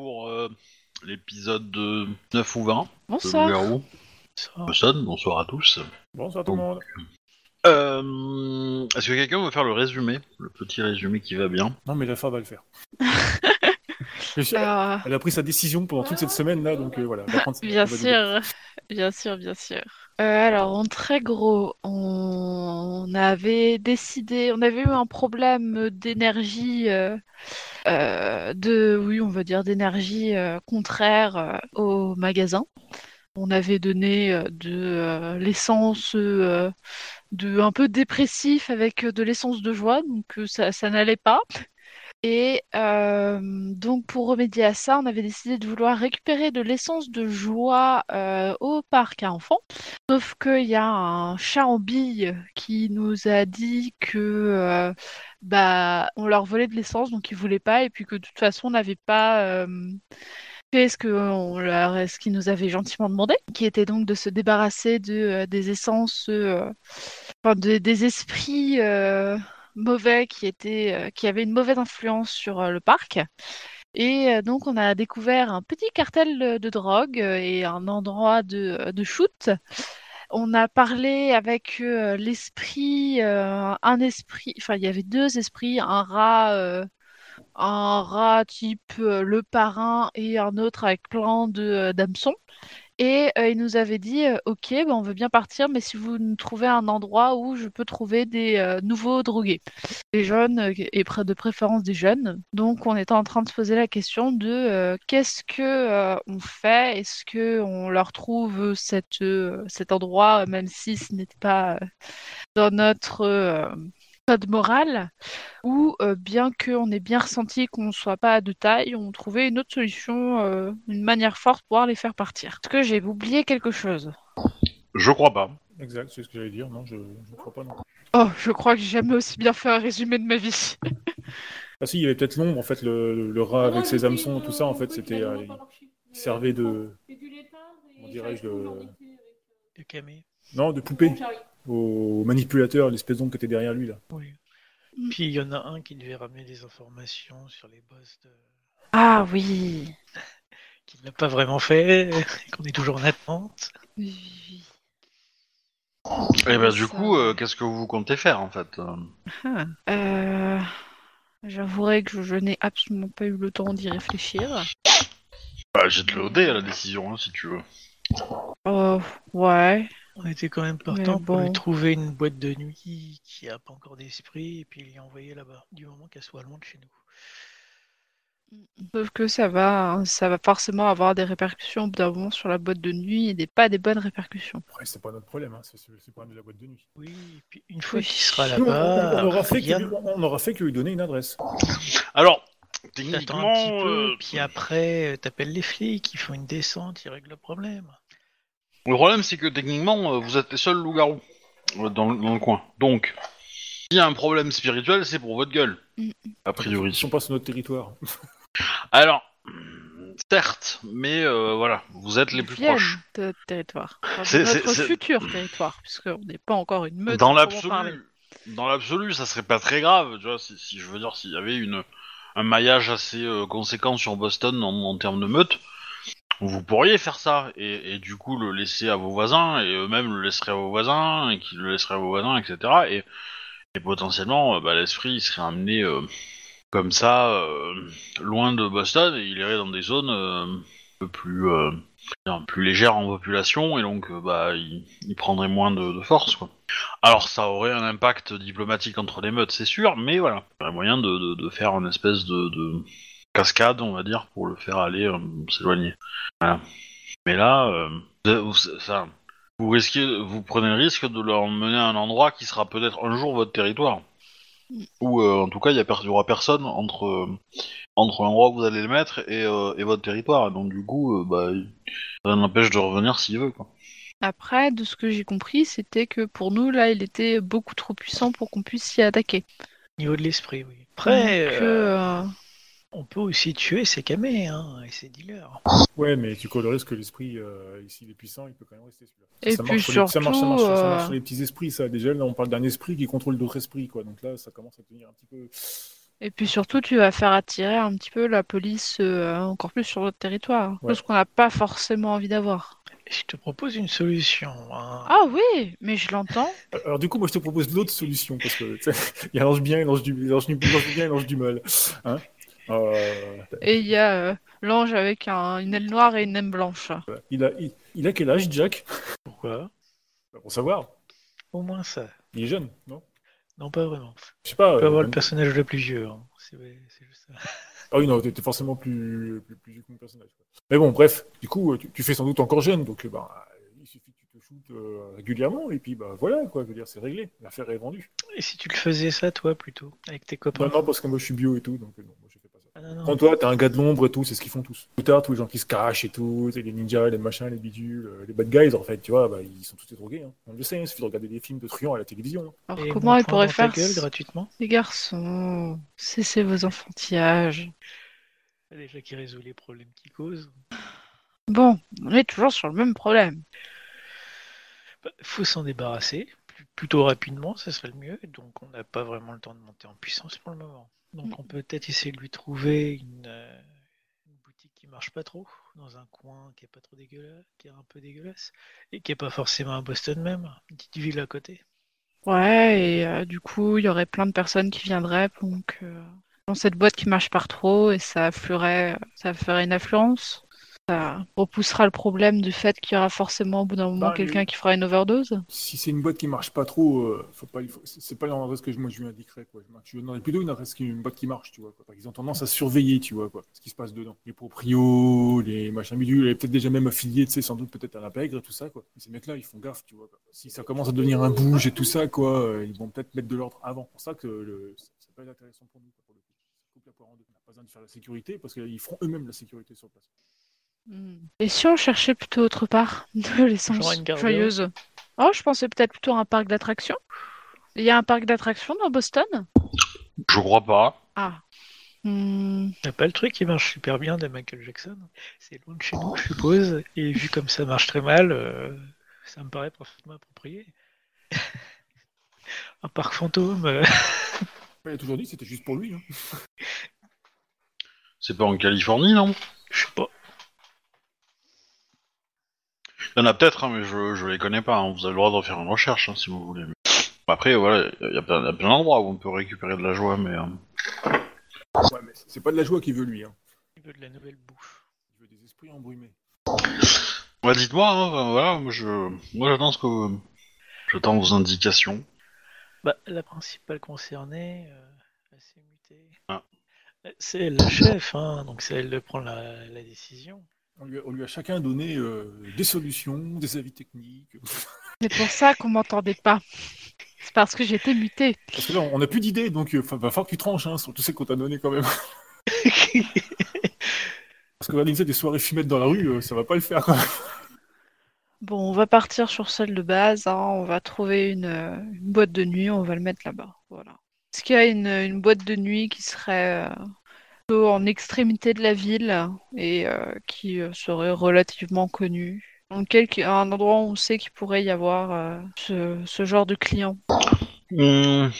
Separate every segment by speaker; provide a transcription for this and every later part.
Speaker 1: euh, l'épisode de 9 ou 20 de
Speaker 2: Bonsoir.
Speaker 1: Loup-Garou.
Speaker 2: Bonsoir.
Speaker 1: Personne, bonsoir à tous.
Speaker 3: Bonsoir tout le monde.
Speaker 1: Euh, Est-ce que quelqu'un veut faire le résumé Le petit résumé qui va bien
Speaker 3: Non, mais la fin va le faire. Je suis-
Speaker 2: Euh,
Speaker 3: Elle a pris sa décision pendant toute cette semaine là, donc euh, voilà. elle va prendre-
Speaker 2: Bien
Speaker 3: elle va nous-
Speaker 2: sûr, bien sûr, bien sûr. Euh, alors, en très gros, on... on avait décidé, on avait eu un problème d'énergie, euh, euh, de, oui, on va dire d'énergie euh, contraire euh, au magasin. On avait donné euh, de euh, l'essence euh, de un peu dépressif avec euh, de l'essence de joie, donc euh, ça, ça n'allait pas. Et euh, donc pour remédier à ça, on avait décidé de vouloir récupérer de l'essence de joie euh, au parc à enfants. Sauf qu'il y a un chat en bille qui nous a dit que euh, bah on leur volait de l'essence, donc ils voulaient pas, et puis que de toute façon on n'avait pas euh, fait ce que on leur, ce qu'ils nous avaient gentiment demandé, qui était donc de se débarrasser de euh, des essences, euh, enfin de- des esprits. euh, mauvais qui était euh, qui avait une mauvaise influence sur euh, le parc. Et euh, donc on a découvert un petit cartel euh, de drogue euh, et un endroit de, de shoot. On a parlé avec euh, l'esprit, euh, un esprit, enfin il y avait deux esprits, un rat, euh, un rat type euh, le parrain et un autre avec plein de euh, d'hameçons. Et euh, il nous avait dit, euh, ok, ben, on veut bien partir, mais si vous nous trouvez un endroit où je peux trouver des euh, nouveaux drogués des jeunes euh, et pré- de préférence des jeunes. Donc on était en train de se poser la question de euh, qu'est-ce que euh, on fait Est-ce que on leur trouve cette, euh, cet endroit euh, même si ce n'était pas euh, dans notre euh, code moral ou euh, bien qu'on ait bien ressenti qu'on ne soit pas de taille, on trouvait une autre solution, euh, une manière forte pour pouvoir les faire partir. Est-ce que j'ai oublié quelque chose
Speaker 1: Je crois pas.
Speaker 3: Exact, c'est ce que j'allais dire. Non, je ne crois pas non.
Speaker 2: Oh, je crois que j'ai jamais aussi bien fait un résumé de ma vie.
Speaker 3: Ah si, il y avait peut-être l'ombre en fait, le, le- le rat avec ses hameçons, tout ça en fait, c'était euh, il servait de comment dirais-je, de-
Speaker 4: De Camé.
Speaker 3: non de poupée au manipulateur, l'espèce d'ombre qui était derrière lui là.
Speaker 4: Oui.
Speaker 2: Mm.
Speaker 4: Puis il y en a un qui devait ramener des informations sur les boss de...
Speaker 2: Ah oui.
Speaker 4: qu'il n'a pas vraiment fait, et qu'on est toujours en attente.
Speaker 2: Oui, oui, oui.
Speaker 1: Et bah, du
Speaker 2: Ça-
Speaker 1: coup, euh, qu'est-ce que vous comptez faire en fait Euh,
Speaker 2: Euh, J'avouerai que je, je n'ai absolument pas eu le temps d'y réfléchir.
Speaker 1: bah, Jette le dé à la décision hein, si tu veux.
Speaker 2: Oh, ouais.
Speaker 4: On était quand même partant pour
Speaker 2: bon.
Speaker 4: lui trouver une boîte de nuit qui a pas encore d'esprit et puis l'y envoyer là-bas, du moment qu'elle soit loin de chez nous.
Speaker 2: Sauf que ça va, hein, ça va forcément avoir des répercussions au bout d'un moment sur la boîte de nuit et des, pas des bonnes répercussions.
Speaker 3: Après, c'est pas notre problème, hein, c'est c'est le problème de la boîte de nuit.
Speaker 4: Oui, et puis une fois
Speaker 2: Oui.
Speaker 4: qu'il sera
Speaker 3: Nous, on,
Speaker 4: là-bas,
Speaker 3: on aura fait que
Speaker 4: Ah bah, rien
Speaker 3: lui, on aura fait que lui donner une adresse.
Speaker 1: Alors,
Speaker 4: T'attends un petit
Speaker 1: techniquement,
Speaker 4: peu,
Speaker 1: euh,
Speaker 4: puis après, euh, t'appelles les flics, ils font une descente, ils règlent le problème.
Speaker 1: le problème c'est que techniquement, euh, vous êtes les seuls loups-garous euh, dans, le- dans le coin. Donc, s'il y a un problème spirituel, c'est pour votre gueule.
Speaker 2: Mm.
Speaker 1: A
Speaker 3: Ils
Speaker 1: priori.
Speaker 3: sont pas sur notre territoire.
Speaker 1: Alors, certes, mais euh, voilà, vous êtes les
Speaker 2: Ils
Speaker 1: plus
Speaker 2: viennent
Speaker 1: proches.
Speaker 2: de notre territoire. Enfin, de
Speaker 1: C'est- c'est-
Speaker 2: notre
Speaker 1: c'est-
Speaker 2: futur territoire, puisqu'on n'est pas encore une meute.
Speaker 1: Dans
Speaker 2: à proprement parler.
Speaker 1: l'absolu, dans l'absolu, ça serait pas très grave, tu vois. Si, si je veux dire, s'il y avait une un maillage assez euh, conséquent sur Boston en, en termes de meute, vous pourriez faire ça et, et du coup le laisser à vos voisins et eux-mêmes le laisseraient à vos voisins et qui le laisseraient à vos voisins, etc. Et, et potentiellement, euh, bah, l'esprit il serait amené euh, comme ça euh, loin de Boston et il irait dans des zones euh, un peu plus euh, bien, plus légères en population et donc euh, bah il, il prendrait moins de, de force quoi. Alors ça aurait un impact diplomatique entre les meutes, c'est sûr, mais voilà. Il y a moyen de, de- de faire une espèce de, de cascade, on va dire, pour le faire aller euh, s'éloigner. Voilà. Mais là, euh, vous, vous- enfin, vous risquez, vous prenez le risque de leur mener à un endroit qui sera peut-être un jour votre territoire. Ou euh, en tout cas, il n'y a per- il y aura personne entre, euh, entre l'endroit où vous allez le mettre et, euh, et votre territoire. Donc du coup, euh, bah, il- ça n'empêche de revenir s'il veut. Quoi.
Speaker 2: Après, de ce que j'ai compris, c'était que pour nous, là, il était beaucoup trop puissant pour qu'on puisse s'y attaquer.
Speaker 4: Au niveau de l'esprit, oui. Après,
Speaker 2: Donc,
Speaker 4: euh,
Speaker 2: euh,
Speaker 4: on peut aussi tuer ces camés hein, et ses dealers.
Speaker 3: Ouais, mais tu cours le risque que l'esprit, euh, ici, il est puissant, il peut quand même rester celui-là.
Speaker 2: Et
Speaker 3: ça
Speaker 2: puis
Speaker 3: marche sur les- ça, marche, ça, marche,
Speaker 2: surtout,
Speaker 3: ça
Speaker 2: euh,
Speaker 3: marche sur les petits esprits, ça. Déjà, là, on parle d'un esprit qui contrôle d'autres esprits, quoi. Donc là, ça commence à devenir un petit peu.
Speaker 2: Et puis surtout, tu vas faire attirer un petit peu la police euh, encore plus sur notre territoire. hein.
Speaker 3: Ouais.
Speaker 2: Chose qu'on n'a pas forcément envie d'avoir.
Speaker 4: Je te propose une solution. hein.
Speaker 2: Ah oui, mais je l'entends.
Speaker 3: Alors du coup, moi je te propose l'autre solution parce que tu sais, il y a l'ange bien, et l'ange du, l'ange du, l'ange du bien et l'ange du mal. Hein Euh,
Speaker 2: Et il y a euh, l'ange avec un- une aile noire et une aile blanche.
Speaker 3: il, a, il, il a quel âge, Jack
Speaker 4: Pourquoi
Speaker 3: Bah, Pour savoir,
Speaker 4: Au moins ça.
Speaker 3: il est jeune, non
Speaker 4: Non, pas vraiment.
Speaker 3: Je sais pas.
Speaker 4: On peut
Speaker 3: euh,
Speaker 4: avoir le personnage le plus vieux. hein. C'est c'est juste ça.
Speaker 3: Ah oui, non, t'étais forcément plus, plus, plus vieux que mon personnage. quoi. Mais bon, bref, du coup, euh, tu, tu fais sans doute encore jeune, donc euh, bah, il suffit que tu te shootes euh, régulièrement, et puis bah voilà, quoi, je veux dire, c'est réglé, l'affaire est vendue.
Speaker 4: Et si tu le faisais ça, toi, plutôt Avec tes copains
Speaker 3: Non, non, parce que moi je suis bio et tout, donc euh, non, moi je fais pas ça.
Speaker 4: Ah, non, non.
Speaker 3: Quand toi, t'es un gars de l'ombre et tout, c'est ce qu'ils font tous. Plus tard, tous les gens qui se cachent et tout, c'est les ninjas, les machins, les bidules, euh, les bad guys, en fait, tu vois, bah, ils sont tous drogués. Hein. On le sait, il suffit de regarder des films de truands à la télévision. hein.
Speaker 2: Alors
Speaker 4: Et
Speaker 2: comment
Speaker 4: mon
Speaker 2: ils pourraient
Speaker 4: poing dans ta
Speaker 2: faire
Speaker 4: gueule
Speaker 2: ça
Speaker 4: gratuitement
Speaker 2: Les garçons, cessez vos enfantillages.
Speaker 4: Déjà qui résout les problèmes qu'il cause.
Speaker 2: Bon, on est toujours sur le même problème.
Speaker 4: Bah, faut s'en débarrasser plus- plutôt rapidement, ça serait le mieux. Donc on n'a pas vraiment le temps de monter en puissance pour le moment.
Speaker 2: Mm.
Speaker 4: Donc on peut peut-être essayer de lui trouver une, euh, une boutique qui marche pas trop, dans un coin qui est pas trop dégueulasse, qui est un peu dégueulasse, et qui est pas forcément à Boston même, une petite ville à côté.
Speaker 2: Ouais, et euh, du coup, il y aurait plein de personnes qui viendraient donc euh, dans cette boîte qui marche pas trop et ça affluerait, ça ferait une affluence. Ça repoussera le problème du fait qu'il y aura forcément au bout d'un moment
Speaker 3: Bah,
Speaker 2: quelqu'un
Speaker 3: le-
Speaker 2: qui fera une overdose.
Speaker 3: Si c'est une boîte qui marche pas trop, euh, faut pas, lui- faut- c'est c'est pas l'adresse que je- moi je lui indiquerais, quoi. Je lui donnerais plutôt une adresse qui une boîte qui marche, tu vois, quoi. Ils ont tendance à surveiller, tu vois, quoi, ce qui se passe dedans. Les proprios, les machins bidules, elle est peut-être déjà même affiliée, tu sais, sans doute peut-être à la pègre et tout ça, quoi. Mais ces mecs-là, ils font gaffe, tu vois, quoi. Si ça commence à devenir un bouge et tout ça, quoi, euh, ils vont peut-être mettre de l'ordre avant. C'est pour ça que le, ça ça peut être intéressant pour nous, quoi, pour le coup. Ça coupe la poire en deux. On n'a pas besoin de faire la sécurité parce qu'ils feront eux-mêmes la sécurité sur place.
Speaker 2: Et si on cherchait plutôt autre part de
Speaker 4: Genre
Speaker 2: l'essence
Speaker 4: une garderie.
Speaker 2: joyeuse Oh, je pensais peut-être plutôt à un parc d'attractions. Il y a un parc d'attractions dans Boston
Speaker 1: Je crois pas.
Speaker 2: Ah. Hmm,
Speaker 4: T'as pas le truc qui marche super bien de Michael Jackson C'est loin de chez nous, je suppose. Et vu comme ça marche très mal, euh, ça me paraît parfaitement approprié. un parc fantôme. euh,
Speaker 3: Ouais, Il a toujours dit, que c'était juste pour lui, hein.
Speaker 1: C'est pas en Californie, non
Speaker 4: Je sais pas.
Speaker 1: Il y en a peut-être, hein, mais je, je les connais pas. hein. Vous avez le droit d'en faire une recherche, hein, si vous voulez. Après, voilà, il y a plein, y a plein d'endroits où on peut récupérer de la joie, mais... euh,
Speaker 3: Ouais, mais c'est pas de la joie qu'il veut, lui, hein.
Speaker 4: Il veut de la nouvelle bouffe.
Speaker 3: Il veut des esprits embrumés.
Speaker 1: Bah, dites-moi, hein, enfin, voilà, moi, je, moi j'attends ce que... J'attends vos indications.
Speaker 4: Bah, la principale concernée, euh, elle s'est mutée.
Speaker 1: Ah.
Speaker 4: Euh, C'est elle la chef, hein, donc c'est elle de prendre la, la décision.
Speaker 3: On lui, a, on lui a chacun donné euh, des solutions, des avis techniques.
Speaker 2: C'est pour ça qu'on m'entendait pas. C'est parce que j'étais mutée.
Speaker 3: Parce que là, on n'a plus d'idées, donc il va falloir que tu tranches hein, sur tout ce qu'on t'a donné quand même. Parce que organiser des soirées fumettes dans la rue, euh, ça va pas le faire. Quoi.
Speaker 2: Bon, on va partir sur celle de base, hein. On va trouver une, euh, une boîte de nuit, on va le mettre là-bas. Voilà. Est-ce qu'il y a une, une boîte de nuit qui serait euh, plutôt en extrémité de la ville et euh, qui euh, serait relativement connue? En quelque, un endroit où on sait qu'il pourrait y avoir euh, ce, ce genre de clients.
Speaker 1: Hum,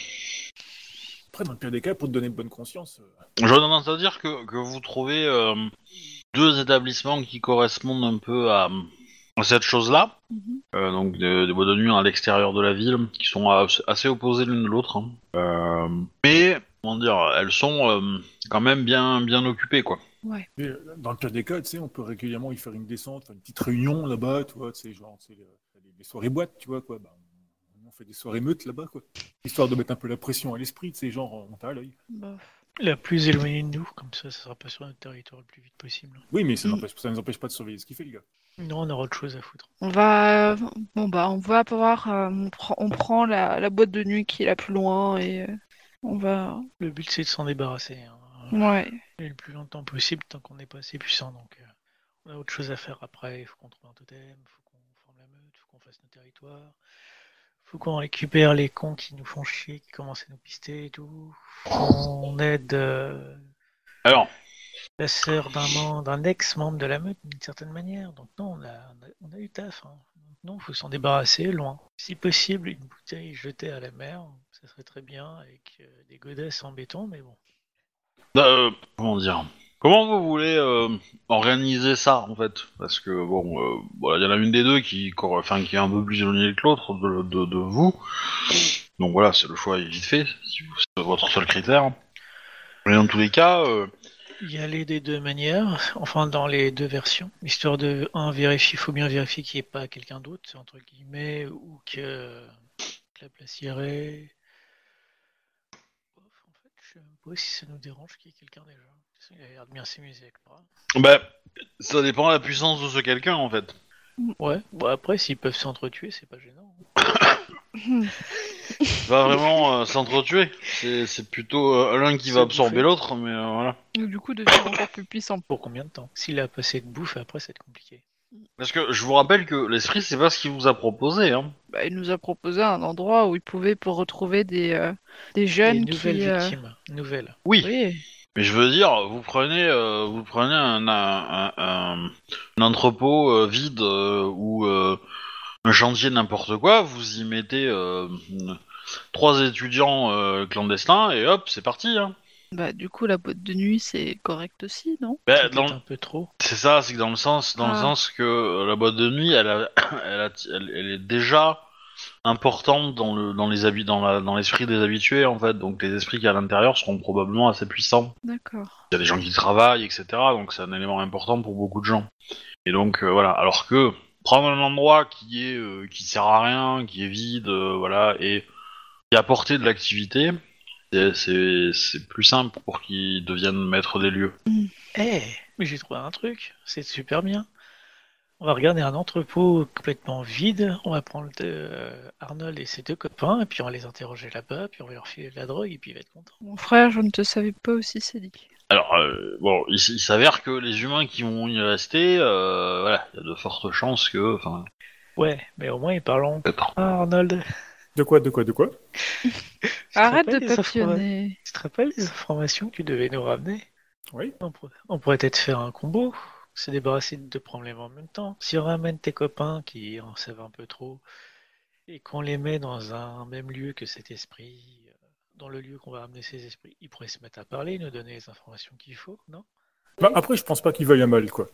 Speaker 3: Après, dans le pire des cas, pour te donner de bonne conscience, euh,
Speaker 1: J'aurais tendance à dire que, que vous trouvez euh, deux établissements qui correspondent un peu à, à cette chose-là. Euh, donc des, des boîtes de nuit à l'extérieur de la ville, qui sont a- assez opposées l'une de l'autre. hein. Euh, mais, comment dire, elles sont euh, quand même bien, bien occupées, quoi.
Speaker 3: et, euh, dans le pire des cas, tu sais, on peut régulièrement y faire une descente, faire une petite réunion là-bas, tu vois, tu sais, genre, tu sais, euh, les, les soirées boîtes, tu vois, quoi. Bah, on- on fait des soirées meutes là-bas, quoi. Histoire de mettre un peu la pression à l'esprit, tu sais, genre, on t'a à l'œil.
Speaker 2: Bof.
Speaker 4: La plus éloignée de nous, comme ça, ça sera pas sur notre territoire le plus vite possible.
Speaker 3: Oui, mais ça
Speaker 2: Mm.
Speaker 3: n'empêche- ça ne nous empêche pas de surveiller ce qu'il fait, le gars.
Speaker 4: Non, on aura autre chose à foutre.
Speaker 2: On va, bon bah, on va pouvoir, euh, on prend, on prend la, la boîte de nuit qui est la plus loin et euh, on va,
Speaker 4: Le but, c'est de s'en débarrasser. hein.
Speaker 2: ouais.
Speaker 4: Et le plus longtemps possible tant qu'on n'est pas assez puissant. Donc, euh, on a autre chose à faire après. Il faut qu'on trouve un totem, il faut qu'on forme la meute, il faut qu'on fasse nos territoires, il faut qu'on récupère les cons qui nous font chier, qui commencent à nous pister et tout. On aide euh,
Speaker 1: Alors,
Speaker 4: la sœur d'un mem- d'un ex-membre de la meute d'une certaine manière. Donc, non, on a, on a, on a eu taf. hein. Donc, non, il faut s'en débarrasser loin. Si possible, une bouteille jetée à la mer, ça serait très bien, avec euh, des godasses en béton, mais bon.
Speaker 1: Euh, comment dire Comment vous voulez euh, organiser ça en fait Parce que bon, euh, voilà, il y en a une des deux qui, cor- enfin, qui est un peu plus éloignée que l'autre de, de- de vous. Donc voilà, c'est le choix est vite fait. Si vous- c'est votre seul critère. Mais dans tous les cas, euh,
Speaker 4: Y aller des deux manières, enfin dans les deux versions, histoire de, un, vérifier, faut bien vérifier qu'il n'y ait pas quelqu'un d'autre, entre guillemets, ou que, que la place irait. Ouf, En fait, je sais même pas si ça nous dérange qu'il y ait quelqu'un déjà. Il a l'air de bien s'amuser avec moi.
Speaker 1: bah, ça dépend de la puissance de ce quelqu'un en fait.
Speaker 4: Ouais, bon après, s'ils peuvent s'entretuer, c'est pas gênant.
Speaker 1: C'est Pas vraiment euh, s'entretuer. C'est c'est plutôt euh, l'un qui va
Speaker 4: C'est
Speaker 1: absorber
Speaker 4: bouffé.
Speaker 1: l'autre, mais euh, voilà.
Speaker 2: Donc, du coup, devient encore plus puissant.
Speaker 4: Pour combien de temps S'il a passé de bouffe, après, ça va être compliqué.
Speaker 1: Parce que je vous rappelle que l'esprit, c'est pas ce qu'il vous a proposé. Hein.
Speaker 2: Bah, il nous a proposé un endroit où il pouvait pour retrouver des, euh, des jeunes
Speaker 4: Des nouvelles
Speaker 2: qui. euh,
Speaker 4: victimes, nouvelles.
Speaker 1: Oui.
Speaker 2: Oui.
Speaker 1: Mais je veux dire, vous prenez, euh, vous prenez un, un, un- un entrepôt euh, vide euh, ou euh, un chantier n'importe quoi, vous y mettez euh, trois étudiants euh, clandestins et hop, c'est parti. Hein.
Speaker 2: Bah, du coup, la boîte de nuit, c'est correct aussi, non
Speaker 1: Ben,
Speaker 4: C'est
Speaker 1: dans-
Speaker 4: un peu trop.
Speaker 1: c'est ça, c'est que dans le sens, dans le
Speaker 2: Ah.
Speaker 1: sens que euh, la boîte de nuit, elle, a- elle, a- elle- elle est déjà importante dans le dans les habits dans la- dans l'esprit des habitués en fait. Donc les esprits qui à l'intérieur seront probablement assez puissants.
Speaker 2: D'accord.
Speaker 1: Il y a des gens qui travaillent, etc. Donc c'est un élément important pour beaucoup de gens. Et donc euh, voilà. Alors que prendre un endroit qui est euh, qui sert à rien, qui est vide, euh, voilà, et qui apporter de l'activité, c'est- c'est c'est plus simple pour qu'ils deviennent maîtres des lieux.
Speaker 4: Eh, mais j'ai trouvé un truc, c'est super bien. On va regarder un entrepôt complètement vide, on va prendre euh, Arnold et ses deux copains, et puis on va les interroger là-bas, puis on va leur filer de la drogue, et puis il va être content.
Speaker 2: Mon frère, je ne te savais pas aussi sédique.
Speaker 1: Alors euh, bon, il, s- il s'avère que les humains qui vont y rester, euh, voilà, il y a de fortes chances que, enfin,
Speaker 4: Ouais, mais au moins ils parlent en-
Speaker 1: attends.
Speaker 4: Ah, Arnold
Speaker 3: De quoi, de quoi, de quoi
Speaker 4: tu te
Speaker 2: Arrête de
Speaker 4: rappelles des informa-
Speaker 2: papillonner.
Speaker 4: Tu te rappelles des informations que tu devais nous ramener
Speaker 3: Oui.
Speaker 4: On, pour- on pourrait peut-être faire un combo, se débarrasser de deux problèmes en même temps. Si on ramène tes copains qui en savent un peu trop et qu'on les met dans un même lieu que cet esprit, euh, dans le lieu qu'on va ramener ces esprits, ils pourraient se mettre à parler, nous donner les informations qu'il faut, non
Speaker 3: Bah, après, je pense pas qu'ils veuillent un mal, quoi.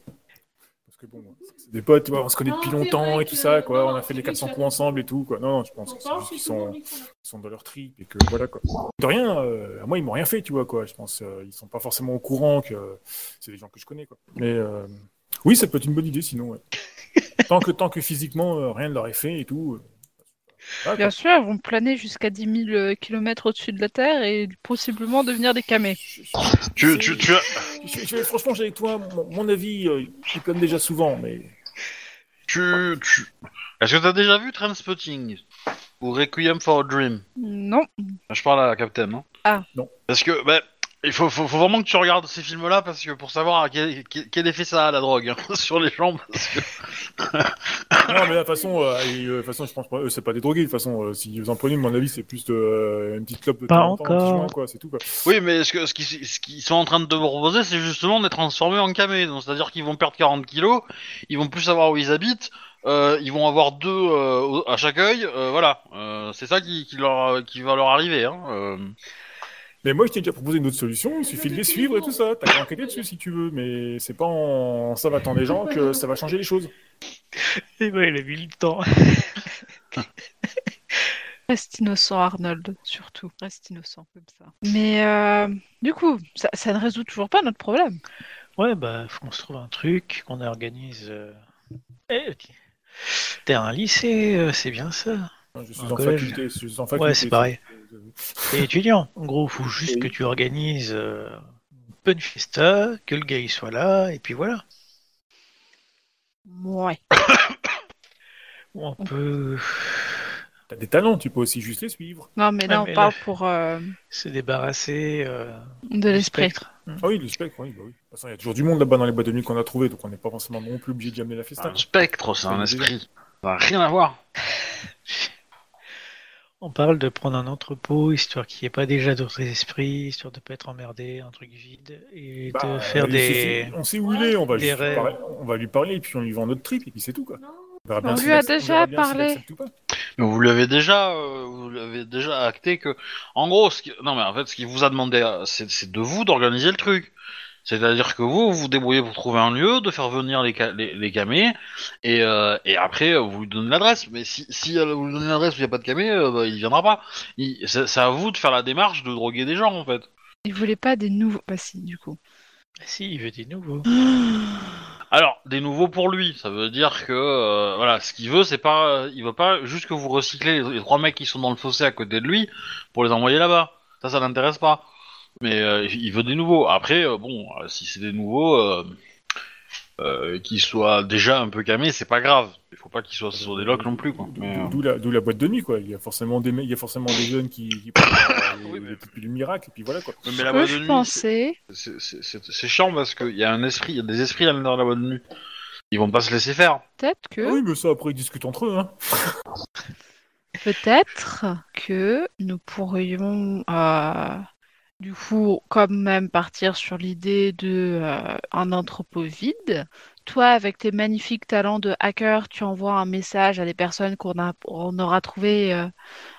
Speaker 3: Parce que bon, c'est des potes, tu vois, on se connaît depuis
Speaker 5: Non, c'est
Speaker 3: longtemps
Speaker 5: vrai
Speaker 3: et tout
Speaker 5: que-
Speaker 3: ça, quoi.
Speaker 5: non,
Speaker 3: on a
Speaker 5: non,
Speaker 3: fait
Speaker 5: c'est
Speaker 3: les 400
Speaker 5: vrai que-
Speaker 3: coups ensemble et tout, quoi. Non, non, je pense
Speaker 5: On
Speaker 3: qu'ils
Speaker 5: parle,
Speaker 3: sont,
Speaker 5: c'est
Speaker 3: qu'ils
Speaker 5: tout le
Speaker 3: sont,
Speaker 5: monde qui parle.
Speaker 3: qu'ils sont dans leur trip et que voilà, quoi. De rien, euh, à moi, ils m'ont rien fait, tu vois, quoi. Je pense euh, ils sont pas forcément au courant que euh, c'est des gens que je connais, quoi. Mais euh, oui, ça peut être une bonne idée, sinon, ouais. tant, que, tant que physiquement, euh, rien ne leur est fait et tout. euh, voilà, quoi.
Speaker 2: Bien sûr, elles vont planer jusqu'à 10 000 km au-dessus de la Terre et possiblement devenir des camés.
Speaker 1: Tu, tu, tu as...
Speaker 3: Je- je- franchement, j'ai avec toi, mon, mon avis, euh, je comme déjà souvent, mais
Speaker 1: Tu, tu... Est-ce que t'as déjà vu Trainspotting ou Requiem for a Dream
Speaker 2: Non.
Speaker 1: Je parle à la Captain. Hein.
Speaker 2: Ah.
Speaker 3: Non.
Speaker 1: Parce que, bah, il faut, faut, faut vraiment que tu regardes ces films-là parce que pour savoir à quel, quel- quel effet ça a la drogue hein, sur les gens. Parce que...
Speaker 3: Non, mais de toute façon, euh, et, euh, de toute façon, je pense pas, eux, c'est pas des drogués. De toute façon, euh, si vous en prenez, à mon avis, c'est plus de, euh, une petite clope de
Speaker 4: Pas
Speaker 3: temps en temps, un petit
Speaker 4: encore.
Speaker 3: joint, quoi, c'est tout, quoi.
Speaker 1: Oui, mais ce que- ce qu'ils ce qu'ils sont en train de te proposer, c'est justement d'être transformés en camé. Donc, c'est-à-dire qu'ils vont perdre 40 kilos, ils vont plus savoir où ils habitent, euh, ils vont avoir deux euh, au- à chaque œil. euh, voilà, Euh, c'est ça qui, qui, leur, qui va leur arriver. Hein. euh.
Speaker 3: Mais moi, je t'ai déjà proposé une autre solution. Il suffit de les suivre et tout ça. T'as qu'à enquêter dessus si tu veux, mais c'est pas en ça va tant des gens que ça va changer les choses.
Speaker 4: Eh ben, il a mis le temps.
Speaker 2: Reste innocent, Arnold, surtout. Reste innocent comme ça. Mais euh, du coup, ça, ça ne résout toujours pas notre problème.
Speaker 4: Ouais, bah, faut qu'on se trouve un truc, qu'on organise. euh, Eh, ok. T'es à un lycée, euh, c'est bien ça.
Speaker 3: Je suis
Speaker 4: Un
Speaker 3: en
Speaker 4: collège.
Speaker 3: faculté. Je suis en faculté.
Speaker 4: Ouais, c'est pareil.
Speaker 3: Euh,
Speaker 4: T'es étudiant. En gros, faut juste que tu organises euh, une bonne fiesta, que le gars il soit là, et puis voilà.
Speaker 2: Ouais.
Speaker 4: Ou on peut
Speaker 3: T'as des talents, tu peux aussi juste les suivre.
Speaker 2: Non, mais là,
Speaker 4: Ouais,
Speaker 2: on
Speaker 4: mais
Speaker 2: parle
Speaker 4: là-
Speaker 2: pour euh,
Speaker 4: se débarrasser euh,
Speaker 2: de
Speaker 4: du
Speaker 2: l'esprit.
Speaker 4: spectre.
Speaker 3: Ah oui, le spectre, oui, bah oui. De toute façon, il y a toujours du monde là-bas dans les boîtes de nuit qu'on a trouvé, donc on n'est pas forcément non plus obligé d'y amener la
Speaker 1: C'est
Speaker 3: festin.
Speaker 1: un spectre, c'est un esprit. Ça n'a rien à voir.
Speaker 4: On parle de prendre un entrepôt, histoire qu'il n'y ait pas déjà d'autres esprits, histoire de pas être emmerdé, un truc vide, et
Speaker 3: Bah,
Speaker 4: de faire
Speaker 2: euh,
Speaker 3: il
Speaker 4: des.
Speaker 3: suffit- On sait où il est, on va,
Speaker 4: Des
Speaker 3: juste
Speaker 4: rêves.
Speaker 3: parler- on va lui parler, et puis on lui vend notre trip, et puis c'est tout, quoi.
Speaker 5: Non,
Speaker 3: verra bien
Speaker 2: On
Speaker 3: s'il
Speaker 2: lui a
Speaker 3: accepte-
Speaker 2: déjà
Speaker 3: verra bien s'il
Speaker 2: parlé.
Speaker 3: accepte ou pas.
Speaker 1: Mais vous l'avez déjà, euh, vous l'avez déjà acté que, en gros, ce qui... non mais en fait, ce qu'il vous a demandé, euh, c'est c'est de vous d'organiser le truc. C'est-à-dire que vous, vous vous débrouillez pour trouver un lieu, de faire venir les, ca- les, les camés, et, euh, et après, euh, vous lui donnez l'adresse. Mais si, si euh, vous lui donnez l'adresse où il n'y a pas de camé, euh, bah, il viendra pas. Il- C'est c'est à vous de faire la démarche de droguer des gens, en fait.
Speaker 2: Il voulait pas des nouveaux. Bah si, du coup.
Speaker 4: Ah si, il veut des nouveaux.
Speaker 1: Alors, des nouveaux pour lui, ça veut dire que, euh, voilà, ce qu'il veut, c'est pas... euh, il veut pas juste que vous recyclez les, les trois mecs qui sont dans le fossé à côté de lui pour les envoyer là-bas. Ça, ça l'intéresse pas. Mais euh, il veut des nouveaux. Après, euh, bon, euh, si c'est des nouveaux... Euh... euh, qu'ils soient déjà un peu camés, c'est pas grave. Il faut pas qu'ils soient sur des locs non plus. Quoi. Mais, euh,
Speaker 3: D'où la, d'où la boîte de nuit, quoi. Il y a forcément des, me- il y a forcément des jeunes qui, qui euh,
Speaker 1: Oui, mais-
Speaker 3: le petit du miracle, et puis voilà, quoi.
Speaker 1: mais la
Speaker 2: Moi,
Speaker 1: boîte de
Speaker 2: je
Speaker 1: nuit,
Speaker 2: pensais.
Speaker 1: c'est- c'est c'est- c'est chiant parce qu'il y a un esprit, il y a des esprits à l'intérieur de la boîte de nuit. Ils vont pas se laisser faire.
Speaker 2: Peut-être que.
Speaker 3: Ah oui, mais ça, après, ils discutent entre eux, hein.
Speaker 2: Peut-être que nous pourrions, euh, du coup, quand même partir sur l'idée de euh, un entrepôt vide. Toi, avec tes magnifiques talents de hacker, tu envoies un message à les personnes qu'on a, on aura trouvé, euh,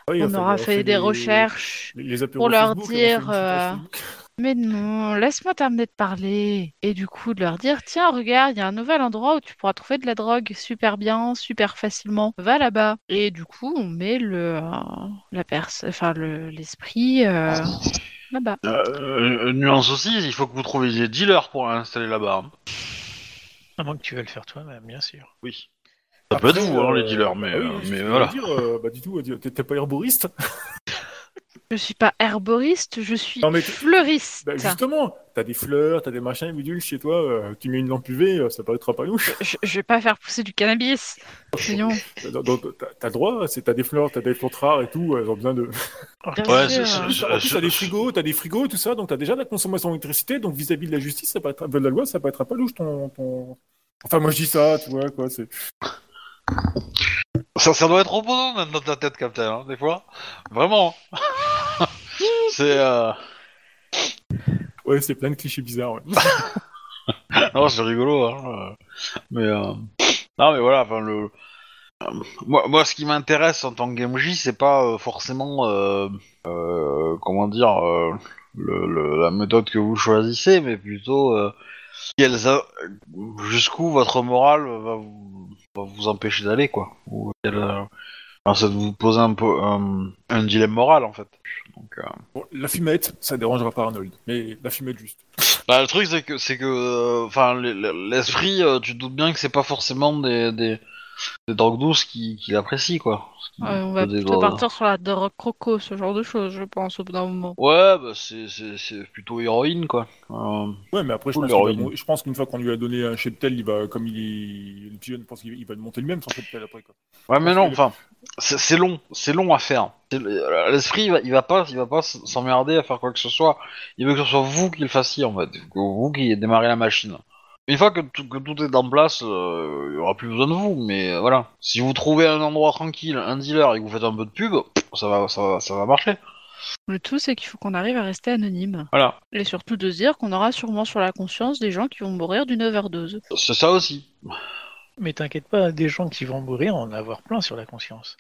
Speaker 3: Ah oui,
Speaker 2: on
Speaker 3: enfin,
Speaker 2: aura
Speaker 3: on
Speaker 2: fait des
Speaker 3: les-
Speaker 2: recherches.
Speaker 3: les- les apéros
Speaker 2: pour leur
Speaker 3: Facebook, on fait une
Speaker 2: dire,
Speaker 3: petite page
Speaker 2: euh,
Speaker 3: Facebook.
Speaker 2: Mais non, laisse-moi terminer de parler. Et du coup, de leur dire, tiens, regarde, il y a un nouvel endroit où tu pourras trouver de la drogue super bien, super facilement. Va là-bas. Et du coup, on met le, euh, la perse, enfin le, l'esprit euh, là-bas.
Speaker 1: Euh, euh, nuance aussi, il faut que vous trouviez des dealers pour installer là-bas. hein.
Speaker 4: À moins que tu veuilles le faire toi-même, bien sûr.
Speaker 1: Oui. Ça peut être vous, hein,
Speaker 3: euh,
Speaker 1: les dealers, mais,
Speaker 3: ah oui,
Speaker 1: euh,
Speaker 3: je
Speaker 1: mais
Speaker 3: voulais
Speaker 1: voilà.
Speaker 3: Dire, euh, bah, du tout, euh, t'es t'es pas herboriste
Speaker 2: Je suis pas herboriste, je suis
Speaker 3: Non, mais t'es-
Speaker 2: fleuriste.
Speaker 3: bah, justement, t'as des fleurs, t'as des machins, bidules chez toi, euh, tu mets une lampe UV, euh, ça paraîtra pas louche.
Speaker 2: Je, je vais pas faire pousser du cannabis. Voyons.
Speaker 3: T'as- t'as- T'as t'as le droit, hein, c'est- t'as des fleurs, t'as des plantes rares et tout, euh, elles ont besoin de.
Speaker 2: Bien
Speaker 1: Ouais,
Speaker 2: sûr.
Speaker 1: c'est- c'est-
Speaker 3: En plus, t'as des
Speaker 1: Ah, je-
Speaker 3: frigos, t'as des frigos, tout ça, donc t'as déjà de la consommation d'électricité, donc vis-à-vis de la justice, ça paraîtra- de la loi, ça paraîtra pas louche ton. ton- Enfin, moi je dis ça, tu vois, quoi, c'est.
Speaker 1: Ça, ça doit être opposant même dans ta tête, Captain, hein, des fois. Vraiment. hein. c'est. Euh...
Speaker 3: Ouais, c'est plein de clichés bizarres, ouais.
Speaker 1: Ah. Non, c'est rigolo, hein. euh, Mais. euh, Non, mais voilà, enfin, le. euh, Moi, moi, ce qui m'intéresse en tant que game J, c'est pas euh, forcément. euh, euh, comment dire. euh, le- le- la méthode que vous choisissez, mais plutôt. euh, quelles a- jusqu'où votre morale va vous, va vous empêcher d'aller, quoi. Ou quelle, euh, enfin, ça vous pose un peu un, un dilemme moral, en fait. Donc, euh,
Speaker 3: Bon, la fumette, ça dérangera pas Arnold, mais la fumette juste.
Speaker 1: Bah, le truc, c'est que, c'est que, euh, enfin, l- l- l'esprit, euh, tu te doutes bien que c'est pas forcément des, des, des drogues douces qui, qui l'apprécient, quoi.
Speaker 2: Ouais, euh, on va
Speaker 1: Des
Speaker 2: plutôt
Speaker 1: drogues-
Speaker 2: partir sur la drogue croco, ce genre de choses, je pense, au bout d'un moment.
Speaker 1: Ouais, bah, c'est, c'est, c'est plutôt héroïne, quoi. Euh,
Speaker 3: Ouais, mais après, je
Speaker 1: Ou
Speaker 3: pense,
Speaker 1: l'héroïne.
Speaker 3: qu'il va mon- je pense qu'une fois qu'on lui a donné un cheptel, il va, comme il est le pigeon, je pense qu'il il va le monter lui-même son cheptel après. Quoi.
Speaker 1: ouais, mais
Speaker 3: Parce
Speaker 1: non,
Speaker 3: que-
Speaker 1: enfin, c'est, c'est long, c'est long à faire. C'est- l'esprit, il va, il va pas, il va pas s- s'emmerder à faire quoi que ce soit. Il veut que ce soit vous qui le fassiez, en fait. Que vous qui ayez démarré la machine. Une fois que tout, que tout est en place, euh, il y aura plus besoin de vous, mais euh, voilà. Si vous trouvez un endroit tranquille, un dealer, et que vous faites un peu de pub, ça va, ça va, ça va marcher.
Speaker 2: Le tout, c'est qu'il faut qu'on arrive à rester anonyme.
Speaker 1: Voilà.
Speaker 2: Et surtout de se dire qu'on aura sûrement sur la conscience des gens qui vont mourir d'une overdose.
Speaker 1: C'est ça aussi.
Speaker 4: Mais t'inquiète pas, des gens qui vont mourir, on en avoir plein sur la conscience.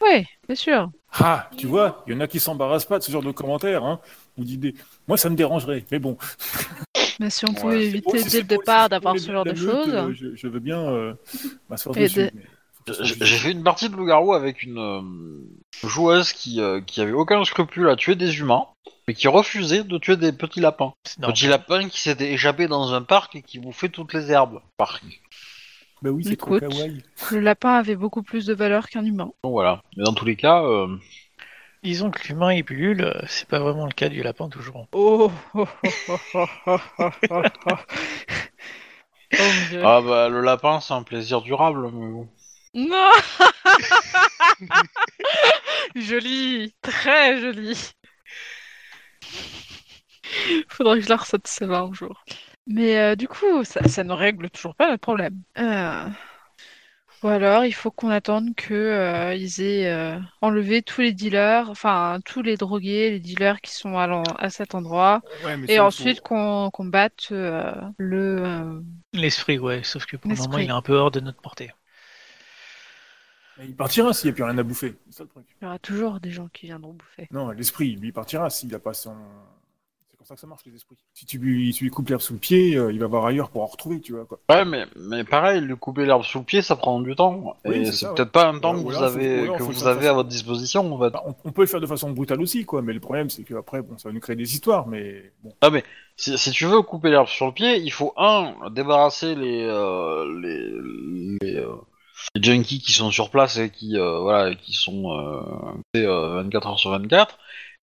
Speaker 2: Ouais, bien sûr.
Speaker 3: Ah, tu vois, il y en a qui s'embarrassent pas de ce genre de commentaires hein, ou d'idées. Moi, ça me dérangerait, mais bon.
Speaker 2: Mais si on
Speaker 1: Ouais,
Speaker 2: pouvait
Speaker 1: c'est
Speaker 2: éviter
Speaker 3: Bon, si
Speaker 2: dès
Speaker 3: c'est
Speaker 2: le
Speaker 3: pour-
Speaker 2: départ
Speaker 3: si c'est
Speaker 2: d'avoir
Speaker 3: pour
Speaker 2: ce genre
Speaker 3: la
Speaker 2: de
Speaker 3: meute,
Speaker 2: choses.
Speaker 3: euh, je, je veux bien euh, m'asseoir
Speaker 2: Et
Speaker 3: dessus.
Speaker 2: de-
Speaker 3: mais faut que ça soit
Speaker 1: J- J'ai
Speaker 3: juste.
Speaker 1: fait une partie de loup-garou avec une euh, joueuse qui, euh, qui avait aucun scrupule à tuer des humains, mais qui refusait de tuer des petits lapins.
Speaker 4: C'est
Speaker 1: Petit
Speaker 4: normal.
Speaker 1: lapin qui s'était échappé dans un parc et qui bouffait toutes les herbes. Parc.
Speaker 3: Bah oui, c'est trop
Speaker 2: Écoute.
Speaker 3: kawaii.
Speaker 2: Le lapin avait beaucoup plus de valeur qu'un humain.
Speaker 1: Donc voilà. Mais dans tous les cas, euh,
Speaker 4: Disons que l'humain il pullule, euh, c'est pas vraiment le cas du lapin toujours.
Speaker 2: Oh oh, oh, oh, oh, oh, oh, oh, oh. Oh mon dieu.
Speaker 1: ah bah, le lapin c'est un plaisir durable. Mais bon.
Speaker 2: Non Joli Très joli Faudrait que je la ressorte celle-là un jour. Mais euh, du coup, ça, ça ne règle toujours pas le problème. Euh, Ou alors, il faut qu'on attende que euh, ils aient euh, enlevé tous les dealers, enfin tous les drogués, les dealers qui sont à, l'en- à cet endroit,
Speaker 3: Ouais, mais ça, il
Speaker 2: et
Speaker 3: faut-
Speaker 2: ensuite qu'on qu'on batte euh, le... euh,
Speaker 4: L'esprit, ouais, sauf que pour le moment
Speaker 2: L'esprit.
Speaker 4: il est un peu hors de notre portée.
Speaker 3: Mais il partira s'il n'y a plus rien à bouffer. C'est ça le truc.
Speaker 2: Il y aura toujours des gens qui viendront bouffer.
Speaker 3: Non, l'esprit, lui, il partira s'il n'a pas son. C'est comme ça que ça marche, les esprits. Si tu lui, tu lui coupes l'herbe sous le pied, euh, il va voir ailleurs pour en retrouver, tu vois. Quoi.
Speaker 1: Ouais, mais, mais pareil, lui couper l'herbe sous le pied, ça prend du temps.
Speaker 3: Oui,
Speaker 1: et
Speaker 3: c'est
Speaker 1: c'est
Speaker 3: ça,
Speaker 1: peut-être pas un temps
Speaker 3: Ou
Speaker 1: que vous
Speaker 3: alors, faut- ou
Speaker 1: avez,
Speaker 3: alors,
Speaker 1: que
Speaker 3: faut le
Speaker 1: vous
Speaker 3: faire
Speaker 1: avez à
Speaker 3: façon-
Speaker 1: votre disposition, en fait.
Speaker 3: Bah, on, on peut le faire de façon brutale aussi, quoi. Mais le problème, c'est qu'après, bon, ça va nous créer des histoires, mais bon.
Speaker 1: Si, si tu veux couper l'herbe sur le pied, il faut, un, débarrasser les, euh, les, les, euh, les junkies qui sont sur place et qui, euh, voilà, qui sont euh, c'est, euh, 24 heures sur 24,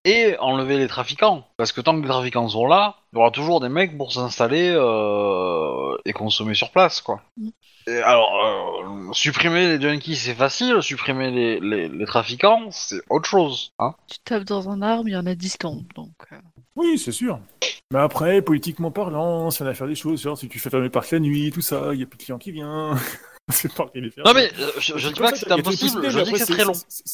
Speaker 1: et enlever les trafiquants. Parce que tant que les trafiquants sont là, il y aura toujours des mecs pour s'installer euh, et consommer sur place, quoi.
Speaker 2: Mm.
Speaker 1: Et alors, euh, supprimer les junkies, c'est facile, supprimer les, les, les trafiquants, c'est autre chose. Hein
Speaker 2: Tu tapes dans un arbre, il y en a 10 tombes, donc... euh,
Speaker 3: Oui, c'est sûr. Mais après, politiquement parlant, si on a à faire des choses, genre si tu fais fermer le parc la nuit, tout ça, il n'y a plus de clients qui vient. c'est le parc, il est fermé.
Speaker 1: non mais, euh, je, je dis pas que c'est impossible, je dis que c'est très long.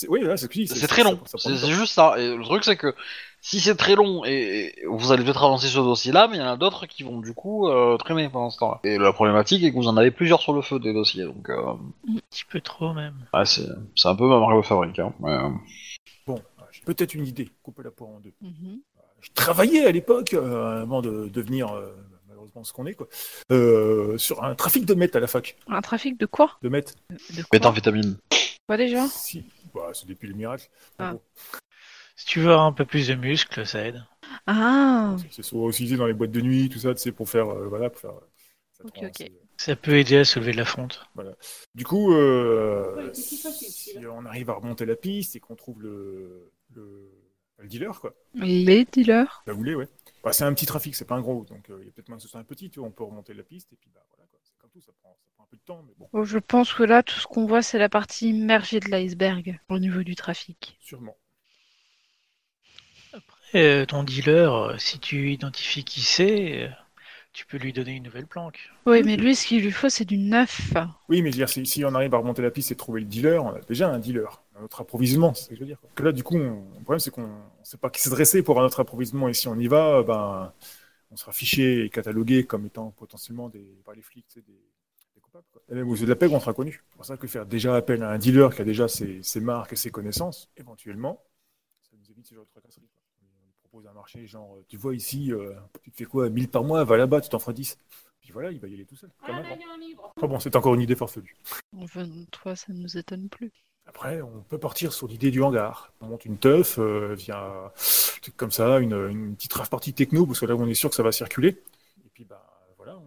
Speaker 3: Oui, voilà, c'est ce que je dis,
Speaker 1: C'est
Speaker 3: c'est-
Speaker 1: très long.
Speaker 3: ça- ça prend
Speaker 1: C'est
Speaker 3: du temps.
Speaker 1: c'est juste ça. Et le truc, c'est que si c'est très long, et, et vous allez peut-être avancer sur ce dossier-là, mais il y en a d'autres qui vont du coup euh, traîner pendant ce temps-là. Et la problématique est que vous en avez plusieurs sur le feu des dossiers, donc euh,
Speaker 4: Un petit peu trop même.
Speaker 1: ouais, c'est c'est un peu ma marque de fabrique. Hein. mais, euh,
Speaker 3: Bon, j'ai peut-être une idée, couper la poire en deux.
Speaker 2: mhm.
Speaker 3: Je travaillais à l'époque, euh, avant de devenir euh, malheureusement ce qu'on est, quoi, euh, sur un trafic de mètres à la fac.
Speaker 2: Un trafic de quoi
Speaker 3: De mètres
Speaker 2: De quoi,
Speaker 1: Méthamphétamine.
Speaker 2: Quoi, déjà
Speaker 3: Si. Bah, c'est depuis le miracle.
Speaker 2: Ah.
Speaker 3: Bon,
Speaker 4: Si tu veux avoir un peu plus de muscles, ça aide.
Speaker 2: Ah
Speaker 3: c'est souvent utilisé dans les boîtes de nuit, tout ça, tu sais, pour faire. euh, voilà, pour faire. euh, ça te
Speaker 2: Ok,
Speaker 3: rend
Speaker 2: ok.
Speaker 3: assez-
Speaker 4: Ça peut aider à soulever de la fonte.
Speaker 3: Du coup, euh,
Speaker 5: Ouais, c'est plus facile,
Speaker 3: si
Speaker 5: celui-là.
Speaker 3: on arrive à remonter la piste et qu'on trouve le, le, le dealer, quoi,
Speaker 2: Les dealers
Speaker 3: la voulez, ouais. Bah, c'est un petit trafic, c'est pas un gros, donc euh, il y a peut-être moins que ce soit un petit, tu vois, on peut remonter la piste, et puis bah, voilà, quoi. c'est comme tout, ça prend, ça prend un peu de temps, mais bon,
Speaker 2: Bon, Oh, Je pense que là, tout ce qu'on voit, c'est la partie immergée de l'iceberg au niveau du trafic.
Speaker 3: sûrement.
Speaker 4: Euh, ton dealer, euh, si tu identifies qui c'est, euh, tu peux lui donner une nouvelle planque.
Speaker 2: Oui, mais lui, ce qu'il lui faut, c'est du neuf.
Speaker 3: Oui, mais je veux dire, si, si on arrive à remonter la piste et trouver le dealer, on a déjà un dealer, un autre approvisionnement, c'est ce que je veux dire. Quoi. Que là, du coup, on- le problème, c'est qu'on ne sait pas qui s'adresser pour un autre approvisionnement, et si on y va, euh, ben, on sera fiché et catalogué comme étant potentiellement des, par les flics, tu sais, des, des coupables. Quoi. Et même aux yeux de la PEG, on sera connu. C'est pour ça que faire déjà appel à un dealer qui a déjà ses, ses marques et ses connaissances, éventuellement, ça nous évite ce genre de tracasserie. quoi. On lui propose un marché, genre, euh, tu vois ici, euh, tu te fais quoi, 1000 par mois, va là-bas, tu t'en feras 10. Puis voilà, il va y aller tout seul.
Speaker 5: Ah
Speaker 3: quand même.
Speaker 5: là, il y a un livre.
Speaker 3: Ah bon, c'est encore une idée forcelue.
Speaker 2: En 23, ça ne nous étonne plus.
Speaker 3: Après, on peut partir sur l'idée du hangar. On monte une teuf euh, via un truc comme ça, une, une petite rave partie techno, parce que là, on est sûr que ça va circuler. Et puis, bah, voilà. on-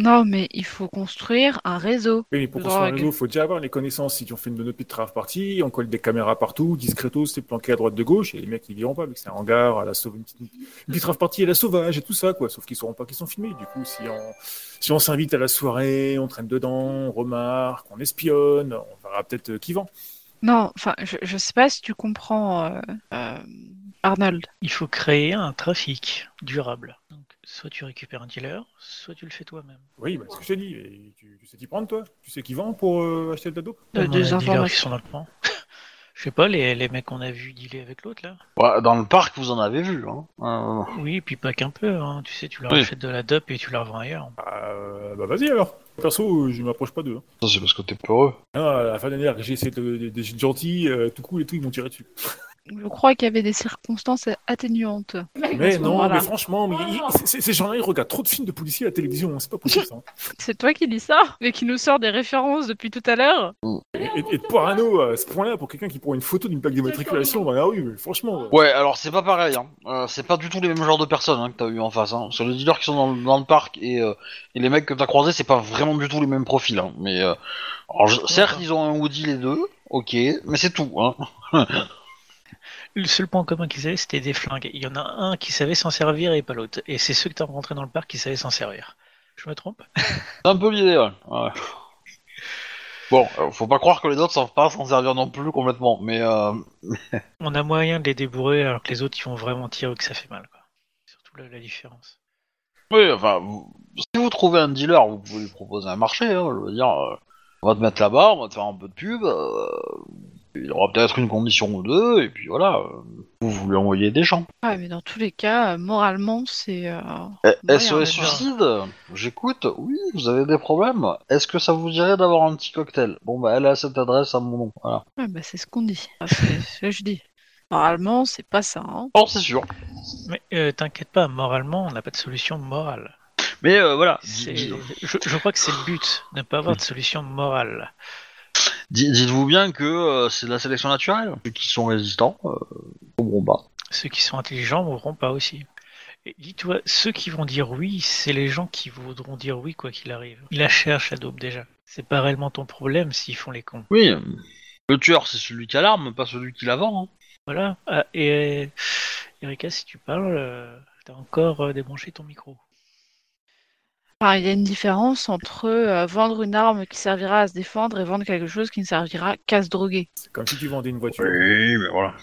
Speaker 2: Non, mais il faut construire un réseau.
Speaker 3: Oui, mais pour construire un
Speaker 2: Drogue.
Speaker 3: réseau, il faut déjà avoir les connaissances. Si on fait une de nos petites rave parties, on colle des caméras partout, discretos, c'est planqué à droite de gauche, et les mecs, ils diront pas, vu que c'est un hangar, à la sauve, une petite, une petite rave party à la sauvage, et tout ça, quoi. Sauf qu'ils sauront pas qu'ils sont filmés. Du coup, si on, si on s'invite à la soirée, on traîne dedans, on remarque, on espionne, on verra peut-être euh, qui vend.
Speaker 2: Non, enfin, je, je sais pas si tu comprends, euh, euh, Arnold.
Speaker 4: Il faut créer un trafic durable. Donc, soit tu récupères un dealer, soit tu le fais toi-même.
Speaker 3: Oui, bah, c'est ce que je t'ai dit. Et tu, tu sais t'y prendre, toi Tu sais qui vend pour euh, acheter de la dope
Speaker 2: Euh,
Speaker 4: Comme,
Speaker 2: des
Speaker 4: euh, les dealers qui
Speaker 2: informations.
Speaker 4: sont dans le pan. Je sais pas, les, les mecs qu'on a vu dealer avec l'autre là.
Speaker 1: Ouais, dans le parc, vous en avez vu. Hein. Euh,
Speaker 4: Oui, et puis pas qu'un peu, hein. tu sais, tu leur
Speaker 1: Oui.
Speaker 4: achètes de la dope et tu la revends ailleurs.
Speaker 3: Euh, Bah vas-y alors. Perso, euh, je m'approche pas d'eux. hein.
Speaker 1: ça, c'est parce que t'es peureux.
Speaker 3: Ah, à la fin d'année, j'ai essayé de- de- d'être gentil, euh, tout coup, les trucs ils m'ont tiré dessus.
Speaker 2: Je crois qu'il y avait des circonstances atténuantes.
Speaker 3: Mais
Speaker 2: ce
Speaker 3: non,
Speaker 2: moment-là.
Speaker 3: mais franchement, mais
Speaker 5: Ah,
Speaker 3: ils-
Speaker 5: non.
Speaker 3: ces- ces gens-là, ils regardent trop de films de policiers à la télévision, hein, c'est pas possible ça. hein.
Speaker 2: C'est toi qui dis ça et qui nous sort des références depuis tout à l'heure
Speaker 3: Et, et, et de Parano à ce point-là, pour quelqu'un qui prend une photo d'une plaque d'immatriculation dans la rue, mais franchement. euh,
Speaker 1: Ouais, alors c'est pas pareil. Hein. Euh, c'est pas du tout les mêmes genres de personnes hein, que t'as eu en face. Hein. Sur les dealers qui sont dans, le- dans le parc et, euh, et les mecs que t'as croisés, c'est pas vraiment du tout les mêmes profils. Hein. Mais euh, alors, je- certes, ils ont un Woody les deux, ok, mais c'est tout. Hein.
Speaker 4: Le seul point en commun qu'ils avaient, c'était des flingues. Il y en a un qui savait s'en servir et pas l'autre. Et c'est ceux que t'as rencontrés dans le parc qui savaient s'en servir. Je me trompe
Speaker 1: C'est un peu l'idée, ouais. Ouais. Bon, euh, faut pas croire que les autres savent pas s'en servir non plus complètement, mais euh,
Speaker 4: On a moyen de les débourrer alors que les autres ils vont vraiment tirer ou que ça fait mal. Quoi. Surtout là, la différence.
Speaker 1: oui, enfin, vous- si vous trouvez un dealer, vous pouvez lui proposer un marché, hein, je veux dire, euh, on va te mettre là-bas, on va te faire un peu de pub, euh, il y aura peut-être une condition ou deux, et puis voilà. euh, vous, vous lui envoyez des gens.
Speaker 2: Ouais, Ah, mais dans tous les cas, euh, moralement, c'est. euh,
Speaker 1: Eh,
Speaker 2: Ouais, on
Speaker 1: SOS
Speaker 2: est
Speaker 1: suicide, j'écoute, oui, vous avez des problèmes. Est-ce que ça vous dirait d'avoir un petit cocktail Bon, bah, elle a cette adresse à mon nom. Voilà.
Speaker 2: ouais, bah, c'est ce qu'on dit. Ah, c'est ce que je dis. Moralement, c'est pas ça. hein.
Speaker 1: Oh, c'est sûr.
Speaker 4: Mais euh, t'inquiète pas, moralement, on n'a pas de solution morale.
Speaker 1: Mais euh, voilà,
Speaker 4: C'est-
Speaker 1: Dis-
Speaker 4: Je, je crois que c'est le but, ne pas avoir de solution morale.
Speaker 1: dis- dites-vous bien que euh, c'est de la sélection naturelle. Ceux qui sont résistants, euh, tomberont bas.
Speaker 4: Ceux qui sont intelligents mourront pas aussi. Et dis-toi, ceux qui vont dire oui, c'est les gens qui voudront dire oui quoi qu'il arrive. Ils la cherchent, la daube, déjà. C'est pas réellement ton problème s'ils font les cons.
Speaker 1: Oui, euh, le tueur, c'est celui qui a l'arme, pas celui qui la vend. hein.
Speaker 4: Voilà. Ah, et euh, Erika, si tu parles, euh, t'as encore euh, débranché ton micro.
Speaker 2: Enfin, il y a une différence entre euh, vendre une arme qui servira à se défendre et vendre quelque chose qui ne servira qu'à se droguer.
Speaker 3: C'est comme si tu vendais une voiture.
Speaker 1: Oui, mais voilà.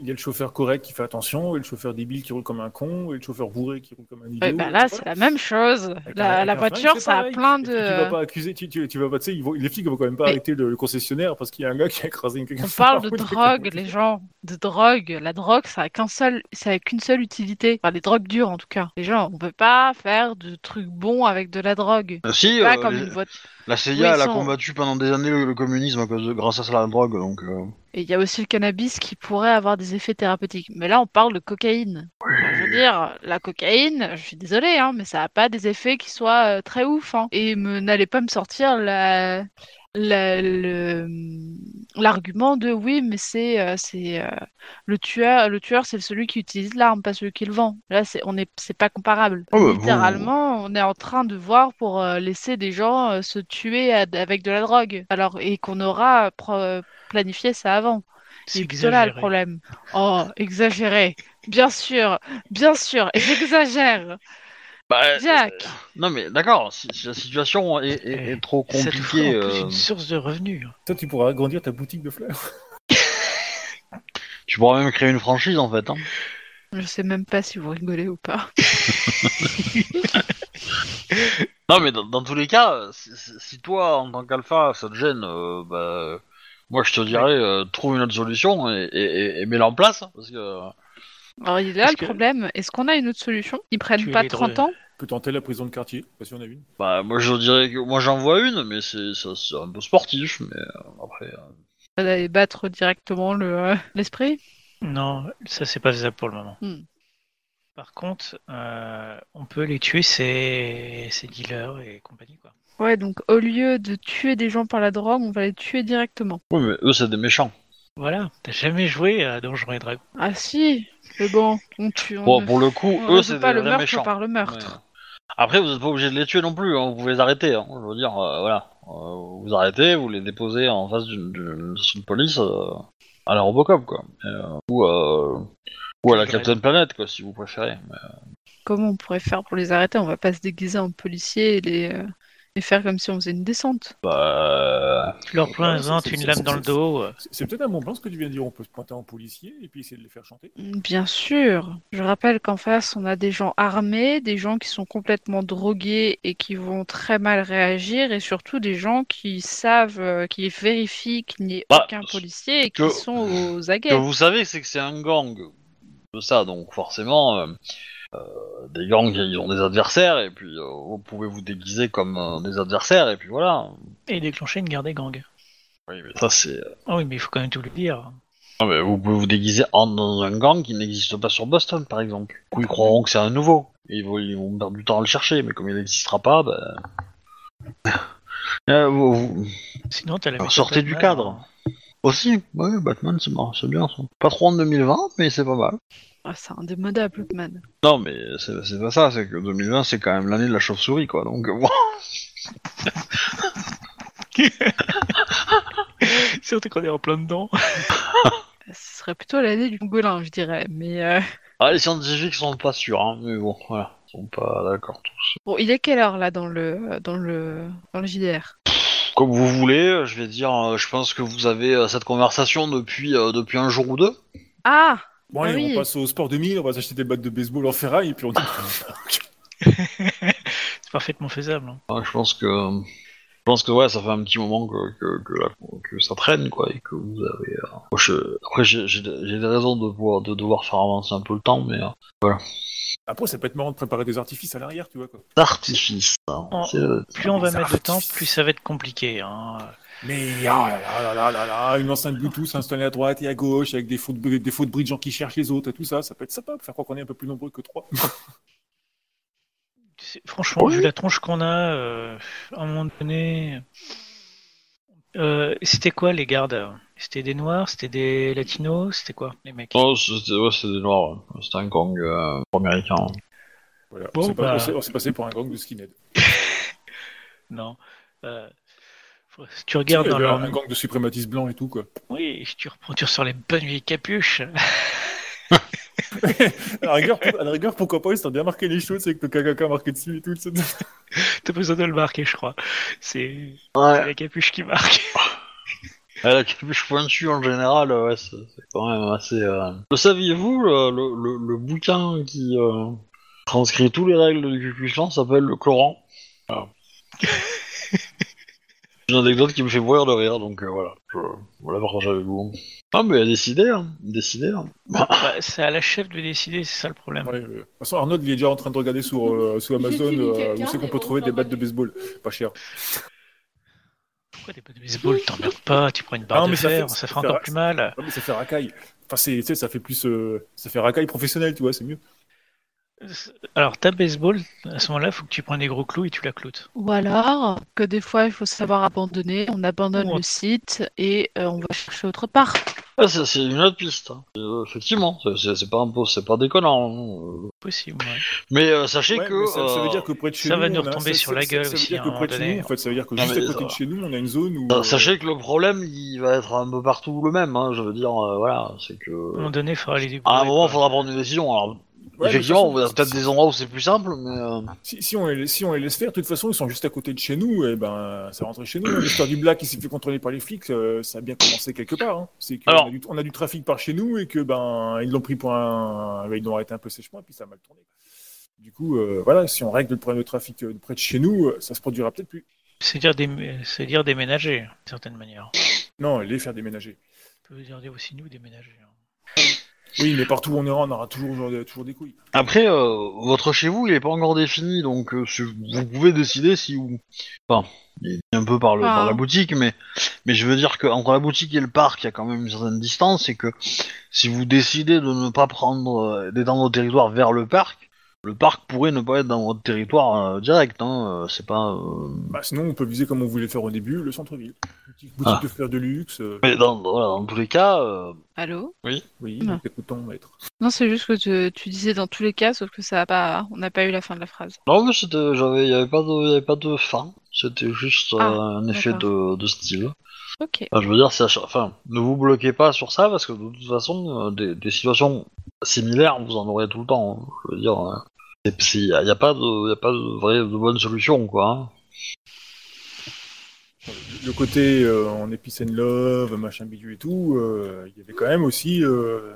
Speaker 3: Il y a le chauffeur correct qui fait attention, et le chauffeur débile qui roule comme un con, et le chauffeur bourré qui roule comme un idiot.
Speaker 2: Ouais, bah, là,
Speaker 3: Voilà.
Speaker 2: c'est la même chose.
Speaker 3: Avec un-
Speaker 2: La,
Speaker 3: avec
Speaker 2: la
Speaker 3: un
Speaker 2: voiture,
Speaker 3: flingue, Bah, c'est
Speaker 2: ça a
Speaker 3: pareil.
Speaker 2: plein
Speaker 3: Et puis, Tu vas
Speaker 2: de.
Speaker 3: pas accuser, tu, tu, tu vas pas, tu sais, ils vont- les flics vont quand même pas
Speaker 2: Mais-
Speaker 3: arrêter le, le concessionnaire parce qu'il y a un gars qui a écrasé quelqu'un.
Speaker 2: On
Speaker 3: sur
Speaker 2: parle
Speaker 3: la
Speaker 2: de
Speaker 3: route.
Speaker 2: drogue, les gens. De drogue. La drogue, ça a qu'un seul, ça a qu'une seule utilité. Enfin, les drogues dures, en tout cas. Les gens, on peut pas faire de trucs bons avec de la drogue.
Speaker 1: Euh, si,
Speaker 2: Pas
Speaker 1: euh,
Speaker 2: comme
Speaker 1: les-
Speaker 2: une voiture.
Speaker 1: la CIA,
Speaker 2: Oui, ils
Speaker 1: elle a
Speaker 2: sont-
Speaker 1: combattu pendant des années le, le communisme à cause de, grâce à la drogue, donc... euh,
Speaker 2: Et il y a aussi le cannabis qui pourrait avoir des effets thérapeutiques. Mais là, on parle de cocaïne. Je veux dire, la cocaïne, je suis désolée, hein, mais ça n'a pas des effets qui soient euh, très ouf. hein. Et me- n'allez pas me sortir la- la- le- l'argument de oui, mais c'est euh, c'est euh, le tueur, le tueur, c'est celui qui utilise l'arme, pas celui qui le vend. Là, c'est on est, c'est pas comparable.
Speaker 1: Ah bah, vous-
Speaker 2: Littéralement, on est en train de voir pour euh, laisser des gens euh, se tuer à- avec de la drogue. Alors et qu'on aura pro- planifié ça avant.
Speaker 4: C'est
Speaker 2: C'est plutôt là le
Speaker 4: exagéré.
Speaker 2: problème. Oh, exagéré. Bien sûr, bien sûr, j'exagère.
Speaker 1: Bah,
Speaker 2: Jack,
Speaker 1: Non mais d'accord, si, si la situation est, est- est trop
Speaker 4: Ça te ferait
Speaker 1: compliquée,
Speaker 4: en plus
Speaker 1: euh,
Speaker 4: une source de revenus.
Speaker 3: Toi, tu pourras agrandir ta boutique de fleurs.
Speaker 1: tu pourras même créer une franchise en fait. Hein.
Speaker 2: je sais même pas si vous rigolez ou pas.
Speaker 1: Non mais dans, dans tous les cas, euh, si, si- si toi en tant qu'alpha ça te gêne, euh, bah, euh, moi je te dirais euh, trouve une autre solution et, et, et- et mets-la en place. Parce que euh,
Speaker 2: Alors il est là
Speaker 4: Parce
Speaker 2: le
Speaker 4: que-
Speaker 2: problème. Est-ce qu'on a une autre solution Ils
Speaker 4: Tu
Speaker 2: prennent pas
Speaker 4: les
Speaker 2: 30
Speaker 4: drogues.
Speaker 2: ans
Speaker 3: Peut tenter la prison de quartier, parce qu'il y en a une.
Speaker 1: bah, moi je dirais que moi j'en vois une, mais c'est ça- c'est un peu sportif. Mais euh, après, euh,
Speaker 2: d'aller battre directement le euh, l'esprit
Speaker 4: Non, ça c'est pas faisable pour le moment.
Speaker 2: Hmm.
Speaker 4: Par contre, euh, on peut les tuer, ces, ces dealers et compagnie. Quoi.
Speaker 2: Ouais, donc au lieu de tuer des gens par la drogue, on va les tuer directement.
Speaker 1: oui mais eux c'est des méchants.
Speaker 4: Voilà, t'as jamais joué à Donjons et Dragons.
Speaker 2: Ah si, mais bon, on tue. On
Speaker 1: Bon
Speaker 2: ne-
Speaker 1: pour le coup,
Speaker 2: on
Speaker 1: eux
Speaker 2: résout
Speaker 1: c'est
Speaker 2: pas
Speaker 1: des
Speaker 2: le
Speaker 1: vrais
Speaker 2: meurtre
Speaker 1: méchants.
Speaker 2: par le meurtre.
Speaker 1: Ouais. Après, vous n'êtes pas obligé de les tuer non plus, hein, vous pouvez les arrêter. hein, je veux dire, euh, voilà. Euh, vous arrêtez, vous les déposez en face d'une- d'une station de police euh, à la Robocop, quoi. Euh, ou, euh, ou à la Captain Planet, quoi, si vous préférez. Mais,
Speaker 2: Comment on pourrait faire pour les arrêter On va pas se déguiser en policier et les euh, et faire comme si on faisait une descente.
Speaker 1: bah,
Speaker 4: Tu leur présentes
Speaker 3: c'est-
Speaker 4: une
Speaker 3: c'est-
Speaker 4: lame
Speaker 3: c'est-
Speaker 4: dans le
Speaker 3: c'est-
Speaker 4: dos. euh,
Speaker 3: C'est c'est peut-être un bon plan ce que tu viens de dire. On peut se pointer en policier et puis essayer de les faire chanter.
Speaker 2: Bien sûr. Je rappelle qu'en face, on a des gens armés, des gens qui sont complètement drogués et qui vont très mal réagir, et surtout des gens qui savent, euh, qui vérifient qu'il n'y ait
Speaker 1: Bah,
Speaker 2: aucun policier et
Speaker 1: que-
Speaker 2: qui sont aux
Speaker 1: ce que
Speaker 2: aguets.
Speaker 1: vous savez, c'est que c'est un gang de ça, donc forcément, euh, euh, des gangs, ils ont des adversaires, et puis euh, vous pouvez vous déguiser comme euh, des adversaires, et puis voilà.
Speaker 4: et déclencher une guerre des gangs.
Speaker 1: Oui, mais ça, c'est.
Speaker 4: Ah oui, mais il faut quand même tout lui dire.
Speaker 1: Ah bah, vous pouvez vous déguiser en, dans un gang qui n'existe pas sur Boston, par exemple. Du coup, ils croiront que c'est un nouveau. Et ils vont, ils vont perdre du temps à le chercher, mais comme il n'existera pas, bah... Euh, vous- vous-
Speaker 4: Sinon, t'as la
Speaker 1: Alors,
Speaker 4: méthode
Speaker 1: sortez du
Speaker 4: Batman,
Speaker 1: cadre.
Speaker 4: hein.
Speaker 1: Aussi, ouais, Batman, c'est marrant, c'est bien ça. Pas trop en 2020, mais c'est pas mal.
Speaker 2: Ah, c'est indémodable, Batman.
Speaker 1: Non, mais c'est c'est pas ça, c'est que 2020, c'est quand même l'année de la chauve-souris, quoi, donc... bon.
Speaker 4: Surtout qu'on est en plein dedans.
Speaker 2: Ce serait plutôt l'année du pangolin, je dirais. Mais euh,
Speaker 1: Ah, les scientifiques sont pas sûrs, hein, mais bon, voilà. Ils sont pas d'accord tous.
Speaker 2: bon, il est quelle heure là dans le dans le dans le JDR?
Speaker 1: Comme vous voulez, euh, je vais dire, euh, je pense que vous avez euh, cette conversation depuis, euh, depuis un jour ou deux.
Speaker 2: Ah,
Speaker 3: Bon,
Speaker 2: Ah
Speaker 3: allez,
Speaker 2: oui.
Speaker 3: on passe au sport 2000, on va s'acheter des battes de baseball en ferraille et puis on dit.
Speaker 4: C'est parfaitement faisable. hein.
Speaker 1: Ah, je pense que Je pense que ouais, ça fait un petit moment que, que, que, la- que ça traîne, quoi, et que vous avez. euh, moi, je- après, j'ai j'ai- j'ai des raisons de, pouvoir, de devoir faire avancer un peu le temps, mais. euh,
Speaker 3: Après, ça peut être marrant de préparer des artifices à l'arrière, tu vois. Quoi.
Speaker 1: D'artifice. hein,
Speaker 4: Oh.
Speaker 1: c'est, euh,
Speaker 4: Plus on va
Speaker 3: Les
Speaker 4: mettre de temps,
Speaker 3: artifices.
Speaker 4: plus ça va être compliqué. hein.
Speaker 3: Mais oh là là là là là là, une enceinte Bluetooth installée à droite et à gauche avec des faux de, des faux de bris de gens qui cherchent les autres et tout ça, ça peut être sympa. Faire croire qu'on est un peu plus nombreux que trois.
Speaker 4: C'est- Franchement,
Speaker 1: Oui.
Speaker 4: vu la tronche qu'on a, euh, à un moment donné. Euh, c'était quoi les gardes C'était des noirs C'était des latinos C'était quoi les mecs
Speaker 1: Oh, c'était ouais, c'était des noirs, ouais. c'était un gang euh, américain.
Speaker 3: Voilà.
Speaker 4: Bon,
Speaker 3: on s'est pas-
Speaker 4: bah.
Speaker 3: on s'est- on s'est passé pour un gang de skinhead.
Speaker 4: Non. Euh, faut- si tu regardes dans
Speaker 3: Il y avait
Speaker 4: leur.
Speaker 3: euh, un gang de suprématistes blancs et tout quoi.
Speaker 4: Oui, si tu reprends tu ressors les bonnes vieilles capuches.
Speaker 3: À la rigueur, pour- à la rigueur, pourquoi pas, ils ont bien marqué les choses avec le KKK marqué dessus et tout. tu sais.
Speaker 4: T'as besoin de le marquer, je crois. C'est c'est
Speaker 1: Ouais.
Speaker 4: la capuche qui marque.
Speaker 1: Ah, La capuche pointue en général, euh, ouais, c'est c'est quand même assez. euh. Le saviez-vous, le, le, le- le bouquin qui euh, transcrit toutes les règles du Ku Klux Klan s'appelle Le Coran. Voilà. C'est une anecdote qui me fait mourir de rire, donc euh, voilà, je voilà partager avec vous. Ah, mais il a décidé, hein, décidé. Hein.
Speaker 4: Bah, c'est à la chef de décider, c'est ça le problème.
Speaker 3: Ouais, euh, De toute façon, Arnaud, il est déjà en train de regarder sur, euh, sous Amazon
Speaker 5: J'ai tué
Speaker 3: euh,
Speaker 5: quelqu'un,
Speaker 3: où c'est qu'on
Speaker 5: mais
Speaker 3: peut
Speaker 5: bon,
Speaker 3: trouver
Speaker 5: on
Speaker 3: des
Speaker 5: va
Speaker 3: battes de
Speaker 5: regarder.
Speaker 3: baseball. Pas cher.
Speaker 4: Pourquoi des bonnes de baseball T'emmerdes pas, tu prends une barre
Speaker 3: Ah non,
Speaker 4: de
Speaker 3: mais ça
Speaker 4: fer,
Speaker 3: fait-
Speaker 4: ça
Speaker 3: ça
Speaker 4: fait
Speaker 3: fait
Speaker 4: encore
Speaker 3: ra-
Speaker 4: plus mal.
Speaker 3: Ouais, mais ça fait racaille. Enfin, c'est, tu sais, ça fait plus. euh, ça fait racaille professionnelle, tu vois, c'est mieux.
Speaker 4: Alors, ta baseball, à ce moment-là, faut que tu prennes des gros clous et tu la cloutes.
Speaker 2: Ou alors que des fois il faut savoir abandonner, on abandonne
Speaker 4: Ouais.
Speaker 2: le site et euh, on va chercher autre part.
Speaker 1: Ah, c'est c'est une autre piste, hein. Euh, effectivement, c'est- c'est c'est pas, impo- c'est pas déconnant. hein.
Speaker 4: Possible, ouais.
Speaker 1: Mais euh, sachez
Speaker 3: Ouais,
Speaker 1: que.
Speaker 3: mais ça, ça veut
Speaker 1: euh,
Speaker 3: dire que près de chez
Speaker 4: ça
Speaker 3: nous.
Speaker 4: va nous
Speaker 3: on a-
Speaker 4: retomber
Speaker 3: ça-
Speaker 4: sur
Speaker 3: ça-
Speaker 4: la gueule
Speaker 3: ça veut
Speaker 4: aussi,
Speaker 3: dire
Speaker 4: à
Speaker 3: que
Speaker 4: un
Speaker 3: près de
Speaker 4: moment
Speaker 3: chez nous,
Speaker 4: donné.
Speaker 3: en fait, ça veut dire que
Speaker 1: Non,
Speaker 3: juste à
Speaker 1: mais ça
Speaker 3: côté de
Speaker 1: va.
Speaker 3: chez nous, on a une zone où.
Speaker 1: Bah,
Speaker 3: euh,
Speaker 1: Sachez que le problème, il va être un peu partout le même. Hein, je veux dire, euh, voilà, c'est
Speaker 4: À un moment
Speaker 1: que
Speaker 4: donné, il faudra les débrouiller.
Speaker 1: à Ah, un moment,
Speaker 4: quoi.
Speaker 1: faudra prendre une décision. Alors,
Speaker 3: ouais,
Speaker 1: effectivement,
Speaker 3: de
Speaker 1: il y
Speaker 3: toute
Speaker 1: a
Speaker 3: façon,
Speaker 1: peut-être des endroits où c'est plus simple, mais euh,
Speaker 3: Si, si on les, si on les laisse faire, de toute façon, ils sont juste à côté de chez nous, et ben, ça rentre chez nous. L'histoire du Black qui s'est fait contrôler par les flics, euh, ça a bien commencé quelque part. hein. C'est qu'on
Speaker 1: Alors-
Speaker 3: a, du- on a du trafic par chez nous et que ben, ils l'ont pris pour un. euh, Ils l'ont arrêté un peu sèchement et puis ça a mal tourné. Du coup, euh, voilà, si on règle le problème de trafic euh, de près de chez nous, euh, ça se produira peut-être plus.
Speaker 4: C'est dire, dé- c'est dire déménager, d'une certaine manière.
Speaker 3: Non, les faire déménager.
Speaker 4: On peut dire aussi nous déménager. hein.
Speaker 3: Oui, mais partout où on ira, on aura toujours, genre, toujours des couilles.
Speaker 1: après, euh, votre chez vous, il est pas encore défini, donc euh, si- vous pouvez décider si vous. Enfin, il est dit un peu par, le,
Speaker 2: Ah.
Speaker 1: par la boutique, mais mais je veux dire que entre la boutique et le parc, il y a quand même une certaine distance, et que si vous décidez de ne pas prendre euh, d'étendre votre territoire vers le parc, le parc pourrait ne pas être dans votre territoire euh, direct. Hein, euh, c'est pas. euh,
Speaker 3: Bah, sinon, on peut viser comme on voulait faire au début, le centre-ville. Boutique, boutique
Speaker 1: Ah.
Speaker 3: de fleurs de luxe. euh,
Speaker 1: Mais dans, voilà, dans tous les cas, euh,
Speaker 2: Allô
Speaker 3: oui,
Speaker 2: Non.
Speaker 3: écoutons, maître.
Speaker 2: Non, c'est juste que tu, tu disais dans tous les cas, sauf que ça a pas, on n'a pas eu la fin de la phrase.
Speaker 1: non, mais c'était, j'avais, y avait pas de, y avait pas de fin. C'était juste euh,
Speaker 2: Ah,
Speaker 1: un effet de, de style.
Speaker 2: Ok.
Speaker 1: Enfin, je veux dire, c'est à chaque- enfin, ne vous bloquez pas sur ça parce que de toute façon, euh, des, des situations similaires, vous en aurez tout le temps. hein. Je veux dire, euh, c'est- c'est- y a, y a pas de, y a pas de vraie, de bonne solution, quoi. hein.
Speaker 3: le côté euh, en Epic and Love, machin bidule et tout, euh, il y avait quand même aussi euh,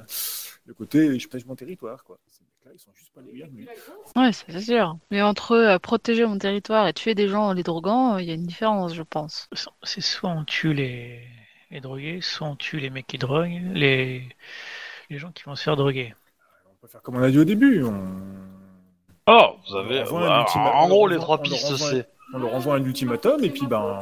Speaker 3: le côté je protège mon territoire. Quoi. Ces mecs-là, ils sont juste pas les bienvenus.
Speaker 2: Ouais, ça, c'est sûr. Mais entre euh, protéger mon territoire et tuer des gens en les droguant, euh, il y a une différence, je pense.
Speaker 4: C'est soit on tue les, les drogués, soit on tue les mecs qui droguent, les, les gens qui vont se faire droguer.
Speaker 3: On peut faire comme on a dit au début. On,
Speaker 1: Alors, Oh, vous avez,
Speaker 3: On leur envoie
Speaker 1: voilà,
Speaker 3: un ultimatum,
Speaker 1: en
Speaker 3: on
Speaker 1: gros,
Speaker 3: leur
Speaker 1: les trois
Speaker 3: envoie- on leur
Speaker 1: pistes,
Speaker 3: envoie-
Speaker 1: c'est
Speaker 3: on leur envoie un ultimatum et puis ben.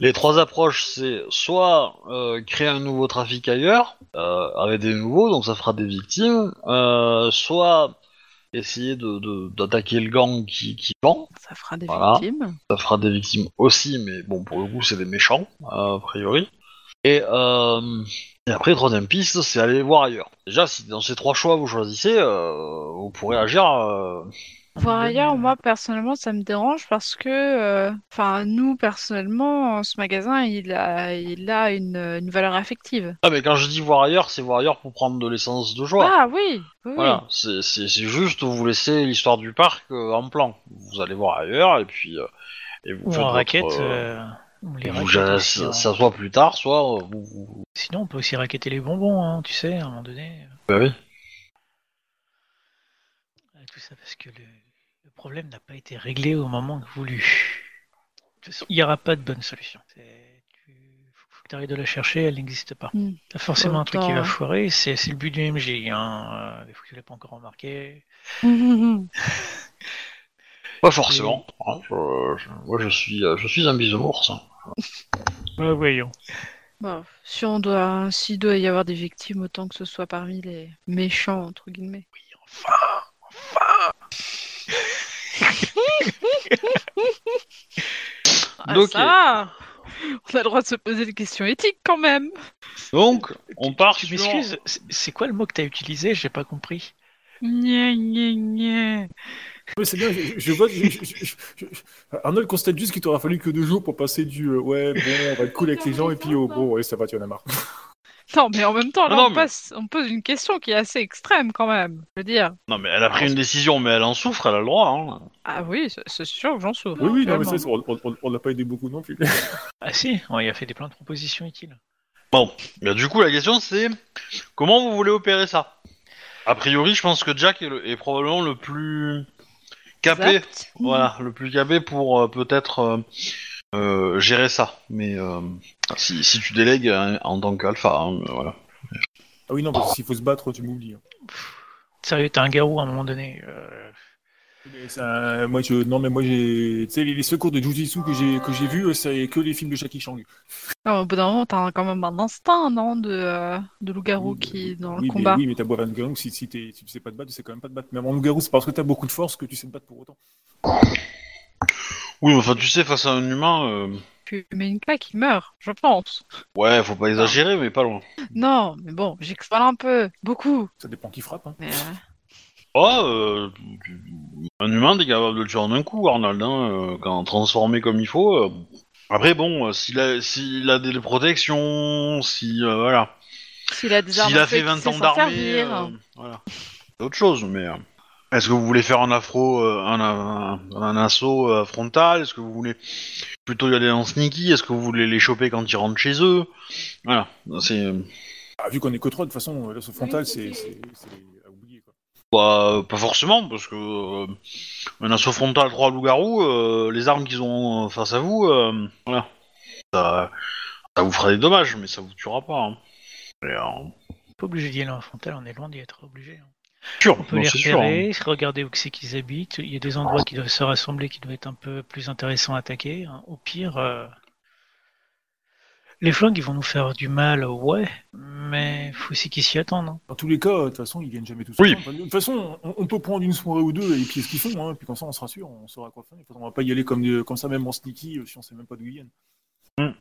Speaker 1: Les trois approches, c'est soit euh, créer un nouveau trafic ailleurs, euh, avec des nouveaux, donc ça fera des victimes, euh, soit essayer de- de- d'attaquer le gang qui, qui vend,
Speaker 2: Ça fera des
Speaker 1: Voilà.
Speaker 2: victimes.
Speaker 1: ça fera des victimes aussi, mais bon, pour le coup, c'est des méchants, euh, a priori. Et, euh, et après, troisième piste, c'est aller les voir ailleurs. Déjà, si dans ces trois choix, vous choisissez, euh, vous pourrez agir... euh,
Speaker 2: Voir ailleurs,
Speaker 4: Donne-
Speaker 2: moi, personnellement, ça me dérange parce que, euh, enfin, nous, personnellement, ce magasin, il a, il a une, une valeur affective.
Speaker 1: Ah, mais quand je dis voir ailleurs, c'est voir ailleurs pour prendre de l'essence de joie.
Speaker 2: Ah oui, oui.
Speaker 1: Voilà, c'est c'est- c'est juste vous laissez l'histoire du parc euh, en plan. Vous allez voir ailleurs et puis euh, et vous
Speaker 4: Ou
Speaker 1: faites
Speaker 4: en
Speaker 1: votre,
Speaker 4: raquette.
Speaker 1: euh,
Speaker 4: euh, ou les
Speaker 1: vous
Speaker 4: raquettes
Speaker 1: gérez
Speaker 4: aussi,
Speaker 1: ça,
Speaker 4: hein.
Speaker 1: ça soit plus tard, soit euh, vous. vous-
Speaker 4: Sinon, on peut aussi raqueter les bonbons, hein, tu sais, à un moment donné.
Speaker 1: Bah oui.
Speaker 4: Euh, Tout ça parce que le, le problème n'a pas été réglé au moment voulu. toute façon, il n'y aura pas de bonne solution. C'est- tu- Faut, faut que tu arrives de la chercher, elle n'existe pas.
Speaker 2: Hmm.
Speaker 4: T'as forcément un truc qui
Speaker 2: Autant,
Speaker 4: va
Speaker 2: hein.
Speaker 4: foirer, c'est c'est le but du MJ. Hein. euh, Des fois, tu l'as pas encore remarqué.
Speaker 1: Pas forcément. hein, je- je- moi, je suis, euh, je suis un bisounours. hein.
Speaker 4: Ouais, voyons.
Speaker 2: Bon, Bah, si on doit, s'il doit y avoir des victimes, autant que ce soit parmi les méchants entre guillemets.
Speaker 4: Oui, enfin
Speaker 2: Ah,
Speaker 1: Donc,
Speaker 2: ça On a le droit de se poser des questions éthiques quand même.
Speaker 1: Donc, on part
Speaker 4: Tu
Speaker 1: sur...
Speaker 4: m'excuses, c'est- c'est quoi le mot que t'as utilisé J'ai pas compris.
Speaker 2: Gna, gna, gna.
Speaker 3: Mais c'est bien, je, je vote. je- je- je- je- je- Arnold constate juste qu'il t'aura fallu que deux jours pour passer du euh, ouais, bon, on va être cool avec les gens, et puis au bon, ouais, ça va, tu en as marre.
Speaker 2: Non, mais en même temps, là,
Speaker 1: Non, non,
Speaker 2: on,
Speaker 1: mais-
Speaker 2: passe- on pose une question qui est assez extrême quand même. Je veux dire.
Speaker 1: Non, mais elle a pris une décision, mais elle en souffre, elle a le droit. hein.
Speaker 2: Ah oui, c'est- c'est sûr, j'en souffre.
Speaker 3: Oui, oui, non, mais
Speaker 2: Vraiment.
Speaker 3: ça, on- on- on- on l'a pas aidé beaucoup non plus.
Speaker 4: Ah si, on y a fait des plein de propositions utiles.
Speaker 1: Mais du coup, la question c'est comment vous voulez opérer ça A priori, je pense que Jack est, le- est probablement le plus capé,
Speaker 2: Exact.
Speaker 1: voilà, le plus capé pour euh, peut-être euh, euh, gérer ça. Mais euh, si, si tu délègues hein, en tant qu'alpha, hein, voilà.
Speaker 3: Ah oui, non, parce que s'il faut se battre, tu m'oublies. hein.
Speaker 4: Sérieux, t'es un garou à un moment donné. euh,
Speaker 3: Mais c'est un- moi, je... Non, mais moi, j'ai. Tu sais, les, les secours de Jujitsu que j'ai que j'ai vus, euh, c'est que les films de Jackie Chan.
Speaker 2: Non, au bout d'un moment, t'as quand même un instinct, non, de, euh, de loup-garou
Speaker 3: Oui,
Speaker 2: qui est
Speaker 3: mais-
Speaker 2: dans
Speaker 3: oui,
Speaker 2: le
Speaker 3: mais-
Speaker 2: combat.
Speaker 3: oui, mais t'as beau avoir un loup-garou, si, si, t'es- si tu sais pas te battre, tu sais quand même pas te battre. Même en loup-garou, c'est parce que t'as beaucoup de force que tu sais te battre pour autant.
Speaker 1: Oui, mais enfin, tu sais, face à un humain, euh,
Speaker 2: Tu mets une claque, il meurt, je pense.
Speaker 1: ouais, faut pas exagérer, mais pas loin.
Speaker 2: Non, mais bon, j'exagère un peu, beaucoup.
Speaker 3: Ça dépend qui frappe. hein.
Speaker 2: Mais, euh,
Speaker 1: Oh, euh, un humain, t'es capable de le tuer en un coup, Arnold, hein, euh, quand transformé comme il faut. euh. Après, bon, euh, s'il a, s'il a des protections, si, euh, voilà.
Speaker 2: s'il a des armes,
Speaker 1: S'il
Speaker 2: à
Speaker 1: a
Speaker 2: feu
Speaker 1: fait
Speaker 2: et qu'il
Speaker 1: 20
Speaker 2: sait
Speaker 1: ans
Speaker 2: s'en
Speaker 1: d'armée,
Speaker 2: servir.
Speaker 1: euh, voilà. C'est autre chose, mais. euh, Est-ce que vous voulez faire un afro, euh, un, un, un assaut euh, frontal Est-ce que vous voulez plutôt y aller en sneaky Est-ce que vous voulez les choper quand ils rentrent chez eux Voilà, c'est euh,
Speaker 3: Ah, vu qu'on est que trois, de toute façon, euh, l'assaut frontal, c'est c'est- c'est à oublier. Quoi.
Speaker 1: pas, pas forcément parce que euh, un assaut frontal trois loups-garous, euh, les armes qu'ils ont euh, face à vous, euh, voilà, ça, ça vous fera des dommages, mais ça vous tuera pas. hein. Et, euh,
Speaker 4: pas obligé d'y aller en frontal, on est loin d'y être obligé. hein.
Speaker 1: sûr,
Speaker 4: On peut
Speaker 1: non,
Speaker 4: les
Speaker 1: c'est sûr, hein.
Speaker 4: repérer, regarder où que c'est qu'ils habitent. Il y a des endroits qui doivent se rassembler, qui doivent être un peu plus intéressants à attaquer. hein. Au pire, euh, les flingues, ils vont nous faire du mal, ouais, mais faut aussi qu'ils s'y attendent. hein.
Speaker 3: Dans tous les cas, euh, de toute façon, ils viennent jamais tout
Speaker 1: Oui.
Speaker 3: seuls. De toute façon, on, on peut prendre une soirée ou deux et puis ce qu'ils font, hein, puis comme ça, on sera sûr, on saura quoi faire. De toute façon, on va pas y aller comme, des- comme ça, même en sneaky, euh, si on sait même pas d'où ils viennent. Mm.
Speaker 1: Hmm.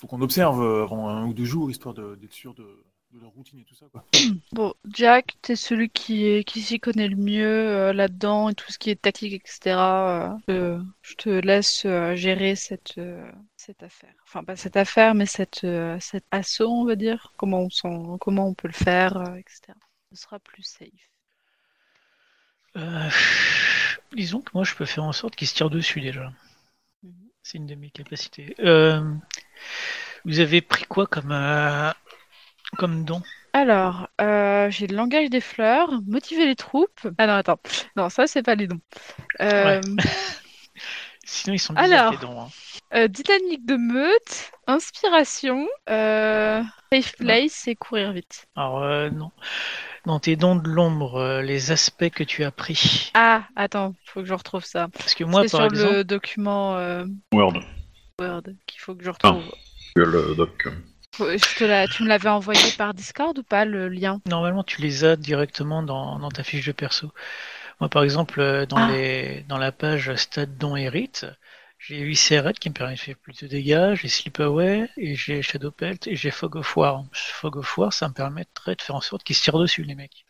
Speaker 3: Faut qu'on observe euh, avant un ou deux jours, histoire de- d'être sûr de, de leur routine et tout ça. Quoi.
Speaker 2: Bon, Jack, t'es celui qui, est- qui s'y connaît le mieux euh, là-dedans et tout ce qui est tactique, etc. euh, euh, je te laisse euh, gérer cette, euh, cette affaire. Enfin, pas cette affaire, mais cette, euh, cet assaut, on va dire. Comment on, s'en- comment on peut le faire, euh, etc. Ce sera plus safe.
Speaker 4: Euh, disons que moi, je peux faire en sorte qu'ils se tirent dessus déjà.
Speaker 2: Mhm.
Speaker 4: C'est une de mes capacités. Euh, vous avez pris quoi comme, euh, comme don
Speaker 2: Alors, euh, j'ai le langage des fleurs, motiver les troupes. Ah non, attends. Non, ça, c'est pas les dons. Euh,
Speaker 4: Sinon, ils sont bizarres,
Speaker 2: Alors.
Speaker 4: tes dons. hein.
Speaker 2: euh, dynamique de meute, inspiration, euh, safe place et courir vite.
Speaker 4: Alors, euh, non. Dans tes dons de l'ombre, euh, les aspects que tu as pris.
Speaker 2: Ah, attends, faut que je retrouve ça.
Speaker 4: Parce que moi,
Speaker 2: c'est sur
Speaker 4: par exemple,
Speaker 2: le document euh,
Speaker 1: Word, Ah.
Speaker 2: Word qu'il faut que je retrouve.
Speaker 1: Google euh, Doc.
Speaker 2: Faut- je te la- Tu me l'avais envoyé par Discord ou pas le lien
Speaker 4: normalement, tu les as directement dans, dans ta fiche de perso. Moi, par exemple, euh, dans,
Speaker 2: Ah.
Speaker 4: les, dans la page Stade Don et Rite, j'ai 8 CRED qui me permet de faire plus de dégâts, j'ai Sleep Away, et j'ai Shadow Pelt, et j'ai Fog of War. Fog of War, ça me permettrait de faire en sorte qu'ils se tirent dessus, les mecs.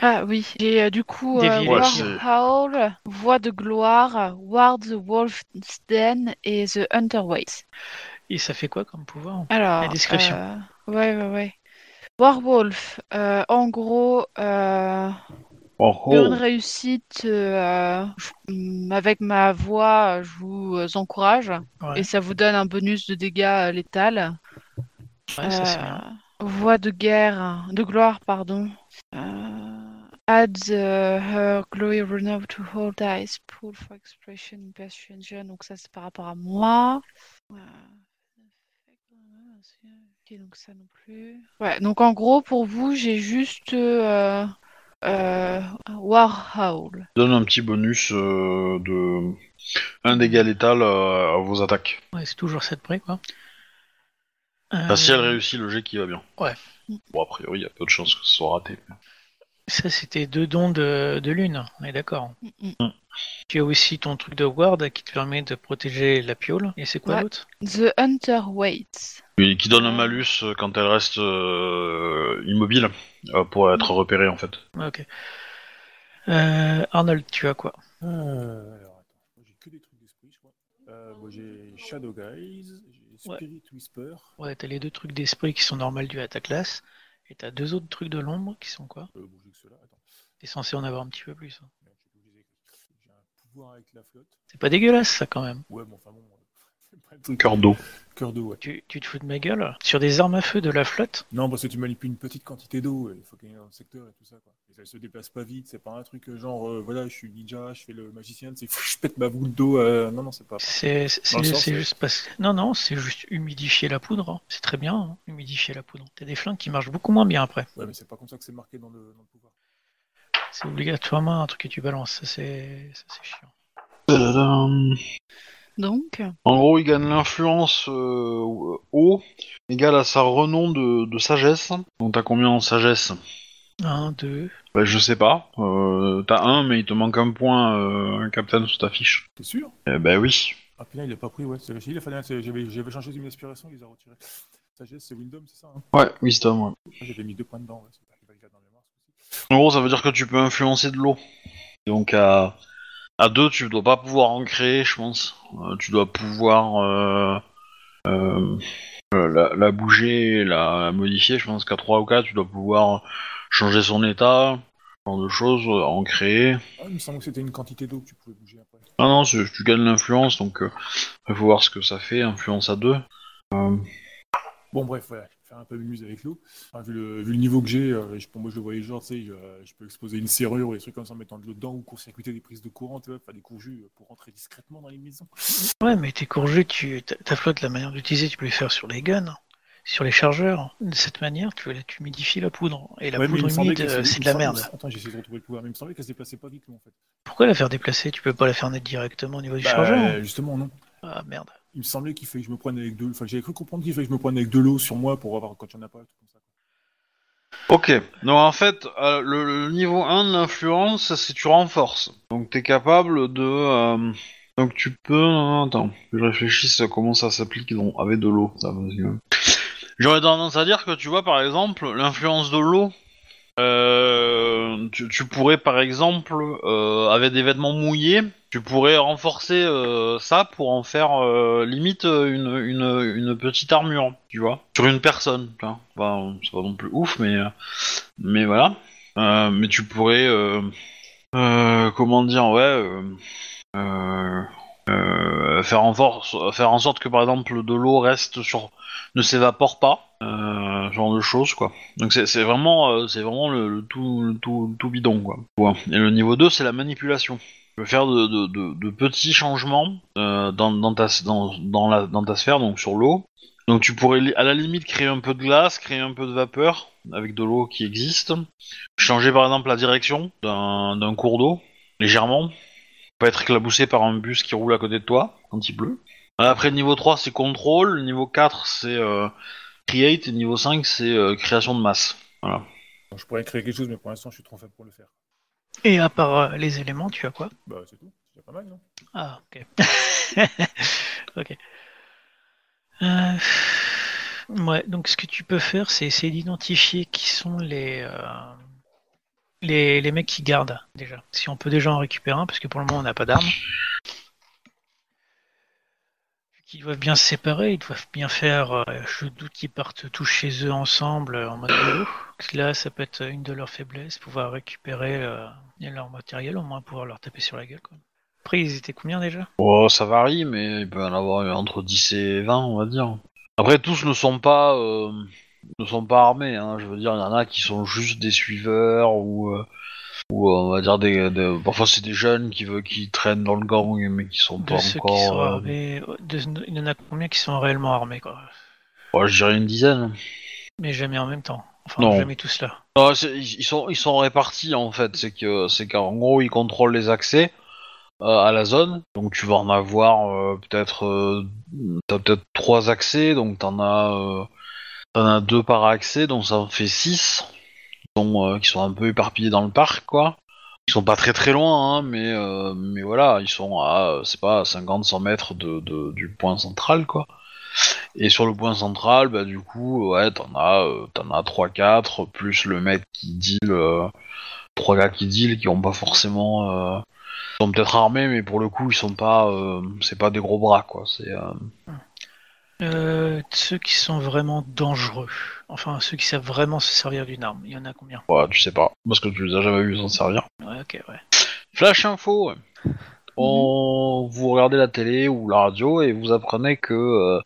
Speaker 2: Ah oui, j'ai euh, du coup
Speaker 4: Des
Speaker 2: euh,
Speaker 4: villes.
Speaker 2: War
Speaker 1: Ouais, c'est-
Speaker 2: Howl, Voix de gloire, Ward the Wolf's Den et The Hunter Ways.
Speaker 4: Et ça fait quoi comme pouvoir
Speaker 2: Alors,
Speaker 4: La description.
Speaker 2: euh, ouais, ouais, ouais. Warwolf, euh, en gros, euh,
Speaker 1: Oh,
Speaker 2: Pour
Speaker 1: oh.
Speaker 2: une réussite, euh, je- hum, avec ma voix, je vous euh, encourage
Speaker 4: Ouais.
Speaker 2: et ça vous donne un bonus de dégâts euh, létal.
Speaker 4: Ouais, ça, c'est bien.
Speaker 2: Euh, voix de guerre, de gloire, pardon. Euh, Add the- her glory runner to hold eyes, pull for expression, persuasion. Donc ça, c'est par rapport à moi. Euh, ok, donc ça non plus. Ouais, donc en gros, pour vous, j'ai juste euh, euh, War Howl.
Speaker 1: Donne un petit bonus euh, de un dégât létal euh, à vos attaques.
Speaker 4: Ouais, c'est toujours ça de près, quoi.
Speaker 1: Enfin, si elle
Speaker 4: Euh,
Speaker 1: réussit le jet qui va bien.
Speaker 4: Ouais.
Speaker 1: Bon a priori il y a peu de chances que ce soit raté.
Speaker 4: Ça, c'était deux dons de, de lune, on est d'accord.
Speaker 2: Mm-mm.
Speaker 4: Tu as aussi ton truc de ward qui te permet de protéger la piole. Et c'est quoi
Speaker 2: Ouais.
Speaker 4: l'autre
Speaker 2: The Hunter Waits.
Speaker 1: Et qui donne un malus euh, quand elle reste euh, immobile euh, pour être repérée en fait.
Speaker 4: Ah, Ok. Euh, Arnold, tu as quoi
Speaker 3: Euh, alors, attends, moi j'ai que des trucs d'esprit, je crois. Euh, moi j'ai Shadow Guys, j'ai
Speaker 4: Ouais.
Speaker 3: Spirit Whisper,
Speaker 4: Ouais, t'as les deux trucs d'esprit qui sont normales dus à ta classe. Et t'as deux autres trucs de l'ombre qui sont quoi
Speaker 3: euh, bon, j'ai que cela, attends.
Speaker 4: T'es censé en avoir un petit peu plus. hein.
Speaker 3: Merde, j'ai oublié les trucs. J'ai un pouvoir avec la flotte.
Speaker 4: C'est pas dégueulasse, ça, quand même.
Speaker 3: Ouais, bon, enfin bon, euh, c'est pas le truc.
Speaker 1: Cœur d'eau.
Speaker 3: Cœur d'eau, ouais.
Speaker 4: Tu, tu te fous de ma gueule Sur des armes à feu de la flotte
Speaker 3: Non, parce que tu manipules une petite quantité d'eau, euh, il faut qu'il y ait un secteur et tout ça, quoi. Et ça se déplace pas vite, c'est pas un truc euh, genre, euh, voilà, je suis ninja, je fais le magicien, c'est je pète ma boule d'eau, euh, non, non, c'est pas.
Speaker 4: C'est c'est-
Speaker 3: Dans le
Speaker 4: c'est-
Speaker 3: sens,
Speaker 4: c'est
Speaker 3: c'est-
Speaker 4: juste parce Non, non, c'est juste humidifier la poudre. hein. C'est très bien, hein, humidifier la poudre. T'as des flingues qui marchent beaucoup moins bien après.
Speaker 3: Ouais, mais c'est pas comme ça que c'est marqué dans le, dans le pouvoir.
Speaker 4: C'est obligatoirement un truc que tu balances. Ça, c'est ça, c'est chiant.
Speaker 1: Tadadam.
Speaker 2: Donc,
Speaker 1: En gros, il gagne l'influence euh, haut, égale à sa renom de, de sagesse. Donc t'as combien en sagesse
Speaker 4: 1, 2.
Speaker 1: bah, Je sais pas. Euh, t'as un, mais il te manque un point, euh, Captain, sous ta fiche.
Speaker 3: T'es sûr
Speaker 1: Eh ben oui.
Speaker 3: Ah putain, il a pas pris, ouais, c'est il a fallu- c'est- j'avais j'avais changé une inspiration, il les a retirés. Sagesse, c'est Windom, c'est ça hein
Speaker 1: Ouais, wisdom. ouais.
Speaker 3: Ah, J'avais mis deux points dedans, ouais, c'est pas qu'il va le garder dans les mémoire, ce coup-ci.
Speaker 1: En gros, ça veut dire que tu peux influencer de l'eau. Donc à, à deux, tu dois pas pouvoir en créer, je pense. Euh, tu dois pouvoir euh, euh, euh, la, la bouger, la, la modifier. Je pense qu'à trois ou quatre, tu dois pouvoir changer son état, ce genre de choses, euh, en créer.
Speaker 3: Ah, il me semble que c'était une quantité d'eau que tu pouvais bouger après.
Speaker 1: Ah non, c'est- tu gagnes l'influence, donc euh, faut voir ce que ça fait, influence à deux. Euh,
Speaker 3: Bon, bref, voilà, je vais faire un peu muse avec l'eau. Enfin, vu, le, vu le niveau que j'ai, euh, je- pour moi, je le voyais genre, tu sais, je, je peux exploser une serrure ou des trucs comme ça en mettant de l'eau dedans ou court-circuiter des prises de courant, tu vois, faire des courjus euh, pour rentrer discrètement dans les maisons.
Speaker 4: Ouais, mais tes courgettes, tu, ta, ta flotte, la manière d'utiliser, tu peux les faire sur les guns, sur les chargeurs. De cette manière, tu, tu humidifies la poudre. Et la
Speaker 3: Ouais, mais il
Speaker 4: poudre
Speaker 3: me semblait
Speaker 4: humide,
Speaker 3: qu'elle se-
Speaker 4: euh,
Speaker 3: il
Speaker 4: c'est
Speaker 3: me
Speaker 4: de la
Speaker 3: semblait-
Speaker 4: merde.
Speaker 3: Attends, j'essaie de retrouver le pouvoir, mais il me semblait qu'elle se déplaçait pas vite, nous, en fait.
Speaker 4: Pourquoi la faire déplacer Tu peux pas la faire naître directement au niveau du
Speaker 3: Bah,
Speaker 4: chargeur
Speaker 3: justement, non.
Speaker 4: Ah merde.
Speaker 3: Il me semblait qu'il fallait que je me prenne avec de l'eau. Enfin, j'avais cru comprendre qu'il fallait que je me prenne avec de l'eau sur moi pour avoir quand il n'y en a pas, tout comme ça.
Speaker 1: Ok, donc en fait, euh, le, le niveau 1 de l'influence, c'est tu renforces. Donc t'es capable de... euh, donc tu peux... Attends, que je réfléchisse à comment ça s'applique donc, avec de l'eau. ça, parce que- J'aurais tendance à dire que tu vois, par exemple, l'influence de l'eau, euh, tu, tu pourrais, par exemple, euh, avec des vêtements mouillés, tu pourrais renforcer euh, ça pour en faire euh, limite euh, une, une, une petite armure, tu vois, sur une personne. tu vois. Enfin, c'est pas non plus ouf, mais... euh, mais voilà. Euh, mais tu pourrais, euh, euh, comment dire, ouais, euh, euh, euh, faire, en force, faire en sorte que par exemple de l'eau reste sur, ne s'évapore pas, euh, ce genre de choses quoi. Donc c'est c'est vraiment, euh, c'est vraiment le, le tout, le tout, le tout bidon quoi. Ouais. Et le niveau 2 c'est la manipulation. Tu peux faire de, de- de- de petits changements euh, dans, dans ta, dans, dans la, dans ta sphère, donc sur l'eau, donc tu pourrais li- à la limite créer un peu de glace, créer un peu de vapeur avec de l'eau qui existe, changer par exemple la direction d'un d'un cours d'eau légèrement, pas être éclaboussé par un bus qui roule à côté de toi quand il pleut. Après niveau 3 c'est contrôle, niveau 4 c'est euh, create et niveau 5 c'est euh, création de masse.
Speaker 3: Bon, je pourrais créer quelque chose, mais pour l'instant, je suis trop faible pour le faire.
Speaker 4: Et à part euh, les éléments, tu as quoi
Speaker 3: Bah, c'est tout. C'est déjà pas mal, non
Speaker 4: Ah, ok. ok. Euh, ouais, donc ce que tu peux faire, c'est essayer d'identifier qui sont les, euh, les, les mecs qui gardent, déjà. Si on peut déjà en récupérer un, parce que pour le moment, on n'a pas d'armes. Ils doivent bien se séparer, ils doivent bien faire. euh, je doute qu'ils partent tous chez eux ensemble euh, en mode vélo. Parce que Là, ça peut être une de leurs faiblesses, pouvoir récupérer euh, leur matériel, au moins pouvoir leur taper sur la gueule. Quoi. Après, ils étaient combien déjà
Speaker 1: Oh, ça varie, mais il peut y en avoir entre 10 et 20, on va dire. Après, tous ne sont pas, euh, ne sont pas armés. hein. Je veux dire, il y en a qui sont juste des suiveurs ou, euh, ou euh, on va dire des, des- parfois c'est des jeunes qui veulent qui traînent dans le gang mais qui sont
Speaker 4: De
Speaker 1: pas
Speaker 4: ceux
Speaker 1: encore
Speaker 4: qui sont
Speaker 1: euh,
Speaker 4: armés, de- il y en a combien qui sont réellement armés, quoi.
Speaker 1: ouais, je dirais une dizaine
Speaker 4: Mais jamais en même temps. Enfin,
Speaker 1: Non.
Speaker 4: jamais tous là.
Speaker 1: Non, Ah, c'est- ils ils sont ils sont répartis en fait c'est que c'est qu'en gros ils contrôlent les accès euh, à la zone donc tu vas en avoir euh, peut-être euh, t'as peut-être trois accès donc t'en as euh, t'en as deux par accès donc ça en fait six dont, euh, qui sont un peu éparpillés dans le parc quoi ils sont pas très très loin hein, mais euh, mais voilà ils sont à euh, c'est pas 50 100 mètres de, de- du point central quoi et sur le point central bah du coup ouais t'en as euh, t'en as 3 4 plus le mec qui deal euh, trois gars qui deal qui ont pas forcément euh, ils sont peut-être armés mais pour le coup ils sont pas euh, c'est pas des gros bras quoi c'est euh,
Speaker 4: Euh, de ceux qui sont vraiment dangereux. Enfin, ceux qui savent vraiment se servir d'une arme. Il y en a combien
Speaker 1: ouais, tu sais pas parce que tu les as jamais vus s'en servir
Speaker 4: Ouais, ok, ouais.
Speaker 1: Flash info. ouais. On vous regardez la télé ou la radio et vous apprenez que euh,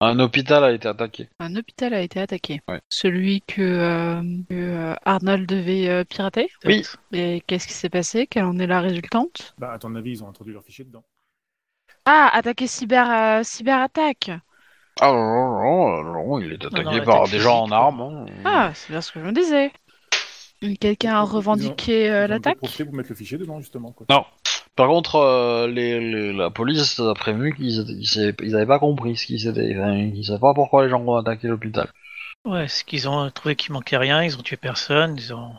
Speaker 1: un hôpital a été attaqué.
Speaker 2: Un hôpital a été attaqué.
Speaker 1: Ouais.
Speaker 2: Celui que, euh, que, euh, Arnold devait euh, pirater.
Speaker 1: Oui.
Speaker 2: Et qu'est-ce qui s'est passé Quelle en est la résultante
Speaker 3: Bah, à ton avis, ils ont entendu leur fichier dedans.
Speaker 2: Ah, attaquer cyber euh, cyberattaque.
Speaker 1: Ah non, non, non, Ah non, il est attaqué
Speaker 4: Non, non,
Speaker 1: par
Speaker 4: attaque
Speaker 1: des gens en
Speaker 4: physique,
Speaker 1: armes. hein.
Speaker 2: Ah, c'est bien ce que je me disais. Quelqu'un a
Speaker 3: Ils ont-
Speaker 2: revendiqué euh,
Speaker 3: Ils ont
Speaker 2: l'attaque
Speaker 3: profité pour mettre le fichier dedans, justement. Quoi.
Speaker 1: Non. Par contre, euh, les, les- la police a prévenu qu'ils étaient- ils savaient- ils avaient pas compris ce qui s'était. Enfin, ils savaient pas pourquoi les gens ont attaqué l'hôpital.
Speaker 4: Ouais, c'est qu'ils ont trouvé qu'il manquait rien, ils ont tué personne, ils ont.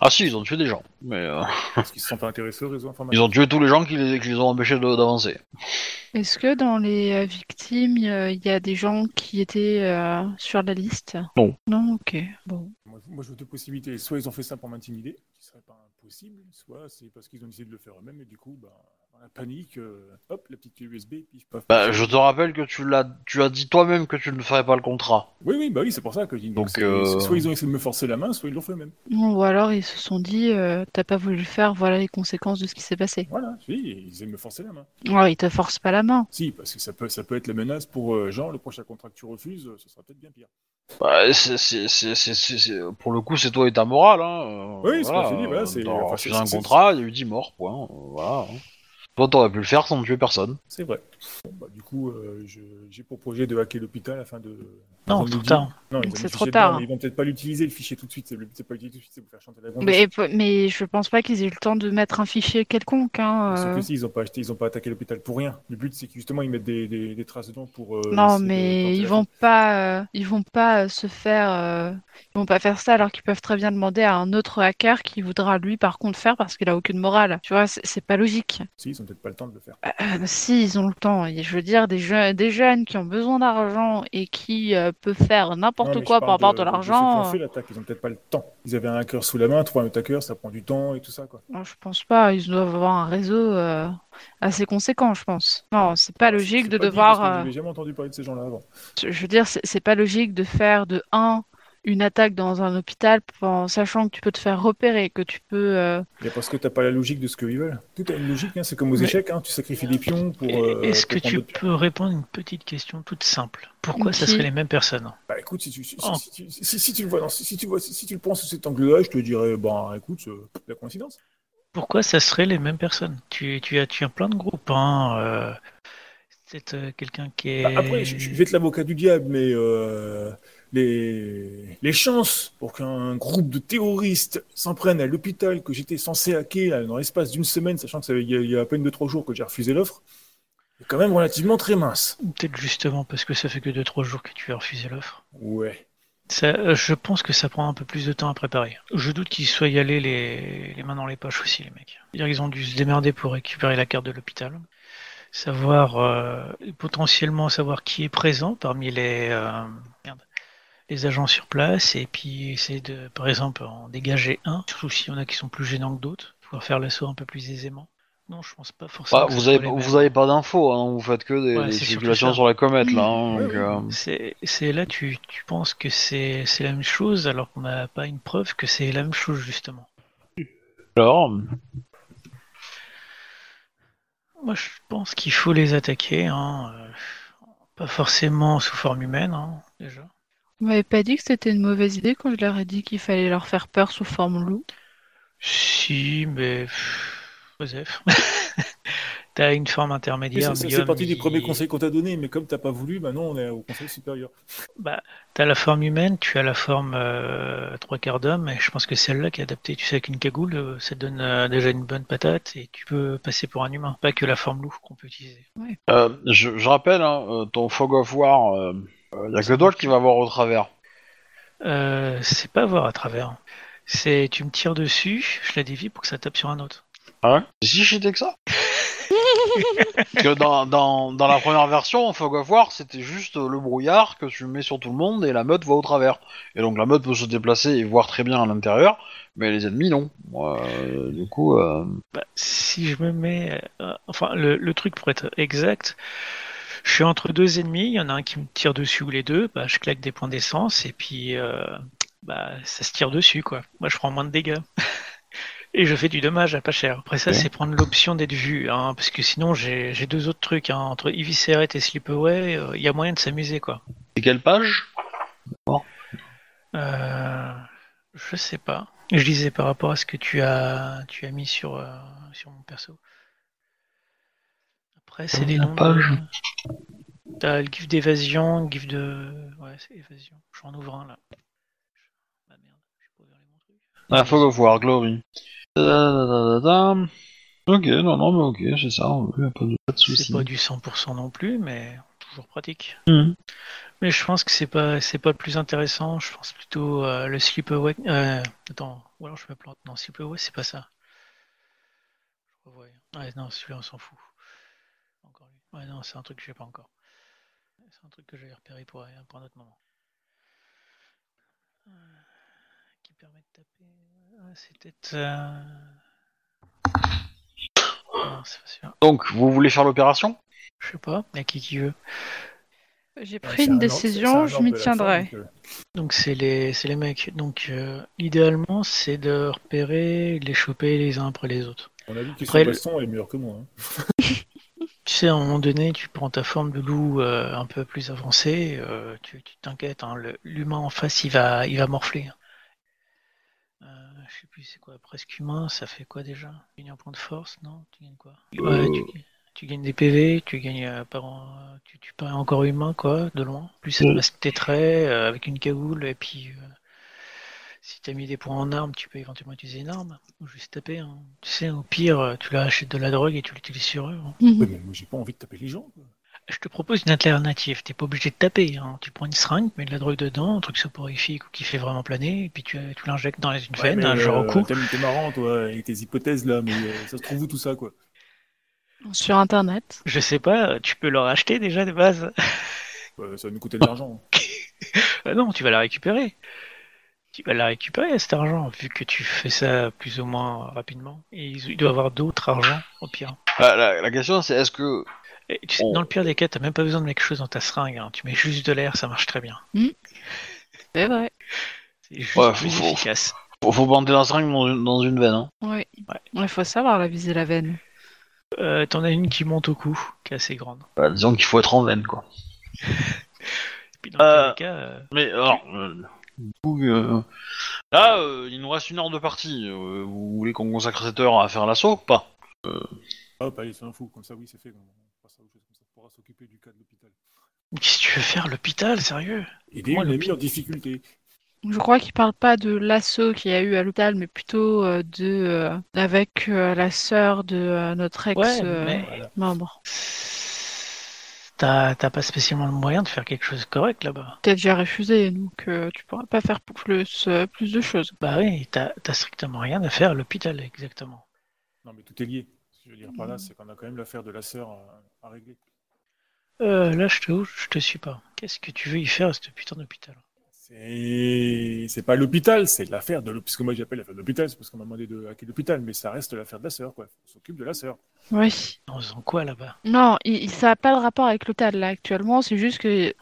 Speaker 1: Ah si, ils ont tué des gens, mais euh,
Speaker 3: Parce qu'ils se sont pas intéressés au réseau
Speaker 1: ils
Speaker 3: informatique.
Speaker 1: ont tué tous les gens qui les, qui les ont empêchés de- d'avancer.
Speaker 2: Est-ce que dans les euh, victimes, il y a des gens qui étaient euh, sur la liste
Speaker 1: Non.
Speaker 2: Non, ok. Bon.
Speaker 3: Moi, je- moi, je vois deux possibilités. Soit ils ont fait ça pour m'intimider, qui serait pas impossible, soit c'est parce qu'ils ont décidé de le faire eux-mêmes, et du coup, bah, dans la panique, euh, hop, la petite clé USB, pif, paf.
Speaker 1: Bah, je te rappelle que tu l'as, tu as dit toi-même que tu ne ferais pas le contrat.
Speaker 3: Oui, oui, bah oui, c'est pour ça que je dis.
Speaker 1: Donc,
Speaker 3: c'est-
Speaker 1: euh,
Speaker 3: c'est- Soit ils ont essayé de me forcer la main, soit ils l'ont fait eux-mêmes.
Speaker 2: Ou alors ils se sont dit, euh, t'as pas voulu le faire, voilà les conséquences de ce qui s'est passé.
Speaker 3: Voilà, si, ils aiment me forcer la main.
Speaker 2: Ouais, ils te forcent pas la main.
Speaker 3: Si, parce que ça peut, ça peut être la menace pour euh, genre, le prochain contrat que tu refuses, euh, ce sera peut-être bien pire.
Speaker 1: Bah, c'est- c'est- c'est- c'est- c'est- c'est- pour le coup, c'est toi et ta morale. Hein. euh,
Speaker 3: Oui, c'est ce que je dis, voilà,
Speaker 1: euh,
Speaker 3: c'est-
Speaker 1: t'as
Speaker 3: enfin,
Speaker 1: refusé
Speaker 3: c'est-
Speaker 1: un
Speaker 3: c'est-
Speaker 1: contrat, il y a eu 10 morts, point. euh, Voilà. hein. Toi, t'aurais pu le faire sans tuer personne.
Speaker 3: C'est vrai. Bon, bah, du coup, euh, je- j'ai pour projet de hacker l'hôpital afin de.
Speaker 4: Non,
Speaker 3: avant
Speaker 4: trop
Speaker 3: midi.
Speaker 4: tard.
Speaker 3: Non, ils ont
Speaker 2: C'est
Speaker 3: le
Speaker 2: trop
Speaker 3: fichier
Speaker 2: tard.
Speaker 3: dedans, mais Ils vont peut-être pas l'utiliser le fichier tout de suite. C'est le but, c'est pas l'utiliser tout de suite, c'est vous faire chanter la grande.
Speaker 2: Mais, mais je pense pas qu'ils aient eu le temps de mettre un fichier quelconque. Hein,
Speaker 3: Sauf
Speaker 2: euh.
Speaker 3: que si, ils n'ont pas acheté, ils ont pas attaqué l'hôpital pour rien. Le but, c'est que justement, ils mettent des, des- des traces dedans pour. euh,
Speaker 2: Non,
Speaker 3: essayer de
Speaker 2: mais
Speaker 3: planter
Speaker 2: ils
Speaker 3: la
Speaker 2: vont
Speaker 3: faute.
Speaker 2: pas, euh, ils vont pas euh, se faire, euh, ils vont pas faire ça alors qu'ils peuvent très bien demander à un autre hacker qui voudra lui par contre faire parce qu'il a aucune morale. Tu vois, c'est c'est pas logique.
Speaker 3: Si, ils ont peut-être pas le temps de le faire.
Speaker 2: Euh, si ils ont le temps, et je veux dire des, je- des jeunes qui ont besoin d'argent et qui euh, peuvent faire
Speaker 3: Non,
Speaker 2: n'importe
Speaker 3: mais je
Speaker 2: quoi
Speaker 3: parle
Speaker 2: par rapport à hein.
Speaker 3: de-
Speaker 2: de
Speaker 3: de ceux qui
Speaker 2: l'argent.
Speaker 3: ont fait l'attaque, ils ont peut-être pas le temps. Ils avaient un hacker sous la main, trouver un autre hacker, ça prend du temps et tout ça, quoi.
Speaker 2: Non, euh, Je pense pas, ils doivent avoir un réseau euh, assez conséquent, je pense. Non, c'est pas logique
Speaker 3: C'est
Speaker 2: de
Speaker 3: pas dit,
Speaker 2: devoir.
Speaker 3: parce que
Speaker 2: euh,
Speaker 3: J'avais jamais entendu parler de ces gens-là avant.
Speaker 2: Je je veux dire, c'est c'est pas logique de faire de 1 une attaque dans un hôpital en sachant que tu peux te faire repérer, que tu peux. euh,
Speaker 3: Mais parce que t'as pas la logique de ce qu'ils veulent. Tout a une logique, hein, c'est comme aux
Speaker 4: Mais-
Speaker 3: échecs, hein, tu sacrifies des pions pour. euh,
Speaker 4: Est-ce
Speaker 3: pour
Speaker 4: que
Speaker 3: prendre
Speaker 4: tu
Speaker 3: des pions.
Speaker 4: peux répondre à une petite question toute simple Pourquoi ça
Speaker 2: Qui
Speaker 4: serait les mêmes personnes
Speaker 3: Bah écoute, si tu, si,
Speaker 4: Oh.
Speaker 3: si tu- si- si tu le vois, dans- si, si tu vois, si, si tu le prends sous cet angle-là, je te dirais, bah écoute, euh, la coïncidence.
Speaker 4: Pourquoi ça serait les mêmes personnes tu, tu as tué plein de groupes, hein euh, C'est euh, quelqu'un qui est.
Speaker 3: Bah, après, je, je vais être l'avocat du diable, mais euh, les, les chances pour qu'un groupe de terroristes s'en prenne à l'hôpital que j'étais censé hacker là, dans l'espace d'une semaine, sachant que ça il y, a, il y a à peine deux trois jours que j'ai refusé l'offre, est quand même relativement très mince.
Speaker 4: Peut-être justement parce que ça fait que 2-3 jours que tu as refusé l'offre.
Speaker 3: Ouais.
Speaker 4: Ça, euh, je pense que ça prend un peu plus de temps à préparer. Je doute qu'ils soient y allés les, les mains dans les poches aussi, les mecs. C'est-à-dire qu'ils ont dû se démerder pour récupérer la carte de l'hôpital, savoir euh, potentiellement savoir qui est présent parmi les euh, merde, les agents sur place, et puis essayer de, par exemple, en dégager un. Surtout s'il y en a qui sont plus gênants que d'autres, pouvoir faire l'assaut un peu plus aisément. Non, je pense pas forcément.
Speaker 1: Bah,
Speaker 4: que ce
Speaker 1: vous,
Speaker 4: soit
Speaker 1: avez,
Speaker 4: les
Speaker 1: pas-
Speaker 4: mêmes.
Speaker 1: vous avez pas d'infos, hein, vous faites que des,
Speaker 4: Ouais,
Speaker 1: des
Speaker 4: c'est surtout
Speaker 1: spéculations
Speaker 4: ça.
Speaker 1: sur la comète là. hein,
Speaker 3: Mmh.
Speaker 1: donc,
Speaker 3: Ouais, ouais.
Speaker 1: euh,
Speaker 4: C'est c'est là, tu, tu penses que c'est c'est la même chose alors qu'on n'a pas une preuve que c'est la même chose justement.
Speaker 1: Alors,
Speaker 4: Moi je pense qu'il faut les attaquer, hein, euh, pas forcément sous forme humaine hein, déjà.
Speaker 2: Vous m'avez pas dit que c'était une mauvaise idée quand je leur ai dit qu'il fallait leur faire peur sous forme loup.
Speaker 4: Si, mais. pff, Joseph. T'as une forme
Speaker 3: Mais
Speaker 4: intermédiaire.
Speaker 3: c'est- C'est c'est
Speaker 4: médium,
Speaker 3: parti du
Speaker 4: qui-
Speaker 3: premier conseil qu'on t'a donné, mais comme t'as pas voulu, maintenant on est au conseil supérieur.
Speaker 4: Bah, t'as la forme humaine, tu as la forme euh, trois quarts d'homme, et je pense que celle-là qui est adaptée, tu sais, avec une cagoule, euh, ça te donne euh, déjà une bonne patate, et tu peux passer pour un humain, pas que la forme loup qu'on peut utiliser.
Speaker 1: Euh, je, je rappelle, hein, euh, ton fog of war, euh, euh, y a que toi qui va voir au travers.
Speaker 4: Euh, c'est pas voir à travers. C'est tu me tires dessus, je la dévie pour que ça tape sur un autre.
Speaker 1: Hein Si j'étais que ça. Parce que dans, dans, dans la première version, fog of war, c'était juste euh, le brouillard que tu mets sur tout le monde et la meute va au travers. Et donc la meute peut se déplacer et voir très bien à l'intérieur, mais les ennemis non. Euh, du coup, euh,
Speaker 4: Bah, si je me mets, euh, enfin le, le truc pour être exact, je suis entre deux ennemis, il y en a un qui me tire dessus ou les deux, bah, je claque des points d'essence et puis euh, bah, ça se tire dessus quoi. Moi je prends moins de dégâts. Et je fais du dommage à pas cher. Après ça,
Speaker 1: Ouais.
Speaker 4: c'est prendre l'option d'être vu, hein, parce que sinon j'ai j'ai deux autres trucs. Hein, entre Eviscerate et Slipaway, euh, il y a moyen de s'amuser quoi.
Speaker 1: c'est quelle page
Speaker 4: Euh, je sais pas. Je disais par rapport à ce que tu as, tu as mis sur, euh, sur mon perso. Après, c'est des
Speaker 1: La
Speaker 4: noms.
Speaker 1: page.
Speaker 4: de- T'as le gif d'évasion, le gif de. Ouais, c'est évasion. J'en ouvre un là. Ah merde, j'ai pas ouvert les bons trucs.
Speaker 1: Ah, Fog of War, Glory. Ta-da-da-da-da. Ok, non, non, mais ok, c'est ça, ouais, pas de, pas de
Speaker 4: C'est
Speaker 1: soucis.
Speaker 4: pas du 100% non plus, mais toujours pratique.
Speaker 1: Mhm.
Speaker 4: Mais je pense que c'est pas c'est pas le plus intéressant. Je pense plutôt euh, le sleepaway. Euh, attends, ou alors je me plante. Non, sleepaway, c'est pas ça. Je revois. Ouais, non, celui-là on s'en fout. Encore lui. Ouais, non, c'est un truc que j'ai pas encore. C'est un truc que j'avais repéré pour, un- pour un autre moment. Euh, Qui permet de taper. Ah, c'est peut-être. euh, Non, c'est pas sûr.
Speaker 1: Donc, vous voulez faire l'opération
Speaker 4: Je sais pas, mais qui qui veut.
Speaker 2: J'ai
Speaker 3: Ouais,
Speaker 2: pris
Speaker 3: c'est un
Speaker 2: une
Speaker 3: ordre- c'est
Speaker 2: décision,
Speaker 3: un
Speaker 2: je
Speaker 3: ordre
Speaker 2: m'y
Speaker 3: de la
Speaker 2: tiendrai.
Speaker 3: forme, donc, euh,
Speaker 4: Donc c'est les, c'est les mecs. Donc euh, idéalement, c'est de repérer, de les choper les uns après les autres.
Speaker 3: On a vu que
Speaker 4: Après,
Speaker 3: ce
Speaker 4: le-
Speaker 3: baston est meilleur que moi. hein.
Speaker 4: Tu sais, à un moment donné, tu prends ta forme de loup euh, un peu plus avancée, euh, tu tu t'inquiètes, hein, le- l'humain en face, il va, il va morfler. Euh, je sais plus, c'est quoi, presque humain, ça fait quoi déjà Tu gagnes un point de force, non Tu gagnes quoi Ouais, tu, tu gagnes des PV, tu gagnes euh, par en- tu, tu parais encore humain, quoi, de loin. Plus ça te
Speaker 1: Ouais.
Speaker 4: masque tes traits euh, avec une cagoule, et puis euh, si t'as mis des points en armes, tu peux éventuellement utiliser une arme, ou juste taper. hein. Tu sais, au pire, euh, tu leur achètes de la drogue et tu l'utilises sur eux. hein.
Speaker 2: Mhm.
Speaker 3: Ouais, mais moi j'ai pas envie de taper les gens. quoi.
Speaker 4: Je te propose une alternative, t'es pas obligé de taper, hein. tu prends une seringue, tu mets de la drogue dedans, un truc soporifique ou qui fait vraiment planer, et puis tu, tu l'injectes dans une
Speaker 3: Ouais,
Speaker 4: veine,
Speaker 3: mais,
Speaker 4: un genre au
Speaker 3: euh,
Speaker 4: cou.
Speaker 3: T'es t'es marrant, toi, avec tes hypothèses là, mais euh, ça se trouve où tout ça, quoi
Speaker 2: Sur internet.
Speaker 4: Je sais pas, tu peux leur acheter déjà de base.
Speaker 3: Ouais, Ça va nous coûter de l'argent.
Speaker 4: Ah non, tu vas la récupérer. Tu vas la récupérer cet argent, vu que tu fais ça plus ou moins rapidement. Et ils- il doit avoir d'autres argent, au pire.
Speaker 1: Euh, la, la question, c'est est-ce que
Speaker 4: Et tu sais,
Speaker 1: Oh.
Speaker 4: dans le pire des cas, t'as même pas besoin de mettre quelque chose dans ta seringue, hein. tu mets juste de l'air, ça marche très bien.
Speaker 2: C'est vrai.
Speaker 4: C'est juste
Speaker 1: Ouais,
Speaker 4: plus
Speaker 1: faut- faut-
Speaker 4: efficace.
Speaker 1: Faut, faut bander la seringue dans une, dans une veine. Hein.
Speaker 2: Oui. Il faut savoir la viser la veine.
Speaker 4: Euh, T'en as une qui monte au cou, qui est assez grande.
Speaker 1: Bah, disons qu'il faut être en veine, quoi.
Speaker 4: Et puis dans le pire
Speaker 1: Euh.
Speaker 4: des cas, euh,
Speaker 1: Mais alors, euh, du coup, euh, là, euh, il nous reste une heure de partie. Euh, vous voulez qu'on consacre cette heure à faire l'assaut ou pas
Speaker 3: Hop, allez, c'est un fou. Comme ça, oui, c'est fait. On passera aux choses comme ça. On pourra s'occuper du cas de l'hôpital.
Speaker 4: Qu'est-ce que tu veux faire, l'hôpital, sérieux
Speaker 3: Aider
Speaker 4: Moi,
Speaker 3: une amie
Speaker 4: l'hôpital-
Speaker 3: en difficulté.
Speaker 2: Je crois qu'il parle pas de l'assaut qu'il y a eu à l'hôpital, mais plutôt euh, de euh, avec euh, la sœur de euh, notre
Speaker 4: Ouais,
Speaker 2: ex-membre.
Speaker 4: mais t'as t'as pas spécialement le moyen de faire quelque chose de correct là-bas.
Speaker 2: T'as déjà refusé, donc euh, tu pourras pas faire plus, euh, plus de choses.
Speaker 4: Bah oui, t'as t'as strictement rien à faire à l'hôpital, exactement.
Speaker 3: Non, mais tout est lié. Ce que je veux dire par là, c'est qu'on a quand même l'affaire de la sœur à, à régler.
Speaker 4: Euh, là, je te, je te suis pas. Qu'est-ce que tu veux y faire à ce putain d'hôpital
Speaker 3: C'est c'est pas l'hôpital, c'est l'affaire de l'hôpital. Parce que moi, j'appelle l'affaire de l'hôpital, c'est parce qu'on m'a demandé de hacker l'hôpital, mais ça reste l'affaire de la sœur, quoi. On s'occupe de la sœur.
Speaker 2: Oui.
Speaker 4: En faisant quoi là-bas
Speaker 2: Non, il, il- ça n'a pas de rapport avec l'hôpital là actuellement, c'est juste que,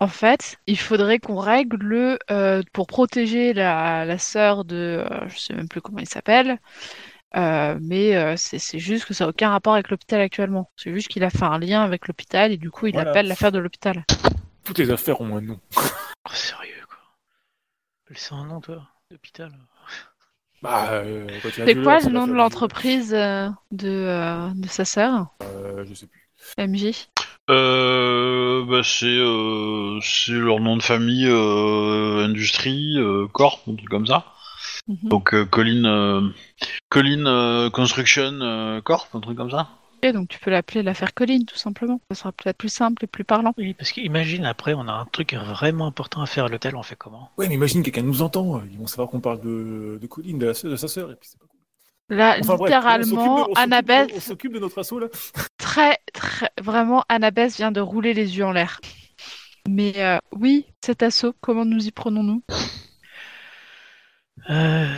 Speaker 2: en fait, il faudrait qu'on règle le, euh, pour protéger la, la sœur de, euh, je sais même plus comment il s'appelle, euh, mais euh, c'est c'est juste que ça n'a aucun rapport avec l'hôpital actuellement. C'est juste qu'il a fait un lien avec l'hôpital et du coup il
Speaker 3: Voilà.
Speaker 2: appelle l'affaire de l'hôpital.
Speaker 3: Toutes les affaires ont un nom.
Speaker 4: Oh, sérieux, quoi. Appelle ça un nom, toi L'hôpital
Speaker 3: Bah, euh, quand il y a
Speaker 2: C'est
Speaker 3: deux
Speaker 2: quoi
Speaker 3: heures,
Speaker 2: le
Speaker 3: ça va
Speaker 2: nom
Speaker 3: faire
Speaker 2: de
Speaker 3: du-
Speaker 2: l'entreprise euh, de, euh, de sa sœur,
Speaker 3: Euh, Je sais plus.
Speaker 2: MJ
Speaker 1: Euh, bah, c'est euh, c'est leur nom de famille, euh, industrie, euh, corp, un truc comme ça.
Speaker 2: Mhm.
Speaker 1: Donc euh, Colin, euh, Colin euh, Construction euh, Corp, un truc comme ça.
Speaker 2: Ok, Donc tu peux l'appeler l'affaire Colline, tout simplement. Ça sera peut-être plus simple et plus parlant.
Speaker 4: Oui, parce qu'imagine, après, on a un truc vraiment important à faire à l'hôtel, on fait comment
Speaker 3: Ouais, mais imagine quelqu'un nous entend. euh, Ils vont savoir qu'on parle de, de Colline, de, la sœur- de sa sœur, et puis c'est pas cool.
Speaker 2: Là,
Speaker 3: Enfin, bref, on
Speaker 2: littéralement,
Speaker 3: s'occupe de- on s'occupe de-
Speaker 2: Annabeth,
Speaker 3: On s'occupe de notre assaut là.
Speaker 2: très, très, vraiment, Annabeth vient de rouler les yeux en l'air. Mais euh, oui, cet assaut, comment nous y prenons-nous
Speaker 4: euh,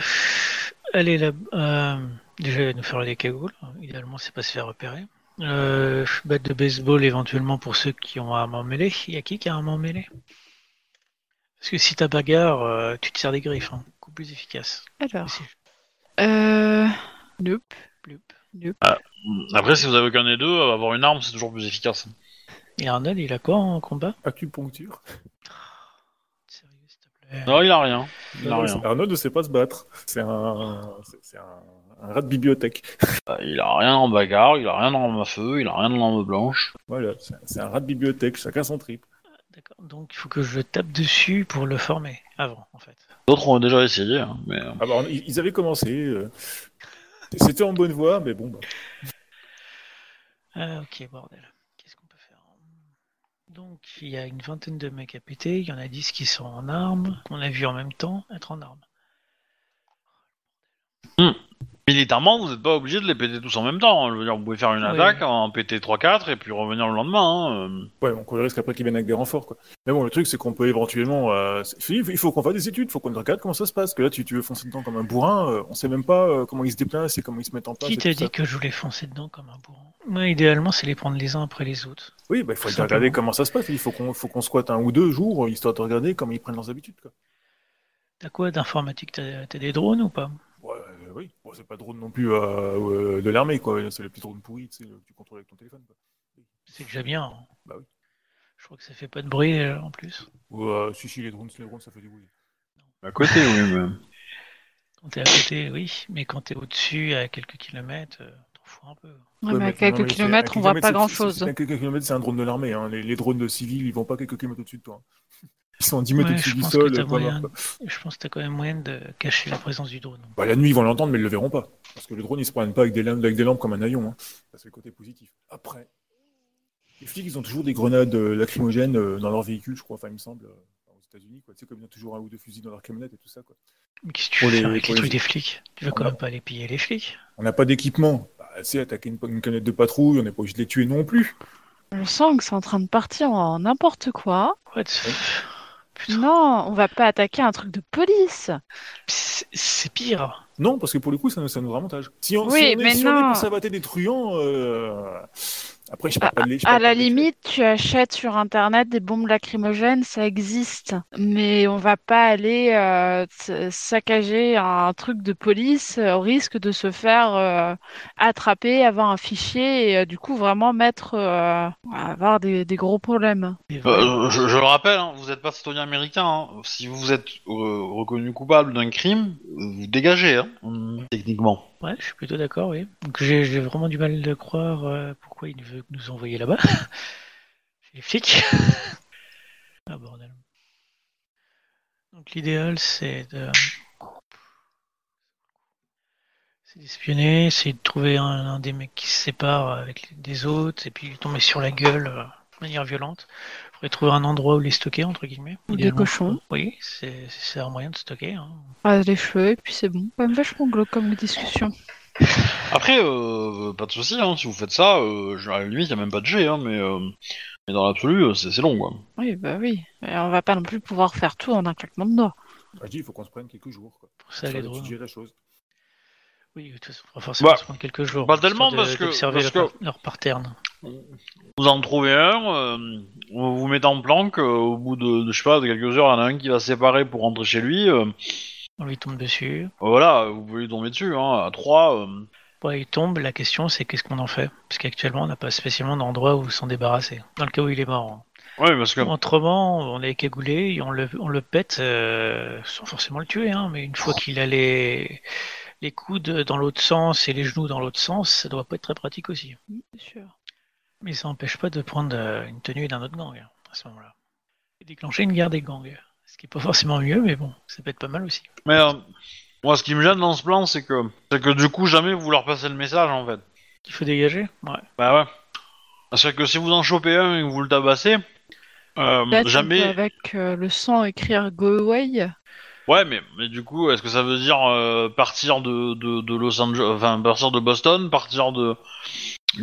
Speaker 4: Allez, là, euh, déjà, nous faire les cagoules. Idéalement, c'est pas se faire repérer. Euh, batte de baseball éventuêlement pour ceux qui ont arme emmêlée. Il y a qui qui a arme emmêlée Parce que si t'as bagarre, euh, tu te sers des griffes, hein. beaucoup plus efficace.
Speaker 2: Alors,
Speaker 4: Ici,
Speaker 2: euh... Nope.
Speaker 4: plus-
Speaker 1: Après, si vous avez aucun des deux, euh, avoir une arme, c'est toujours plus efficace.
Speaker 4: Et Arnold, il a quoi en combat
Speaker 3: Acupuncture.
Speaker 4: Sérieux, s'il te plaît.
Speaker 1: Non, il a rien. Il a
Speaker 3: Arnaud,
Speaker 1: rien.
Speaker 3: c'est- Arnaud ne sait pas se battre. C'est un, c'est- c'est un, un rat de bibliothèque.
Speaker 1: Euh, Il a rien en bagarre, il a rien en arme à feu, il a rien en arme blanche.
Speaker 3: Voilà, c'est- c'est un rat de bibliothèque. Chacun son trip.
Speaker 4: D'accord, donc il faut que je tape dessus pour le former avant, en fait.
Speaker 1: D'autres ont déjà essayé, hein, mais... euh,
Speaker 3: Ah bah, on- ils ils avaient commencé. euh, C'était en bonne voie, mais bon. bah.
Speaker 4: Ah, ok, bordel. Qu'est-ce qu'on peut faire Donc, il y a une vingtaine de mecs à péter, il y en a 10 qui sont en armes, qu'on a vu en même temps être en armes.
Speaker 1: Militairement, vous n'êtes pas obligé de les péter tous en même temps. hein. Je veux dire, vous pouvez faire une
Speaker 4: Oui.
Speaker 1: attaque, en péter 3-4, et puis revenir le lendemain. hein, euh.
Speaker 3: Ouais, donc on risque après qu'ils viennent avec des renforts. Quoi. Mais bon, le truc, c'est qu'on peut éventuellement. euh, c'est- il faut- il faut qu'on fasse des études, il faut qu'on regarde comment ça se passe. Que là, tu, tu veux foncer dedans comme un bourrin, euh, on sait même pas euh, comment ils se déplacent et comment ils se mettent en place.
Speaker 4: Qui
Speaker 3: et
Speaker 4: t'a
Speaker 3: Ah, tout ça.
Speaker 4: dit que je voulais foncer dedans comme un bourrin Moi, idéalement, c'est les prendre les uns après les autres.
Speaker 3: Oui, bah, il faut
Speaker 4: Tout
Speaker 3: déjà regarder
Speaker 4: simplement.
Speaker 3: comment ça se passe. Il faut qu'on faut qu'on squatte un ou deux jours, euh, histoire de regarder comment ils prennent leurs habitudes. Quoi.
Speaker 4: T'as quoi d'informatique T'as t'as des drones ou pas
Speaker 3: Ouais, euh, oui, bon, c'est pas drone non plus euh, euh, de l'armée, quoi. C'est le petit drone pourri tu sais, le- que tu contrôles avec ton téléphone. Quoi.
Speaker 4: C'est déjà bien. hein.
Speaker 3: Bah oui.
Speaker 4: Je crois que ça fait pas de bruit euh, en plus.
Speaker 3: Ou, euh, si, si, les drones, les drones, ça fait du bruit.
Speaker 1: euh, À côté, oui, mais...
Speaker 4: Quand t'es à côté, oui, mais quand t'es au-dessus, à quelques kilomètres, euh, t'en fous un peu.
Speaker 2: Ouais,
Speaker 3: Ouais,
Speaker 2: mais
Speaker 3: mais
Speaker 2: à
Speaker 3: attends,
Speaker 2: quelques
Speaker 3: non, mais c'est-
Speaker 2: kilomètres,
Speaker 3: à
Speaker 2: on voit
Speaker 3: quelques
Speaker 2: pas
Speaker 3: kilomètres, c'est-
Speaker 2: grand-chose.
Speaker 3: c'est- À quelques kilomètres, c'est un drone de l'armée. hein. Les, les drones de civils, ils vont pas quelques kilomètres au-dessus de toi. hein. Ils sont à 10 mètres
Speaker 4: Ouais,
Speaker 3: au-dessus
Speaker 4: je
Speaker 3: du
Speaker 4: pense
Speaker 3: sol.
Speaker 4: que t'as
Speaker 3: euh, point barre,
Speaker 4: moyen.
Speaker 3: quoi.
Speaker 4: Je pense que t'as quand même moyen de cacher la présence du drone.
Speaker 3: Bah, la nuit, ils vont l'entendre, mais ils le verront pas. Parce que le drone, il se promène pas avec des, lampes- avec des lampes comme un avion. hein. Ça, c'est le côté positif. Après, les flics, ils ont toujours des grenades euh, lacrymogènes euh, dans leur véhicule, je crois, enfin, il me semble, euh, aux États-Unis. quoi. Tu sais, comme ils ont toujours un ou deux fusils dans leur camionnette et tout ça. Quoi.
Speaker 4: Mais Qu'est-ce que tu
Speaker 3: Pour
Speaker 4: veux
Speaker 3: les-
Speaker 4: faire avec
Speaker 3: pour
Speaker 4: les
Speaker 3: les-
Speaker 4: trucs des flics Tu veux quand
Speaker 3: Ah,
Speaker 4: même pas aller piller les flics
Speaker 3: On n'a pas d'équipement. Bah, tu sais, attaquer une, une camionnette de patrouille, on n'est pas obligé de les tuer non plus.
Speaker 2: Je sens que c'est en train de partir en n'importe quoi.
Speaker 4: What the f-
Speaker 3: Oh.
Speaker 4: Putain,
Speaker 2: Non, on va pas attaquer un truc de police.
Speaker 4: c'est c'est pire
Speaker 3: Non, parce que pour le coup, ça nous, ça nous ramontage. Si on,
Speaker 2: Oui,
Speaker 3: si on est,
Speaker 2: mais
Speaker 3: si on est
Speaker 2: non.
Speaker 3: pour saboter des truands, euh, après, je parle pas de les- je
Speaker 2: Bah, À
Speaker 3: parle
Speaker 2: la
Speaker 3: pas de les tuer.
Speaker 2: limite, tu achètes sur internet des bombes lacrymogènes, ça existe. Mais on va pas aller euh, s- saccager un truc de police euh, au risque de se faire euh, attraper, avoir un fichier et euh, du coup vraiment mettre euh, avoir des, des gros problèmes.
Speaker 4: Des vrais-
Speaker 1: Euh, je, je le rappelle, hein, vous n'êtes pas citoyen américain. hein. Si vous êtes euh, reconnu coupable d'un crime, euh, vous dégagez, hein, hum, techniquement.
Speaker 4: Ouais, je suis plutôt d'accord, oui. Donc j'ai j'ai vraiment du mal de croire euh, pourquoi il veut nous envoyer là-bas. Chez les flics Ah bordel. Donc l'idéal c'est de... C'est d'espionner, c'est de trouver un, un des mecs qui se sépare avec les- des autres et puis lui tomber sur la gueule euh, de manière violente. Faudrait trouver un endroit où les stocker, entre guillemets.
Speaker 2: Ou des
Speaker 4: Idéalement,
Speaker 2: cochons.
Speaker 4: Oui, c'est c'est un moyen de stocker. hein.
Speaker 2: Rase les cheveux et puis c'est bon. Quand même vachement glauque comme discussion.
Speaker 1: Après, euh, pas de souci, hein, si vous faites ça, euh, je- à la limite, il n'y a même pas de G, hein, mais, euh, mais dans l'absolu, euh, c'est c'est long. Quoi.
Speaker 2: Oui, bah oui. Et on va pas non plus pouvoir faire tout en un claquement de doigts.
Speaker 3: Bah, je dis, il faut qu'on se prenne quelques jours. Quoi.
Speaker 4: Pour ça,
Speaker 3: Histoire
Speaker 4: les
Speaker 3: d'étudier
Speaker 4: drones.
Speaker 3: la chose.
Speaker 4: Oui, de toute façon, on va forcément
Speaker 1: Bah,
Speaker 4: se prendre quelques jours.
Speaker 1: bah,
Speaker 4: histoire
Speaker 1: tellement
Speaker 4: de-
Speaker 1: parce que-
Speaker 4: d'observer
Speaker 1: parce
Speaker 4: leur, leur pattern.
Speaker 1: Vous en trouvez un, euh, vous vous mettez en planque, euh, au bout de, de, je sais pas, de quelques heures, il y en a un qui va se séparer pour rentrer chez lui. euh,
Speaker 4: On lui tombe dessus.
Speaker 1: voilà, vous pouvez lui tomber dessus, hein, à trois. euh,
Speaker 4: Ouais, il tombe. La question, c'est qu'est-ce qu'on en fait Parce qu'actuellement, on n'a pas spécialement d'endroit où s'en débarrasser. Dans le cas où il est mort. hein.
Speaker 1: Ouais, parce que.
Speaker 4: Autrement, on est cagoulé, et on le, on le pète euh, sans forcément le tuer, hein, mais une
Speaker 1: Oh.
Speaker 4: fois qu'il a les, les coudes dans l'autre sens et les genoux dans l'autre sens, ça doit pas être très pratique aussi.
Speaker 2: c'est sûr.
Speaker 4: Mais ça n'empêche pas de prendre euh, une tenue d'un autre gang hein, à ce moment-là. Et déclencher une guerre des gangs. Ce qui est pas forcément mieux, mais bon, ça peut être pas mal aussi.
Speaker 1: Mais euh, moi, ce qui me gêne dans ce plan, c'est que, c'est que du coup, jamais vous leur passez le message en fait.
Speaker 4: Qu'il faut dégager Ouais.
Speaker 1: Bah ouais. Parce que si vous en chopez un et que vous le tabassez, euh,
Speaker 2: Peut-être on peut,
Speaker 1: jamais.
Speaker 2: Avec euh, le sang, écrire Go Away.
Speaker 1: Ouais, mais, mais du coup, est-ce que ça veut dire euh, partir de, de, de Los Angeles, enfin partir de Boston, partir de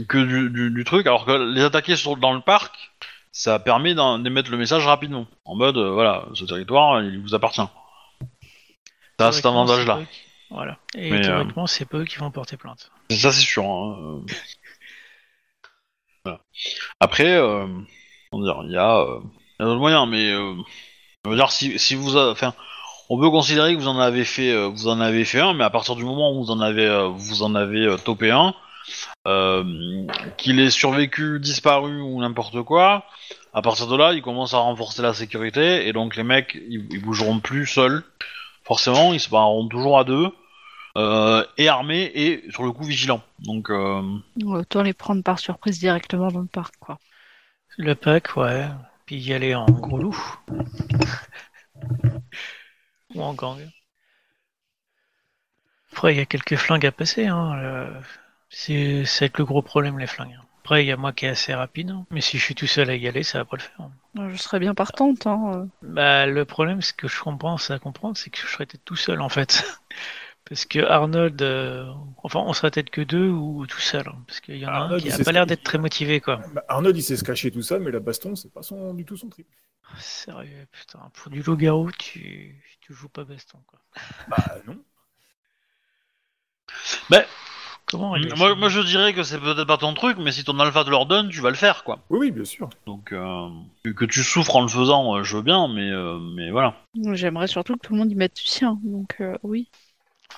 Speaker 1: que du, du, du truc, alors que les attaquer sur, dans le parc, ça permet d'en- d'émettre le message rapidement, en mode euh, voilà, ce territoire, il vous appartient. Ça, a cet
Speaker 4: Théoriquement, c'est
Speaker 1: avantage-là.
Speaker 4: pas eux qui- Voilà. Et
Speaker 1: Mais, euh,
Speaker 4: théoriquement, c'est pas eux qui vont porter plainte.
Speaker 1: Ça, c'est sûr. hein, euh. Voilà. Après, euh, comment dire, il y a, euh, il y a d'autres moyens, mais euh, je veux dire, si, si vous, a- enfin, on peut considérer que vous en avez fait, euh, vous en avez fait un, mais à partir du moment où vous en avez, euh, vous en avez euh, topé un, euh, qu'il ait survécu, disparu ou n'importe quoi, à partir de là, ils commencent à renforcer la sécurité et donc les mecs, ils, ils bougeront plus seuls. Forcément, ils se barreront toujours à deux euh, et armés et sur le coup vigilants. Donc euh,
Speaker 2: Ou Autant les prendre par surprise directement dans le parc, quoi.
Speaker 4: Le pack, ouais. Puis y aller en gros loup. Ou en gang. Après, il y a quelques flingues à passer. Hein. le- C'est ça va être le gros problème, les flingues. Après, il y a moi qui est assez rapide. hein. Mais si je suis tout seul à y aller, ça va pas le faire.
Speaker 2: Euh, Je serais bien partante, hein.
Speaker 4: Bah, le problème, ce que je comprends, ça à comprendre, c'est que je serais peut-être tout seul en fait. Parce que Arnold, euh, enfin, on serait peut-être que deux ou tout seul. hein, Parce qu'il y en a
Speaker 3: Arnold,
Speaker 4: un qui
Speaker 3: il
Speaker 4: a
Speaker 3: sait
Speaker 4: pas
Speaker 3: ce
Speaker 4: l'air
Speaker 3: qu'il-
Speaker 4: d'être très motivé, quoi.
Speaker 3: Bah, Arnold, il sait se cacher tout ça, mais la baston, c'est pas son, du tout son trip.
Speaker 4: Sérieux, putain, pour du loup-garou, tu, tu joues pas baston, quoi.
Speaker 3: Bah non.
Speaker 4: Comment il est,
Speaker 1: moi,
Speaker 4: ça
Speaker 1: moi, je dirais que c'est peut-être pas ton truc, mais si ton alpha te l'ordonne, tu vas le faire quoi.
Speaker 3: Oui, oui, bien sûr.
Speaker 1: Donc euh, que, que tu souffres en le faisant, euh, je veux bien, mais euh, mais voilà.
Speaker 2: euh. J'aimerais surtout que tout le monde y mette du sien, donc euh, oui.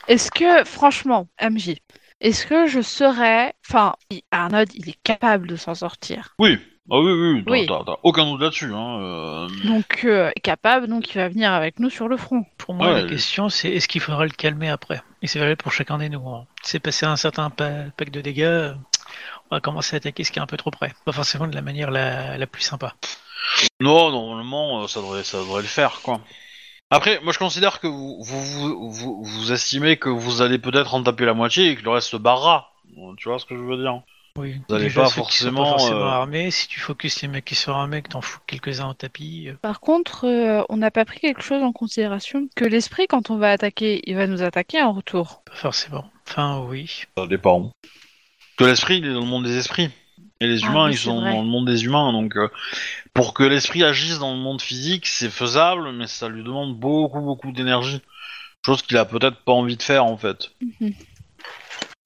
Speaker 2: Est-ce que, franchement, MJ, est-ce que je serais... Enfin, il- Arnold, il est capable de s'en sortir.
Speaker 1: Oui, ah oui, oui, t'as-
Speaker 2: Oui.
Speaker 1: t'as t'as aucun doute là-dessus. Hein, euh,
Speaker 2: Donc, euh, capable, donc il va venir avec nous sur le front.
Speaker 4: Pour moi,
Speaker 1: Ouais,
Speaker 4: la
Speaker 1: le-
Speaker 4: question, c'est est-ce qu'il faudra le calmer après Et c'est valable pour chacun des nous. hein. C'est passé un certain pa- pack de dégâts, euh, on va commencer à attaquer ce qui est un peu trop près. Pas forcément de la manière la, la plus sympa.
Speaker 1: Non, normalement, euh, ça devrait, ça devrait le faire, quoi. Après, moi, je considère que vous, vous, vous, vous, vous estimez que vous allez peut-être en taper la moitié et que le reste se barrera. Tu vois ce que je veux dire
Speaker 4: Oui.
Speaker 1: Vous allez
Speaker 4: Déjà,
Speaker 1: pas
Speaker 4: ceux qui sont
Speaker 1: forcément,
Speaker 4: pas forcément
Speaker 1: euh,
Speaker 4: armés, si tu focuses les mecs qui sont armés, que t'en fous quelques-uns au tapis, euh,
Speaker 2: Par contre, euh, on n'a pas pris quelque chose en considération, que l'esprit, quand on va attaquer, il va nous attaquer en retour.
Speaker 4: pas forcément. Enfin, oui.
Speaker 1: Ça dépend. Que l'esprit, il est dans le monde des esprits. Et les
Speaker 2: Ah
Speaker 1: humains,
Speaker 2: oui,
Speaker 1: ils
Speaker 2: c'est
Speaker 1: sont
Speaker 2: vrai.
Speaker 1: dans le monde des humains. Donc, euh, pour que l'esprit agisse dans le monde physique, c'est faisable, mais ça lui demande beaucoup, beaucoup d'énergie. Chose qu'il a peut-être pas envie de faire, en fait.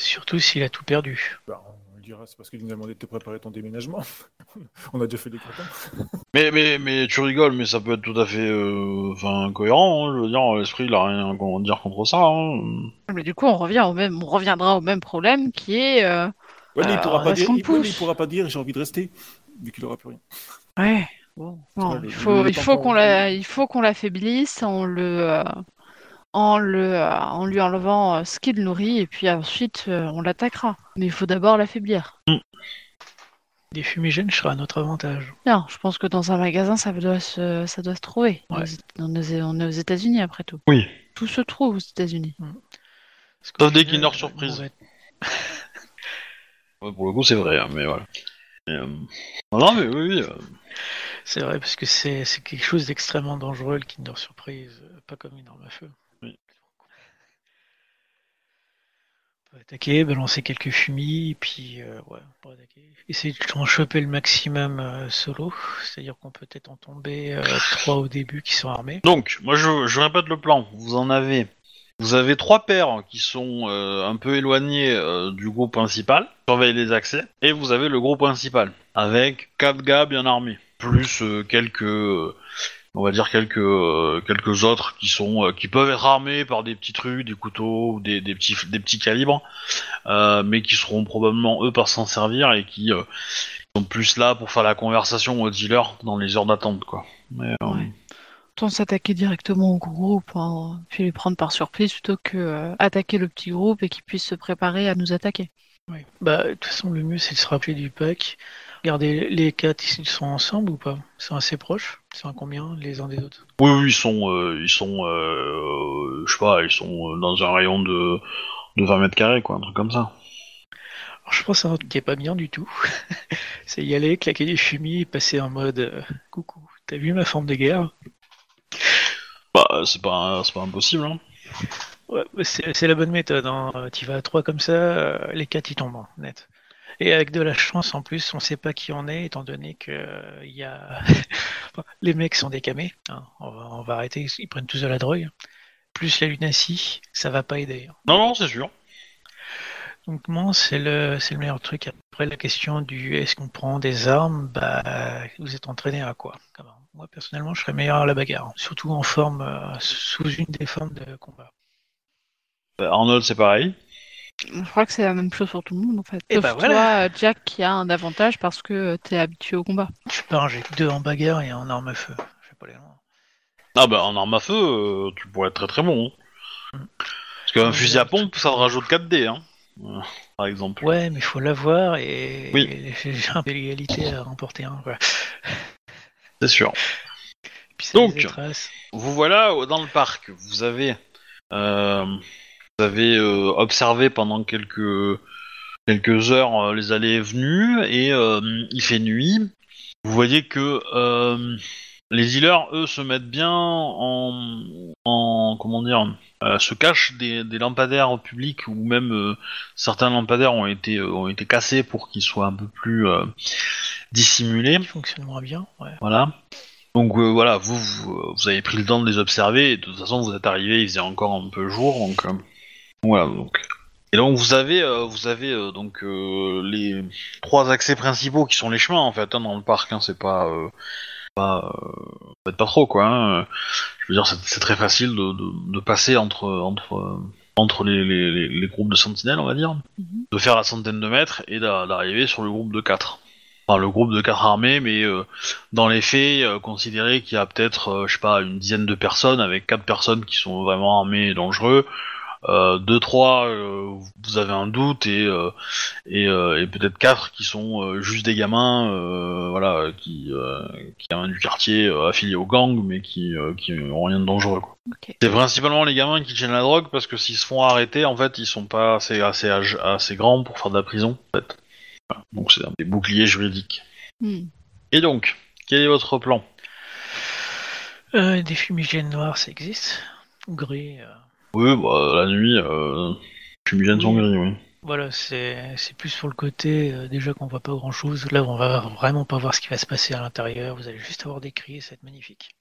Speaker 4: Surtout s'il a tout perdu.
Speaker 3: Bah, on le dira, c'est parce qu'il nous a demandé de te préparer ton déménagement. on a déjà fait des copains.
Speaker 1: Mais, mais, mais tu rigoles, mais ça peut être tout à fait euh, enfin, cohérent. hein. je veux dire, l'esprit, il a rien à dire contre ça. hein.
Speaker 2: Mais du coup, on, revient au même, on reviendra au même problème qui est... euh,
Speaker 3: Ouais, mais il
Speaker 2: Euh,
Speaker 3: pourra pas
Speaker 2: est-ce
Speaker 3: dire,
Speaker 2: qu'on
Speaker 3: il, ouais, mais
Speaker 2: pousse
Speaker 3: il pourra pas dire j'ai envie de rester, vu qu'il aura plus rien.
Speaker 2: Ouais. Bon.
Speaker 3: Ouais,
Speaker 2: il
Speaker 3: le-
Speaker 2: faut,
Speaker 3: le
Speaker 2: il faut
Speaker 3: temps
Speaker 2: qu'on
Speaker 3: qu'on-
Speaker 2: la, il faut qu'on l'affaiblisse en le, euh, en le, euh, en lui enlevant euh, ce qu'il nourrit et puis ensuite euh, on l'attaquera. Mais il faut d'abord l'affaiblir.
Speaker 4: Des fumigènes sera à notre avantage.
Speaker 2: Bien, je pense que dans un magasin ça doit se, ça doit se trouver.
Speaker 4: Ouais.
Speaker 2: On est- On, est, on est aux États-Unis après tout.
Speaker 1: Oui.
Speaker 2: Tout se trouve aux États-Unis.
Speaker 4: Parce qu'au
Speaker 1: Sauf des
Speaker 4: final,
Speaker 1: Kinder
Speaker 4: euh,
Speaker 1: Surprise.
Speaker 4: on va être-
Speaker 1: Ouais, pour le coup, c'est vrai, hein, mais voilà. Et, euh, Non, non, mais oui, oui. euh,
Speaker 4: C'est vrai, parce que c'est c'est quelque chose d'extrêmement dangereux, le Kinder Surprise, euh, pas comme une arme à feu.
Speaker 1: Oui.
Speaker 4: On peut attaquer, balancer quelques fumis, puis euh, ouais, on peut attaquer. Essayer de t'en choper le maximum euh, solo, c'est-à-dire qu'on peut peut-être en tomber euh, trois au début qui sont armés.
Speaker 1: Donc, moi je, je répète le plan. Vous en avez. Vous avez trois paires qui sont euh, un peu éloignés euh, du groupe principal, surveillez les accès, et vous avez le groupe principal, avec quatre gars bien armés, plus euh, quelques, euh, on va dire quelques, euh, quelques autres qui sont, euh, qui peuvent être armés par des petits trucs, des couteaux ou des, des petits, des petits calibres, euh, mais qui seront probablement eux par s'en servir et qui, euh, sont plus là pour faire la conversation au dealer dans les heures d'attente, quoi. Mais, euh,
Speaker 2: Ouais. Autant s'attaquer directement au groupe, hein, puis les prendre par surprise plutôt que euh, attaquer le petit groupe et qu'ils puissent se préparer à nous attaquer.
Speaker 4: Ouais. Bah, de toute façon, le mieux, c'est de se rappeler du pack. Regardez, les quatre, ils sont ensemble ou pas Ils sont assez proches Ils sont à combien les uns des autres
Speaker 1: Oui, oui, ils sont, euh, ils sont, euh, je sais pas, ils sont euh, dans un rayon de, de 20 mètres carrés, quoi, un truc comme ça.
Speaker 4: Alors, je pense à un truc qui est pas bien du tout. c'est y aller, claquer des fumis et passer en mode euh, Coucou, t'as vu ma forme de guerre
Speaker 1: Bah, euh, c'est pas, c'est pas impossible, hein.
Speaker 4: Ouais, bah, c'est c'est la bonne méthode. Hein. Euh, T'y vas à trois comme ça, euh, les quatre, ils tombent, hein, net. Et avec de la chance, en plus, on sait pas qui on est, étant donné que euh, il y a... enfin, les mecs sont des camés. hein. On, va, on va arrêter, ils prennent tous de la drogue. Plus la lunatie, ça va pas aider. hein.
Speaker 1: Non, non, c'est sûr.
Speaker 4: Donc moi, c'est le, c'est le meilleur truc. Après la question du est-ce qu'on prend des armes, bah vous êtes entraîné à quoi quand même. Moi personnellement, je serais meilleur à la bagarre, surtout en forme euh, sous une des formes de combat.
Speaker 1: Bah, Arnold, c'est pareil.
Speaker 2: Je crois que c'est la même chose pour tout le monde en fait.
Speaker 4: Eh
Speaker 2: Sauf
Speaker 4: bah
Speaker 2: toi,
Speaker 4: voilà.
Speaker 2: euh, Jack, qui a un avantage parce que euh, t'es habitué au combat.
Speaker 4: Je sais pas, j'ai deux en bagarre et en arme à feu. Je vais pas aller loin.
Speaker 1: Ah, bah, en arme à feu, euh, tu pourrais être très très bon. hein. Parce qu'un fusil à pompe, ça te rajoute 4D, hein. euh, par exemple.
Speaker 4: Ouais, mais il faut l'avoir et,
Speaker 1: Oui.
Speaker 4: et j'ai j'ai un peu l'égalité à remporter un. Quoi.
Speaker 1: C'est sûr.
Speaker 4: Puis ça laisse
Speaker 1: Donc.
Speaker 4: des traces.
Speaker 1: Vous voilà au- dans le parc. Vous avez, euh, vous avez euh, observé pendant quelques, quelques heures euh, les allées et venues et euh, il fait nuit. Vous voyez que euh, les dealers, eux, se mettent bien en, en comment dire, euh, se cachent des, des lampadaires publics ou même euh, certains lampadaires ont été, euh, ont été cassés pour qu'ils soient un peu plus euh, dissimulés.
Speaker 4: Il fonctionne moins bien. Ouais.
Speaker 1: Voilà. Donc euh, voilà, vous, vous euh, vous avez pris le temps de les observer, et de toute façon vous êtes arrivé, il faisait encore un peu jour, donc euh, voilà donc. Et donc vous avez euh, vous avez euh, donc euh, les trois accès principaux qui sont les chemins en fait hein, dans le parc, hein, c'est pas euh, pas euh, faites pas trop quoi. hein. Je veux dire c'est c'est très facile de, de- de passer entre entre euh, entre les, les- les- les groupes de sentinelles on va dire,
Speaker 2: Mhm.
Speaker 1: de faire la centaine de mètres et d'a- d'arriver sur le groupe de quatre. Enfin le groupe de quatre armés mais euh, dans les faits, euh, considérer qu'il y a peut-être, euh, je sais pas, une dizaine de personnes, avec quatre personnes qui sont vraiment armées et dangereux, euh, deux, trois, euh, vous avez un doute, et, euh, et, euh, et peut-être quatre qui sont euh, juste des gamins, euh, voilà, euh, qui, euh, qui viennent du quartier euh, affiliés au gang, mais qui, euh, qui ont rien de dangereux. quoi.
Speaker 2: Ok.
Speaker 1: C'est principalement les gamins qui tiennent la drogue, parce que s'ils se font arrêter, en fait, ils sont pas assez, assez, âge- assez grands pour faire de la prison, en fait. Voilà. Donc c'est un des boucliers juridiques.
Speaker 2: Hmm.
Speaker 1: Et donc, quel est votre plan
Speaker 4: Euh, des fumigènes noirs, ça existe. Gris. euh,
Speaker 1: Oui, bah, la nuit, euh, fumigène sont gris, oui.
Speaker 4: Voilà, c'est c'est plus sur le côté, euh, déjà qu'on voit pas grand chose. Là, on va vraiment pas voir ce qui va se passer à l'intérieur. Vous allez juste avoir des cris et ça va être magnifique.